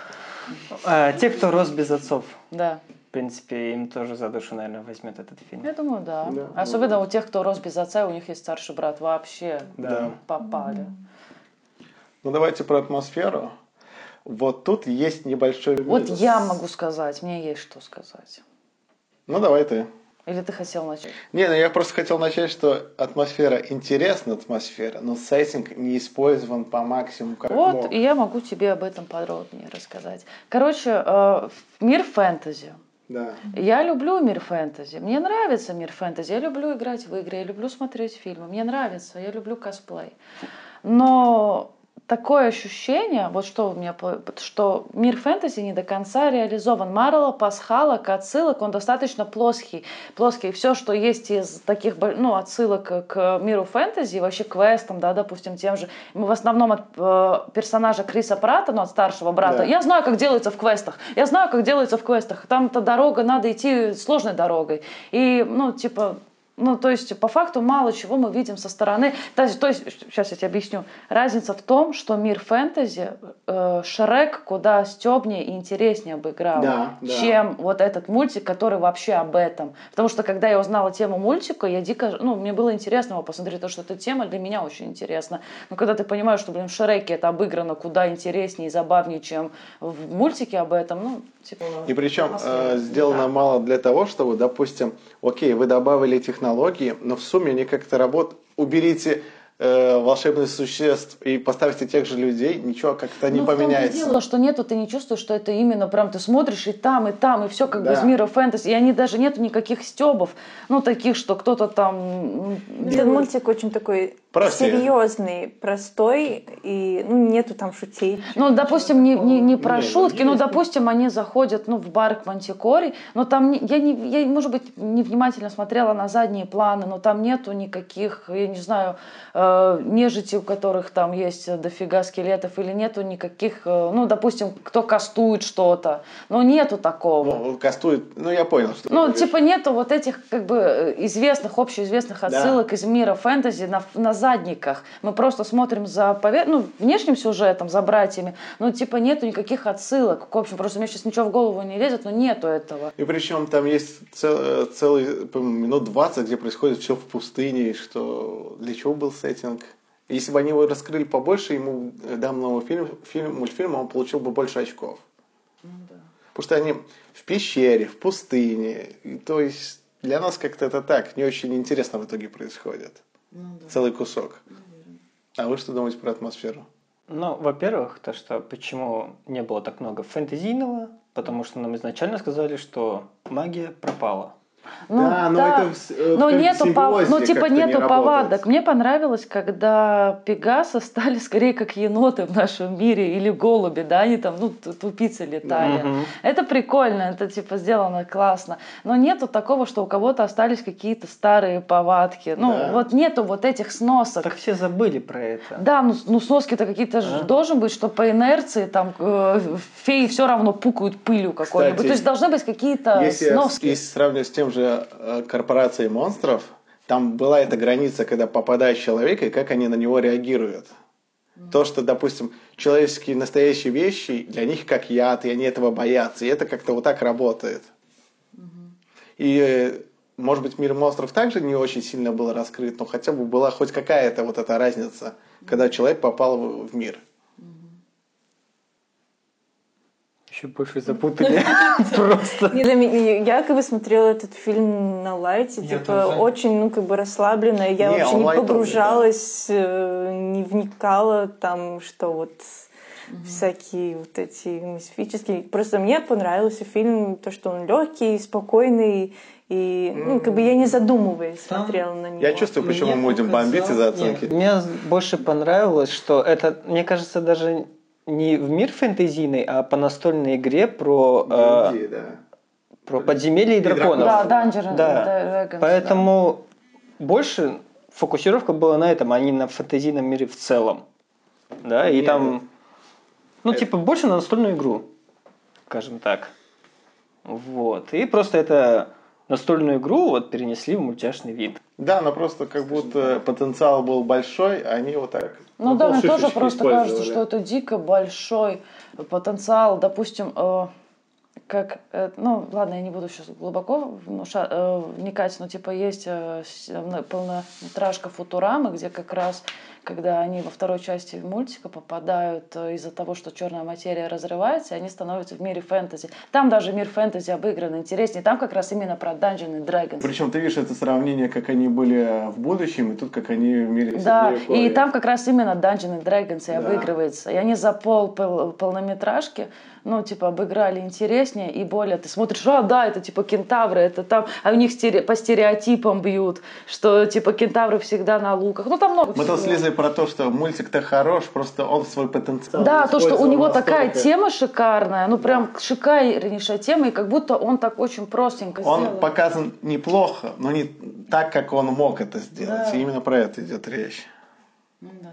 [SPEAKER 6] А, те, кто рос без отцов,
[SPEAKER 2] Да.
[SPEAKER 6] в принципе, им тоже за душу, наверное, возьмет этот фильм.
[SPEAKER 2] Я думаю, да.
[SPEAKER 3] Да,
[SPEAKER 2] Особенно у тех, кто рос без отца, и у них есть старший брат вообще
[SPEAKER 6] Да.
[SPEAKER 2] попали.
[SPEAKER 3] Ну давайте про атмосферу. Вот тут есть небольшой
[SPEAKER 2] Вот
[SPEAKER 3] минус.
[SPEAKER 2] я могу сказать, мне есть что сказать.
[SPEAKER 3] Ну давай ты.
[SPEAKER 2] Или ты хотел начать?
[SPEAKER 3] Не, ну я просто хотел начать, что атмосфера интересна, атмосфера, но сеттинг не использован по максимуму, как
[SPEAKER 2] Вот,
[SPEAKER 3] мог.
[SPEAKER 2] и я могу тебе об этом подробнее рассказать. Короче, э, мир фэнтези.
[SPEAKER 3] Да.
[SPEAKER 2] Я люблю мир фэнтези. Мне нравится мир фэнтези. Я люблю играть в игры, я люблю смотреть фильмы. Мне нравится, я люблю косплей. Но такое ощущение, вот что у меня, по- что мир фэнтези не до конца реализован. Марвела, пасхалок, отсылок, он достаточно плоский. Плоский. И все, что есть из таких, бо- ну, отсылок к миру фэнтези, и вообще квестам, да, допустим, тем же. Мы в основном от э, персонажа Криса Прата, ну, от старшего брата.
[SPEAKER 3] Да.
[SPEAKER 2] Я знаю, как делается в квестах. Я знаю, как делается в квестах. Там-то дорога, надо идти сложной дорогой. И, ну, типа, ну, то есть, по факту, мало чего мы видим со стороны. То есть, сейчас я тебе объясню. Разница в том, что мир фэнтези, э, Шрек куда стебнее и интереснее обыграл,
[SPEAKER 3] Да, да.
[SPEAKER 2] чем вот этот мультик, который вообще об этом. Потому что, когда я узнала тему мультика, я дико... Ну, мне было интересно его посмотреть, потому что эта тема для меня очень интересна. Но когда ты понимаешь, что, блин, в Шреке это обыграно куда интереснее и забавнее, чем в мультике об этом, ну, типа...
[SPEAKER 3] И причем
[SPEAKER 2] атмосфера.
[SPEAKER 3] э, сделано
[SPEAKER 2] Да.
[SPEAKER 3] мало для того, чтобы, допустим, окей, вы добавили технологии, но в сумме они как-то работают. Уберите э, волшебных существ и поставьте тех же людей, ничего как-то не
[SPEAKER 2] Ну, в том-то и
[SPEAKER 3] поменяется.
[SPEAKER 2] дело, что нету, ты не чувствуешь, что это именно прям ты смотришь и там, и там, и все как бы
[SPEAKER 3] Да.
[SPEAKER 2] из мира фэнтези. И они даже нету никаких стебов, ну, таких, что кто-то там... м,
[SPEAKER 4] Этот мультик очень такой
[SPEAKER 3] Прости.
[SPEAKER 4] серьезный, простой, и ну, нету там шутей.
[SPEAKER 2] Ну, допустим, не, не, не про
[SPEAKER 3] Не, ну,
[SPEAKER 2] шутки, ну,
[SPEAKER 3] есть.
[SPEAKER 2] допустим, они заходят ну, в бар к Мантикоре, но там, не- я, не, я, может быть, невнимательно смотрела на задние планы, но там нету никаких, я не знаю, э, нежити, у которых там есть дофига скелетов, или нету никаких, э, ну, допустим, кто кастует что-то, но нету такого.
[SPEAKER 3] Ну, кастует, ну я понял, что. ты
[SPEAKER 2] Ну,
[SPEAKER 3] говоришь.
[SPEAKER 2] типа, нету вот этих, как бы, э, известных, общеизвестных
[SPEAKER 3] Да.
[SPEAKER 2] отсылок из мира фэнтези на, на задниках. Мы просто смотрим за пове- ну, внешним сюжетом, за братьями. Ну, типа, нету никаких отсылок. В общем, просто мне сейчас ничего в голову не лезет, но нету этого.
[SPEAKER 3] И причем там есть цел- э, целый по-моему, минут 20, где происходит все в пустыне, и что для чего был сеттинг. Если бы они его раскрыли побольше, ему э, давного фильм, фильм, мультфильма он получил бы больше очков.
[SPEAKER 5] Ну
[SPEAKER 3] Потому что они в пещере, в пустыне. И то есть для нас как-то это так, не очень интересно в итоге происходит.
[SPEAKER 5] Ну да.
[SPEAKER 3] Целый кусок. А вы что думаете про атмосферу?
[SPEAKER 1] Ну, во-первых, то, что почему не было так много фэнтезийного, потому что нам изначально сказали, что магия пропала.
[SPEAKER 2] Ну,
[SPEAKER 3] это... э,
[SPEAKER 2] Но нету, пов- ну, типа, нету повадок. Мне понравилось, когда пегасы стали скорее как еноты в нашем мире или голуби, да, они там, ну, т- тупицы летали.
[SPEAKER 1] Мгм.
[SPEAKER 2] Это прикольно, это типа сделано классно. Но нету такого, что у кого-то остались какие-то старые повадки. Ну,
[SPEAKER 3] Да.
[SPEAKER 2] вот нету вот этих сносок.
[SPEAKER 1] Так все забыли про это.
[SPEAKER 2] Да, ну, с- ну сноски-то какие-то же
[SPEAKER 1] А.
[SPEAKER 2] должен быть, что по инерции там э, феи все равно пукают пылью какой-нибудь.
[SPEAKER 3] Кстати,
[SPEAKER 2] То есть должны быть какие-то
[SPEAKER 3] Если,
[SPEAKER 2] сноски.
[SPEAKER 3] если сравнивать с тем же э, корпорацией монстров, там была эта граница, когда попадает человек и как они на него реагируют. То, что, допустим, человеческие настоящие вещи для них как яд, и они этого боятся. И это как-то вот так работает. И, э, может быть, мир монстров также не очень сильно был раскрыт, но хотя бы была хоть какая-то вот эта разница, когда человек попал в в мир.
[SPEAKER 1] Еще больше запутали. Просто.
[SPEAKER 4] Не, для меня- я как бы смотрела этот фильм на лайте,
[SPEAKER 6] Я
[SPEAKER 4] типа
[SPEAKER 6] тоже.
[SPEAKER 4] очень, ну, как бы расслабленная, я
[SPEAKER 3] Не,
[SPEAKER 4] вообще
[SPEAKER 3] он
[SPEAKER 4] не
[SPEAKER 3] лайтовый,
[SPEAKER 4] погружалась, э, не вникала там, что вот всякие вот эти мистические. Просто мне понравился фильм, то, что он легкий, спокойный, и, ну, как бы я не задумываясь
[SPEAKER 6] Там
[SPEAKER 4] смотрела на него.
[SPEAKER 3] Я чувствую, почему
[SPEAKER 6] Мне
[SPEAKER 3] мы будем
[SPEAKER 6] показалось-
[SPEAKER 3] бомбить из-за
[SPEAKER 6] Нет.
[SPEAKER 3] оценки.
[SPEAKER 1] Мне больше понравилось, что это, мне кажется, даже не в мир фэнтезийный, а по настольной игре про,
[SPEAKER 6] А,
[SPEAKER 1] э,
[SPEAKER 3] Людей, да.
[SPEAKER 1] про подземелье и
[SPEAKER 3] И драконов.
[SPEAKER 1] драконов.
[SPEAKER 2] Да, Dungeon
[SPEAKER 1] Да.
[SPEAKER 2] and Dragons,
[SPEAKER 1] Поэтому больше фокусировка была на этом, а не на фэнтезийном мире в целом. Да, и
[SPEAKER 3] Нет.
[SPEAKER 1] там, ну,
[SPEAKER 3] Э.
[SPEAKER 1] типа, больше на настольную игру, скажем так. Вот. И просто это настольную игру вот перенесли в мультяшный вид.
[SPEAKER 3] Да, но просто как будто потенциал был большой, а они вот так.
[SPEAKER 2] Ну да, мне тоже
[SPEAKER 3] полшишечки
[SPEAKER 2] просто кажется, что
[SPEAKER 3] использовали.
[SPEAKER 2] это дико большой потенциал, допустим, э, как, э, ну ладно, я не буду сейчас глубоко внуша- э, вникать, но типа есть э, с- э, полнометражка Футурамы, где как раз, когда они во второй части мультика попадают э, из-за того, что черная материя разрывается, они становятся в мире фэнтези. Там даже мир фэнтези обыгран интереснее, там как раз именно про Dungeons and Dragons.
[SPEAKER 3] Причем ты видишь это сравнение, как они были в будущем, и тут как они в мире
[SPEAKER 2] Да,
[SPEAKER 3] средневековья.
[SPEAKER 2] и там как раз именно Dungeons and Dragons и
[SPEAKER 3] Да.
[SPEAKER 2] обыгрывается. И они за пол пол- полнометражки, ну, типа, обыграли интереснее и более. Ты смотришь, а, да, это типа кентавры, это там, а у них стере- по стереотипам бьют, что типа кентавры всегда на луках. Ну, там много
[SPEAKER 3] Мы
[SPEAKER 2] всего.
[SPEAKER 3] тут с Лизой про то, что мультик-то хорош, просто он свой потенциал.
[SPEAKER 2] Да, то, что у
[SPEAKER 3] использовал
[SPEAKER 2] него такая
[SPEAKER 3] настолько.
[SPEAKER 2] тема шикарная, ну прям шикарнейшая тема, и как будто он так очень простенько
[SPEAKER 3] Он
[SPEAKER 2] сделал.
[SPEAKER 3] показан неплохо, но не так, как он мог это сделать. И именно про это идет речь.
[SPEAKER 2] Да.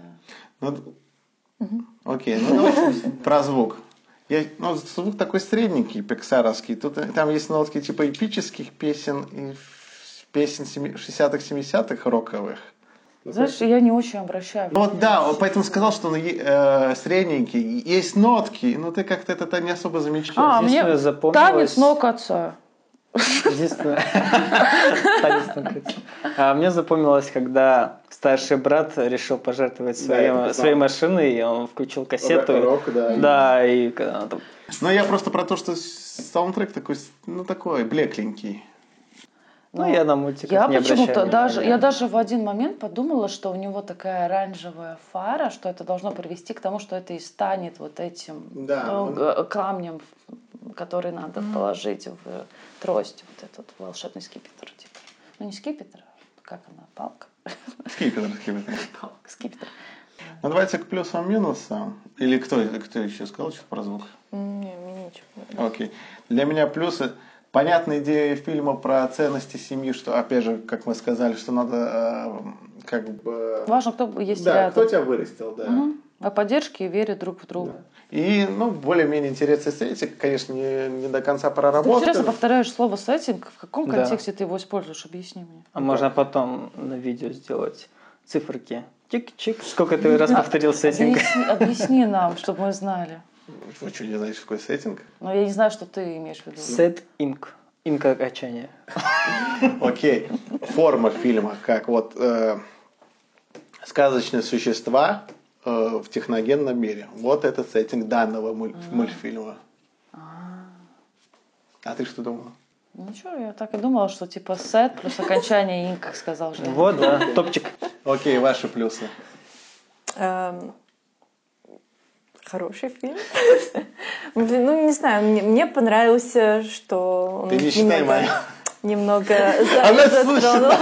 [SPEAKER 3] Ну, Окей, ну давайте про звук. Я, ну, звук такой средненький, пиксаровский. Тут, э, там есть нотки типа эпических песен и ф- песен семи- 60-х, 70-х роковых.
[SPEAKER 2] Знаешь, я не очень обращаю
[SPEAKER 3] Ну вот
[SPEAKER 2] внимание.
[SPEAKER 3] да, вот поэтому сказал, что он е- э, средненький. Есть нотки, но ты как-то это не особо замечаешь.
[SPEAKER 2] А,
[SPEAKER 6] Единственное,
[SPEAKER 2] мне
[SPEAKER 6] запомнилось-
[SPEAKER 2] танец ног отца.
[SPEAKER 6] Единственное. Танец на крыльце. А Мне запомнилось, когда старший брат решил пожертвовать
[SPEAKER 3] это
[SPEAKER 6] своей
[SPEAKER 3] да.
[SPEAKER 6] своей машиной, и он включил кассету.
[SPEAKER 3] Рок, да.
[SPEAKER 6] Да, и когда она там
[SPEAKER 3] Но Ну, я просто про то, что с- саундтрек такой, с- ну такой, блекленький.
[SPEAKER 6] Ну, я на мультиках
[SPEAKER 2] Я
[SPEAKER 6] не обращаю
[SPEAKER 2] почему-то даже,
[SPEAKER 6] внимания.
[SPEAKER 2] я даже в один момент подумала, что у него такая оранжевая фара, что это должно привести к тому, что это и станет вот этим
[SPEAKER 3] Да,
[SPEAKER 2] ну,
[SPEAKER 3] он-
[SPEAKER 2] г- камнем, который надо положить в э, трость, вот этот волшебный скипетр. Типа. Ну не скипетр, а как она, палка?
[SPEAKER 3] Скипетр, скипетр.
[SPEAKER 2] Палка, скипетр.
[SPEAKER 3] Ну давайте к плюсам минусам. Или кто, кто еще сказал что-то про звук?
[SPEAKER 4] Не, мне ничего.
[SPEAKER 3] Окей. Для меня плюсы. Понятная идея фильма про ценности семьи, что, опять же, как мы сказали, что надо э, как бы...
[SPEAKER 2] Важно, кто есть
[SPEAKER 3] Да,
[SPEAKER 2] рядом.
[SPEAKER 3] кто тебя вырастил, да.
[SPEAKER 2] Мгм. О поддержке и вере друг в друга.
[SPEAKER 3] И, ну, более-менее интересный сеттинг, конечно, не, не до конца
[SPEAKER 2] Ты
[SPEAKER 3] проработан.
[SPEAKER 2] интересно повторяешь слово сеттинг, в каком
[SPEAKER 6] Да.
[SPEAKER 2] контексте ты его используешь, объясни мне.
[SPEAKER 6] А можно потом на видео сделать циферки. Чик-чик. Сколько
[SPEAKER 2] Ну,
[SPEAKER 6] ты раз повторил сеттинг?
[SPEAKER 2] Объясни, объясни нам, чтобы мы знали.
[SPEAKER 3] Вы что, не знаете, что такое сеттинг?
[SPEAKER 2] Но Ну, я не знаю, что ты имеешь в виду.
[SPEAKER 6] Сет инк. Инк окончание.
[SPEAKER 3] Окей. Форма фильма, как вот э, сказочные существа э, в техногенном мире. Вот это сеттинг данного муль- мультфильма.
[SPEAKER 2] А.
[SPEAKER 3] А ты что думала?
[SPEAKER 2] Ну, Ничего, я так и думала, что типа сет плюс окончание инк, как сказал же.
[SPEAKER 6] Вот, да, топчик.
[SPEAKER 3] Окей, ваши плюсы.
[SPEAKER 4] Эм, Хороший фильм. Блин, Ну, не знаю, мне, мне понравился, что он
[SPEAKER 3] Ты не читай
[SPEAKER 4] немного-
[SPEAKER 3] мою.
[SPEAKER 4] Немного за-
[SPEAKER 3] Она
[SPEAKER 4] затронул.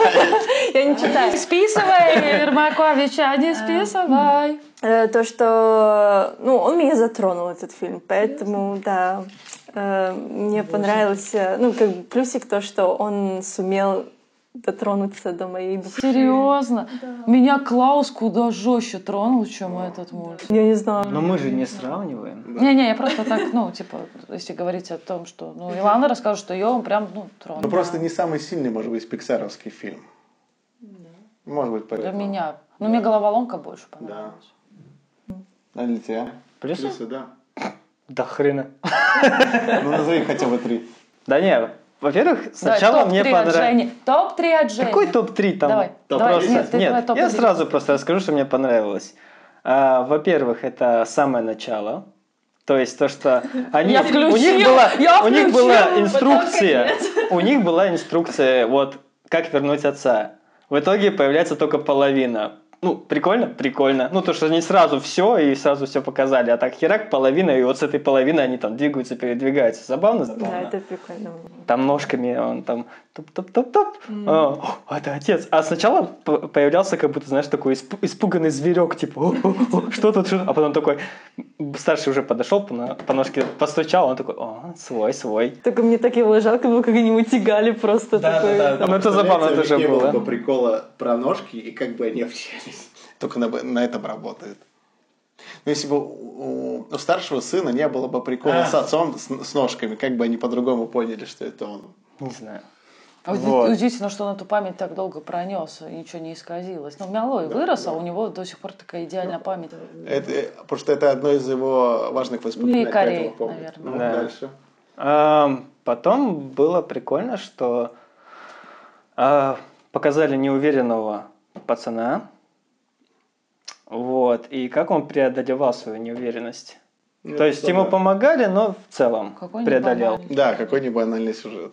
[SPEAKER 4] Я не читаю.
[SPEAKER 2] Списывай, Ермаковича, не списывай.
[SPEAKER 4] Э, То, что... Ну, он меня затронул, этот фильм. Поэтому, да, э, мне понравился... Ну, как бы плюсик то, что он сумел дотронуться до моей души.
[SPEAKER 2] Серьезно? Меня Клаус куда жестче тронул, чем этот мультик.
[SPEAKER 4] Я не знаю.
[SPEAKER 6] Но
[SPEAKER 3] Ну,
[SPEAKER 6] мы же не сравниваем.
[SPEAKER 2] Не-не, я просто так, ну, типа, если говорить о том, что... Ну, Илана расскажет, что ее он прям, ну,
[SPEAKER 3] Ну,
[SPEAKER 2] тронул.
[SPEAKER 3] просто не самый сильный, может быть, пиксаровский фильм. Может быть,
[SPEAKER 2] Для
[SPEAKER 3] поэтому.
[SPEAKER 2] меня. Ну, мне головоломка больше
[SPEAKER 3] Да.
[SPEAKER 2] понравилась.
[SPEAKER 3] А для тебя?
[SPEAKER 6] Плюсы?
[SPEAKER 3] да.
[SPEAKER 6] Да хрена.
[SPEAKER 3] Ну, назови хотя бы три.
[SPEAKER 6] Да не, во-первых, сначала
[SPEAKER 2] Давай,
[SPEAKER 6] мне
[SPEAKER 2] топ-три от
[SPEAKER 6] понравилось.
[SPEAKER 2] Жени. Топ-3 от Жени.
[SPEAKER 6] Какой топ-3 там?
[SPEAKER 2] Давай.
[SPEAKER 6] Просто-
[SPEAKER 2] Давай. Нет, ты давай
[SPEAKER 6] Нет,
[SPEAKER 2] топ-три.
[SPEAKER 6] я сразу просто расскажу, что мне понравилось. А, во-первых, это самое начало. То есть то, что они,
[SPEAKER 2] Я включила,
[SPEAKER 6] у них была,
[SPEAKER 2] я
[SPEAKER 6] у них
[SPEAKER 2] включила,
[SPEAKER 6] была
[SPEAKER 2] потом
[SPEAKER 6] инструкция, у них была инструкция, вот как вернуть отца. В итоге появляется только половина. Ну, прикольно? Прикольно. Ну, то, что они сразу все и сразу все показали. А так херак, половина, и вот с этой половины они там двигаются, передвигаются. Забавно?
[SPEAKER 4] Да,
[SPEAKER 6] Забавно.
[SPEAKER 4] это прикольно.
[SPEAKER 6] Там ножками он там топ-топ-топ-топ. А, «О, это отец. А сначала п- появлялся как будто, знаешь, такой исп- испуганный зверек, типа, «О, о, о, что тут? что?» А потом такой, м, старший уже подошел, по, на- по ножке постучал, он такой, о, свой, свой.
[SPEAKER 4] Только мне так его жалко было, как они его тягали просто. такой.
[SPEAKER 6] да. Ну, это забавно тоже было.
[SPEAKER 3] прикола про ножки и как бы они общались. Только на, на этом работает. Ну, если бы у, у старшего сына не было бы
[SPEAKER 6] А.
[SPEAKER 3] прикола с отцом, с, с ножками, как бы они по-другому поняли, что это он.
[SPEAKER 6] Не знаю.
[SPEAKER 2] А уди-
[SPEAKER 6] Вот.
[SPEAKER 2] Удивительно, что он эту память так долго пронес, и ничего не исказилось. Но Мялой вырос, а у него до сих пор такая идеальная
[SPEAKER 6] Ну,
[SPEAKER 2] память.
[SPEAKER 6] э,
[SPEAKER 3] Это, э, потому что это одно из его важных воспоминаний.
[SPEAKER 2] Корей,
[SPEAKER 3] поэтому помнит.
[SPEAKER 2] наверное.
[SPEAKER 3] Ну,
[SPEAKER 6] Да.
[SPEAKER 3] дальше.
[SPEAKER 6] Ам, Потом было прикольно, что а, показали неуверенного пацана. Вот. И как он преодолевал свою неуверенность.
[SPEAKER 3] Ну,
[SPEAKER 6] То есть
[SPEAKER 3] это
[SPEAKER 6] ему
[SPEAKER 3] да.
[SPEAKER 6] помогали, но в целом
[SPEAKER 2] Какой
[SPEAKER 6] преодолел.
[SPEAKER 2] небанальный.
[SPEAKER 3] Да, какой не банальный сюжет.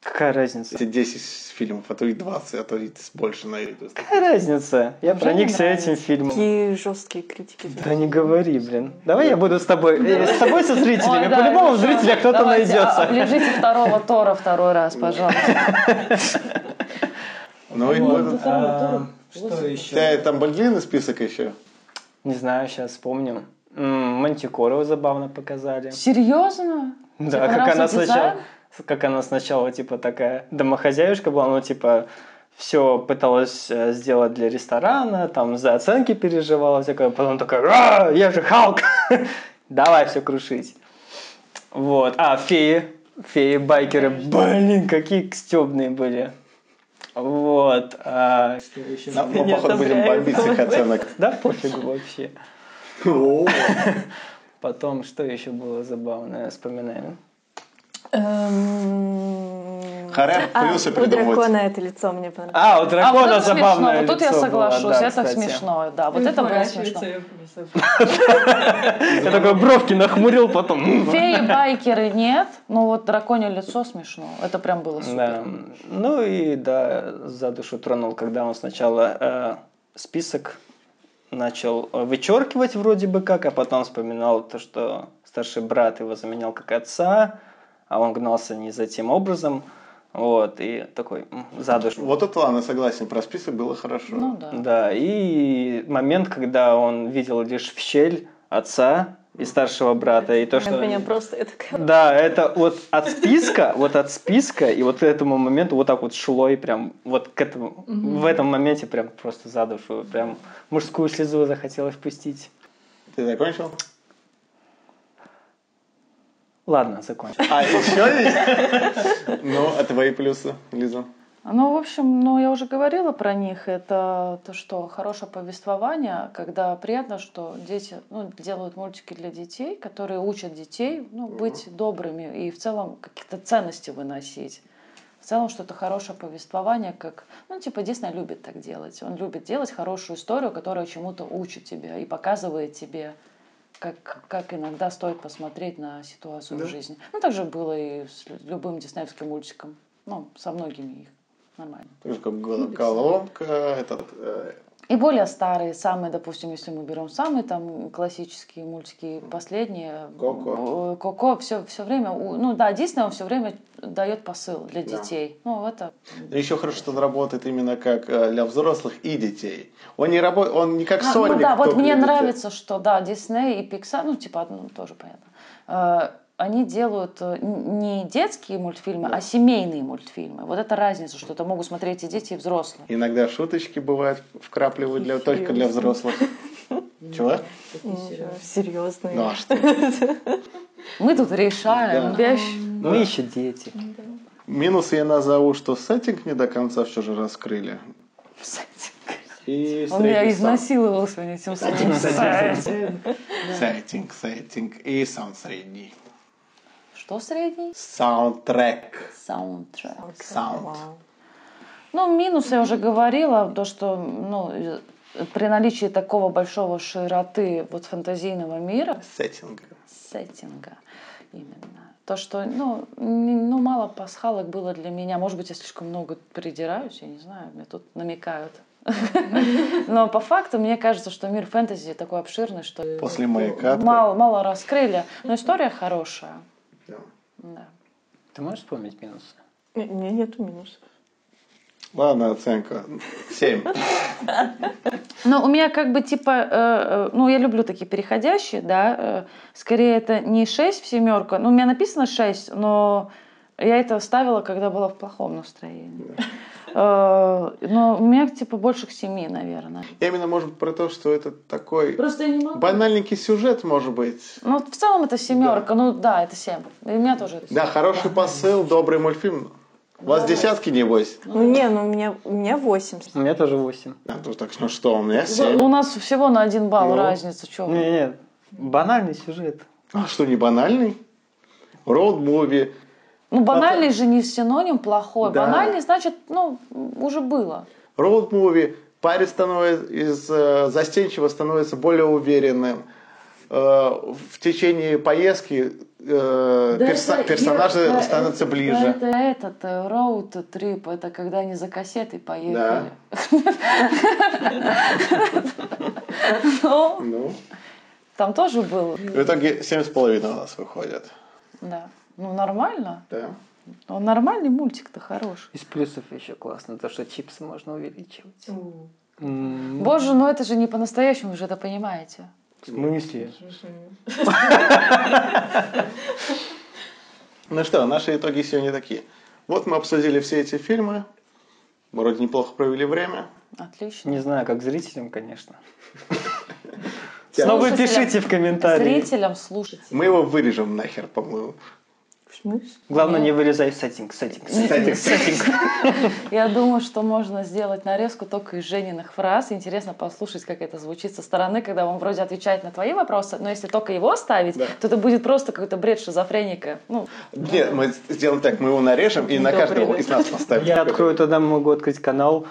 [SPEAKER 6] Какая разница?
[SPEAKER 3] Эти 10 фильмов, а то и 20, а то и больше найдут.
[SPEAKER 6] Какая разница? Я
[SPEAKER 2] Мне
[SPEAKER 6] проникся
[SPEAKER 2] не
[SPEAKER 6] этим фильмом.
[SPEAKER 4] Такие жесткие критики.
[SPEAKER 6] Да не говори, блин. Давай я буду с тобой. э, С тобой со зрителями.
[SPEAKER 2] Ой, да,
[SPEAKER 6] По-любому в
[SPEAKER 2] хорошо.
[SPEAKER 6] зрителях кто-то
[SPEAKER 2] Давайте, а-
[SPEAKER 6] найдется.
[SPEAKER 2] Оближите второго Тора второй раз, пожалуйста.
[SPEAKER 3] Ну и вот,
[SPEAKER 6] А,
[SPEAKER 9] Что
[SPEAKER 3] У
[SPEAKER 9] еще?
[SPEAKER 3] тебя там был длинный список еще?
[SPEAKER 6] Не знаю, сейчас вспомним. М, Мантикорова забавно показали.
[SPEAKER 2] Серьезно? Тебе
[SPEAKER 6] Ну Да, как она
[SPEAKER 2] понравился
[SPEAKER 6] сначала,
[SPEAKER 2] дизайн?
[SPEAKER 6] как она сначала типа такая домохозяюшка была, ну типа все пыталась э, сделать для ресторана, там за оценки переживала всякое, потом такая, «А, я же Халк, давай все крушить. Вот, а феи, феи байкеры, блин, какие стебные были. Вот, а,
[SPEAKER 9] Что еще?
[SPEAKER 3] На- Мы, походу, будем
[SPEAKER 4] одобряю.
[SPEAKER 3] бомбить с их оценок.
[SPEAKER 6] да пофигу вообще.
[SPEAKER 3] О.
[SPEAKER 6] Потом что еще было забавное, вспоминаем.
[SPEAKER 4] Эм,
[SPEAKER 3] Харе
[SPEAKER 4] а,
[SPEAKER 3] появился
[SPEAKER 4] у дракона
[SPEAKER 3] придумывать.
[SPEAKER 4] это лицо мне понравилось.
[SPEAKER 6] А, у
[SPEAKER 2] А вот
[SPEAKER 6] дракона
[SPEAKER 2] это смешно,
[SPEAKER 6] забавное
[SPEAKER 2] вот тут я
[SPEAKER 6] лицо было,
[SPEAKER 2] соглашусь,
[SPEAKER 6] да,
[SPEAKER 2] это
[SPEAKER 6] кстати.
[SPEAKER 2] смешно,
[SPEAKER 3] А,
[SPEAKER 2] да, А, вот это было смешно.
[SPEAKER 6] Я такой бровки нахмурил потом. ну,
[SPEAKER 2] Феи, байкеры нет, но вот драконье лицо смешно, это прям было
[SPEAKER 6] Да.
[SPEAKER 2] супер.
[SPEAKER 6] Ну и да, за душу тронул, когда он сначала э, список начал э, вычеркивать вроде бы как, а потом вспоминал то, что старший брат его заменял как отца, а он гнался не за тем образом. Вот, и такой м, за душу.
[SPEAKER 3] Вот это ладно, согласен, про список было хорошо.
[SPEAKER 2] Ну да.
[SPEAKER 6] Да, и момент, когда он видел лишь в щель отца и старшего брата, и то,
[SPEAKER 4] От
[SPEAKER 6] что...
[SPEAKER 4] меня просто я такая,
[SPEAKER 6] Да, это вот от списка, вот от списка, и вот к этому моменту вот так вот шло, и прям вот к этому, в этом моменте прям просто за душу, прям мужскую слезу захотелось пустить.
[SPEAKER 3] Ты закончил?
[SPEAKER 6] Ладно, закончил.
[SPEAKER 3] А, еще есть? Ну, а твои плюсы, Лиза?
[SPEAKER 2] Ну, в общем, ну, я уже говорила про них. Это то, что хорошее повествование, когда приятно, что дети ну, делают мультики для детей, которые учат детей ну, быть добрыми и в целом какие-то ценности выносить. В целом, что это хорошее повествование, как... Ну, типа, Дисней любит так делать. Он любит делать хорошую историю, которая чему-то учит тебя и показывает тебе, как, как иногда стоит посмотреть на ситуацию в жизни. Ну, так же было и с лю- любым диснеевским мультиком. Ну, со многими их. Нормально.
[SPEAKER 3] Тоже как гол- Головка, этот... э,
[SPEAKER 2] И более старые, самые, допустим, если мы берем самые там классические мультики, последние.
[SPEAKER 3] Коко.
[SPEAKER 2] э, Коко все, все время, у- ну да, Дисней он все время дает посыл для
[SPEAKER 3] Да.
[SPEAKER 2] детей. Ну, это
[SPEAKER 3] Еще хорошо, что он работает именно как э, для взрослых и детей. Он не работает, он не как
[SPEAKER 2] А,
[SPEAKER 3] Соник.
[SPEAKER 2] ну да, вот
[SPEAKER 3] только
[SPEAKER 2] мне
[SPEAKER 3] для детей.
[SPEAKER 2] нравится, что да, Дисней и Pixar, ну типа одно тоже понятно. э, Они делают э, н- не детские мультфильмы, а семейные мультфильмы. Вот это разница, что это могут смотреть и дети, и взрослые.
[SPEAKER 3] Иногда шуточки бывают, вкрапливают для, только для взрослых. Чего?
[SPEAKER 4] ничего, серьезно.
[SPEAKER 3] Ну а что?
[SPEAKER 2] Мы тут решаем
[SPEAKER 3] Да.
[SPEAKER 2] вещи.
[SPEAKER 6] Мы еще дети.
[SPEAKER 3] Ну, Минус я назову, что сеттинг не до конца все же раскрыли. И
[SPEAKER 2] Он меня
[SPEAKER 3] средний сам.
[SPEAKER 2] изнасиловал сегодня этим своим сайтом.
[SPEAKER 3] Сеттинг, сеттинг и саунд средний.
[SPEAKER 2] Что средний?
[SPEAKER 3] Саундтрек.
[SPEAKER 2] Саундтрек.
[SPEAKER 3] Саунд.
[SPEAKER 2] Ну, минус я уже говорила, то, что ну, э, при наличии такого большого широты вот фантазийного мира,
[SPEAKER 3] Сеттинг.
[SPEAKER 2] сеттинга именно. То, что, ну, н- ну, мало пасхалок было для меня. Может быть, я слишком много придираюсь, я не знаю, мне тут намекают. Но по факту, мне кажется, что мир фэнтези такой обширный, что
[SPEAKER 3] После маяка. ты-
[SPEAKER 2] мало, мало раскрыли. Но история хорошая.
[SPEAKER 3] Да.
[SPEAKER 2] Да.
[SPEAKER 6] Ты можешь вспомнить минусы?
[SPEAKER 4] У меня нету минусов.
[SPEAKER 3] Ладно, оценка. Семь.
[SPEAKER 2] Но у меня как бы типа, э, э, ну я люблю такие переходящие, да, э, скорее это не 6 в семерку, ну у меня написано 6, но я это вставила, когда была в плохом настроении. Э, Но у меня типа больше к 7, наверное.
[SPEAKER 3] Я именно, может, быть, про то, что это такой
[SPEAKER 2] Просто я не могу.
[SPEAKER 3] банальненький сюжет, может быть.
[SPEAKER 2] Ну в целом это семерка, ну да, это 7. И у меня тоже это
[SPEAKER 3] Да,
[SPEAKER 2] семь.
[SPEAKER 3] хороший посыл, добрый мультфильм. У вас десятки, небось.
[SPEAKER 4] Ну не, ну у меня, у меня восемь.
[SPEAKER 6] У меня тоже 8.
[SPEAKER 3] А, ну так, ну что, у меня
[SPEAKER 2] У
[SPEAKER 3] семь.
[SPEAKER 2] нас всего на один балл
[SPEAKER 3] Ну.
[SPEAKER 2] разница, чё вы.
[SPEAKER 6] Не-не, банальный сюжет.
[SPEAKER 3] А что, не банальный? Роуд-муви.
[SPEAKER 2] Ну банальный же не синоним плохой.
[SPEAKER 3] а Да.
[SPEAKER 2] Банальный значит, ну уже было.
[SPEAKER 3] роуд-муви, парень становится из э, застенчивого становится более уверенным. Э, в течение поездки э, перса- персонажи становятся ближе.
[SPEAKER 2] Это этот э, роуд трип, это когда они за кассетой поехали. Ну,
[SPEAKER 3] Ну.
[SPEAKER 2] там тоже был,
[SPEAKER 3] В итоге семь с половиной у нас выходит.
[SPEAKER 2] да. Ну, нормально.
[SPEAKER 3] Да.
[SPEAKER 2] Он нормальный мультик-то хороший.
[SPEAKER 6] Из плюсов еще классно, то, что чипсы можно увеличивать. М,
[SPEAKER 2] Боже, ну это же не по-настоящему, вы же это понимаете.
[SPEAKER 6] В смысле?
[SPEAKER 3] Ну что, наши итоги сегодня такие. Вот мы обсудили все эти фильмы. Вроде неплохо провели время.
[SPEAKER 2] Отлично.
[SPEAKER 6] Не знаю, как зрителям, конечно.
[SPEAKER 3] Я-
[SPEAKER 6] Снова
[SPEAKER 2] Слушателям.
[SPEAKER 6] пишите в комментарии.
[SPEAKER 2] Зрителям слушать.
[SPEAKER 3] Мы его вырежем нахер, по-моему.
[SPEAKER 6] Главное, не вырезай сеттинг, сеттинг, сеттинг, сеттинг.
[SPEAKER 2] Я думаю, что можно сделать нарезку только из Жениных фраз. Интересно послушать, как это звучит со стороны, когда он вроде отвечает на твои вопросы, но если только его ставить,
[SPEAKER 3] Да.
[SPEAKER 2] то это будет просто какой-то бред шизофреника. Ну,
[SPEAKER 3] Нет, мы сделаем так, мы его нарежем и на
[SPEAKER 2] Добрый
[SPEAKER 3] каждого
[SPEAKER 2] день.
[SPEAKER 3] из нас поставим.
[SPEAKER 6] Я открою, тогда могу открыть канал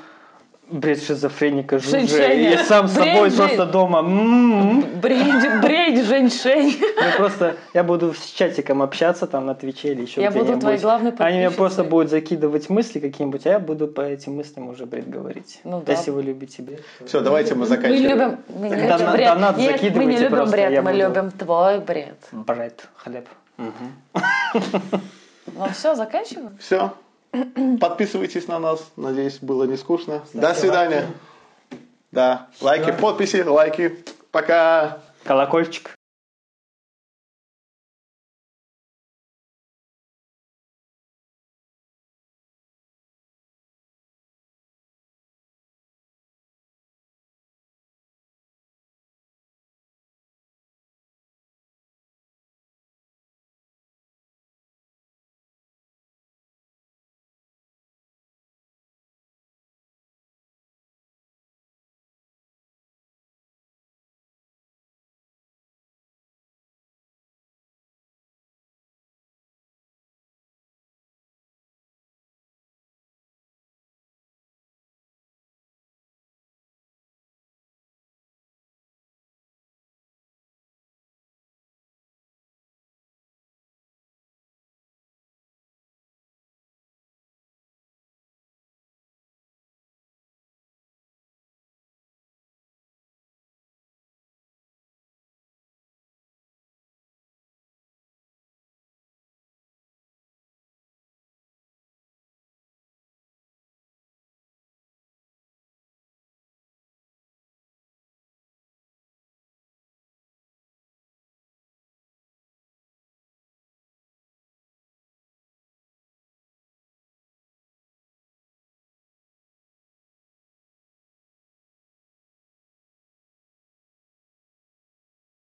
[SPEAKER 6] Бред шизофреника Жужжи.
[SPEAKER 2] Женьшеня.
[SPEAKER 6] И сам с
[SPEAKER 2] Бред,
[SPEAKER 6] собой
[SPEAKER 2] бред.
[SPEAKER 6] просто дома. М, м.
[SPEAKER 2] брейд, брейд, женьшень.
[SPEAKER 6] Ну, просто я буду с чатиком общаться там на Твиче или еще
[SPEAKER 2] Я буду твоей
[SPEAKER 6] где-нибудь.
[SPEAKER 2] главной
[SPEAKER 6] Они мне просто
[SPEAKER 2] подписчицей.
[SPEAKER 6] будут закидывать мысли какие-нибудь, а я буду по этим мыслям уже бред говорить.
[SPEAKER 2] Ну да.
[SPEAKER 6] Если вы любите бред.
[SPEAKER 3] Все, давайте мы
[SPEAKER 2] Мы
[SPEAKER 3] заканчиваем.
[SPEAKER 2] любим, мы не
[SPEAKER 6] Так
[SPEAKER 2] любим
[SPEAKER 6] дона-
[SPEAKER 2] бред.
[SPEAKER 6] донат
[SPEAKER 2] Нет, мы не
[SPEAKER 6] закидывайте
[SPEAKER 2] любим
[SPEAKER 6] просто,
[SPEAKER 2] бред,
[SPEAKER 6] я
[SPEAKER 2] мы
[SPEAKER 6] буду.
[SPEAKER 2] любим твой бред.
[SPEAKER 6] Бред, хлеб. Мгм.
[SPEAKER 2] Ну все, заканчиваем.
[SPEAKER 3] Все. Подписывайтесь на нас. Надеюсь, было не скучно. До свидания. Да. Лайки, подписи, лайки. Пока.
[SPEAKER 6] Колокольчик.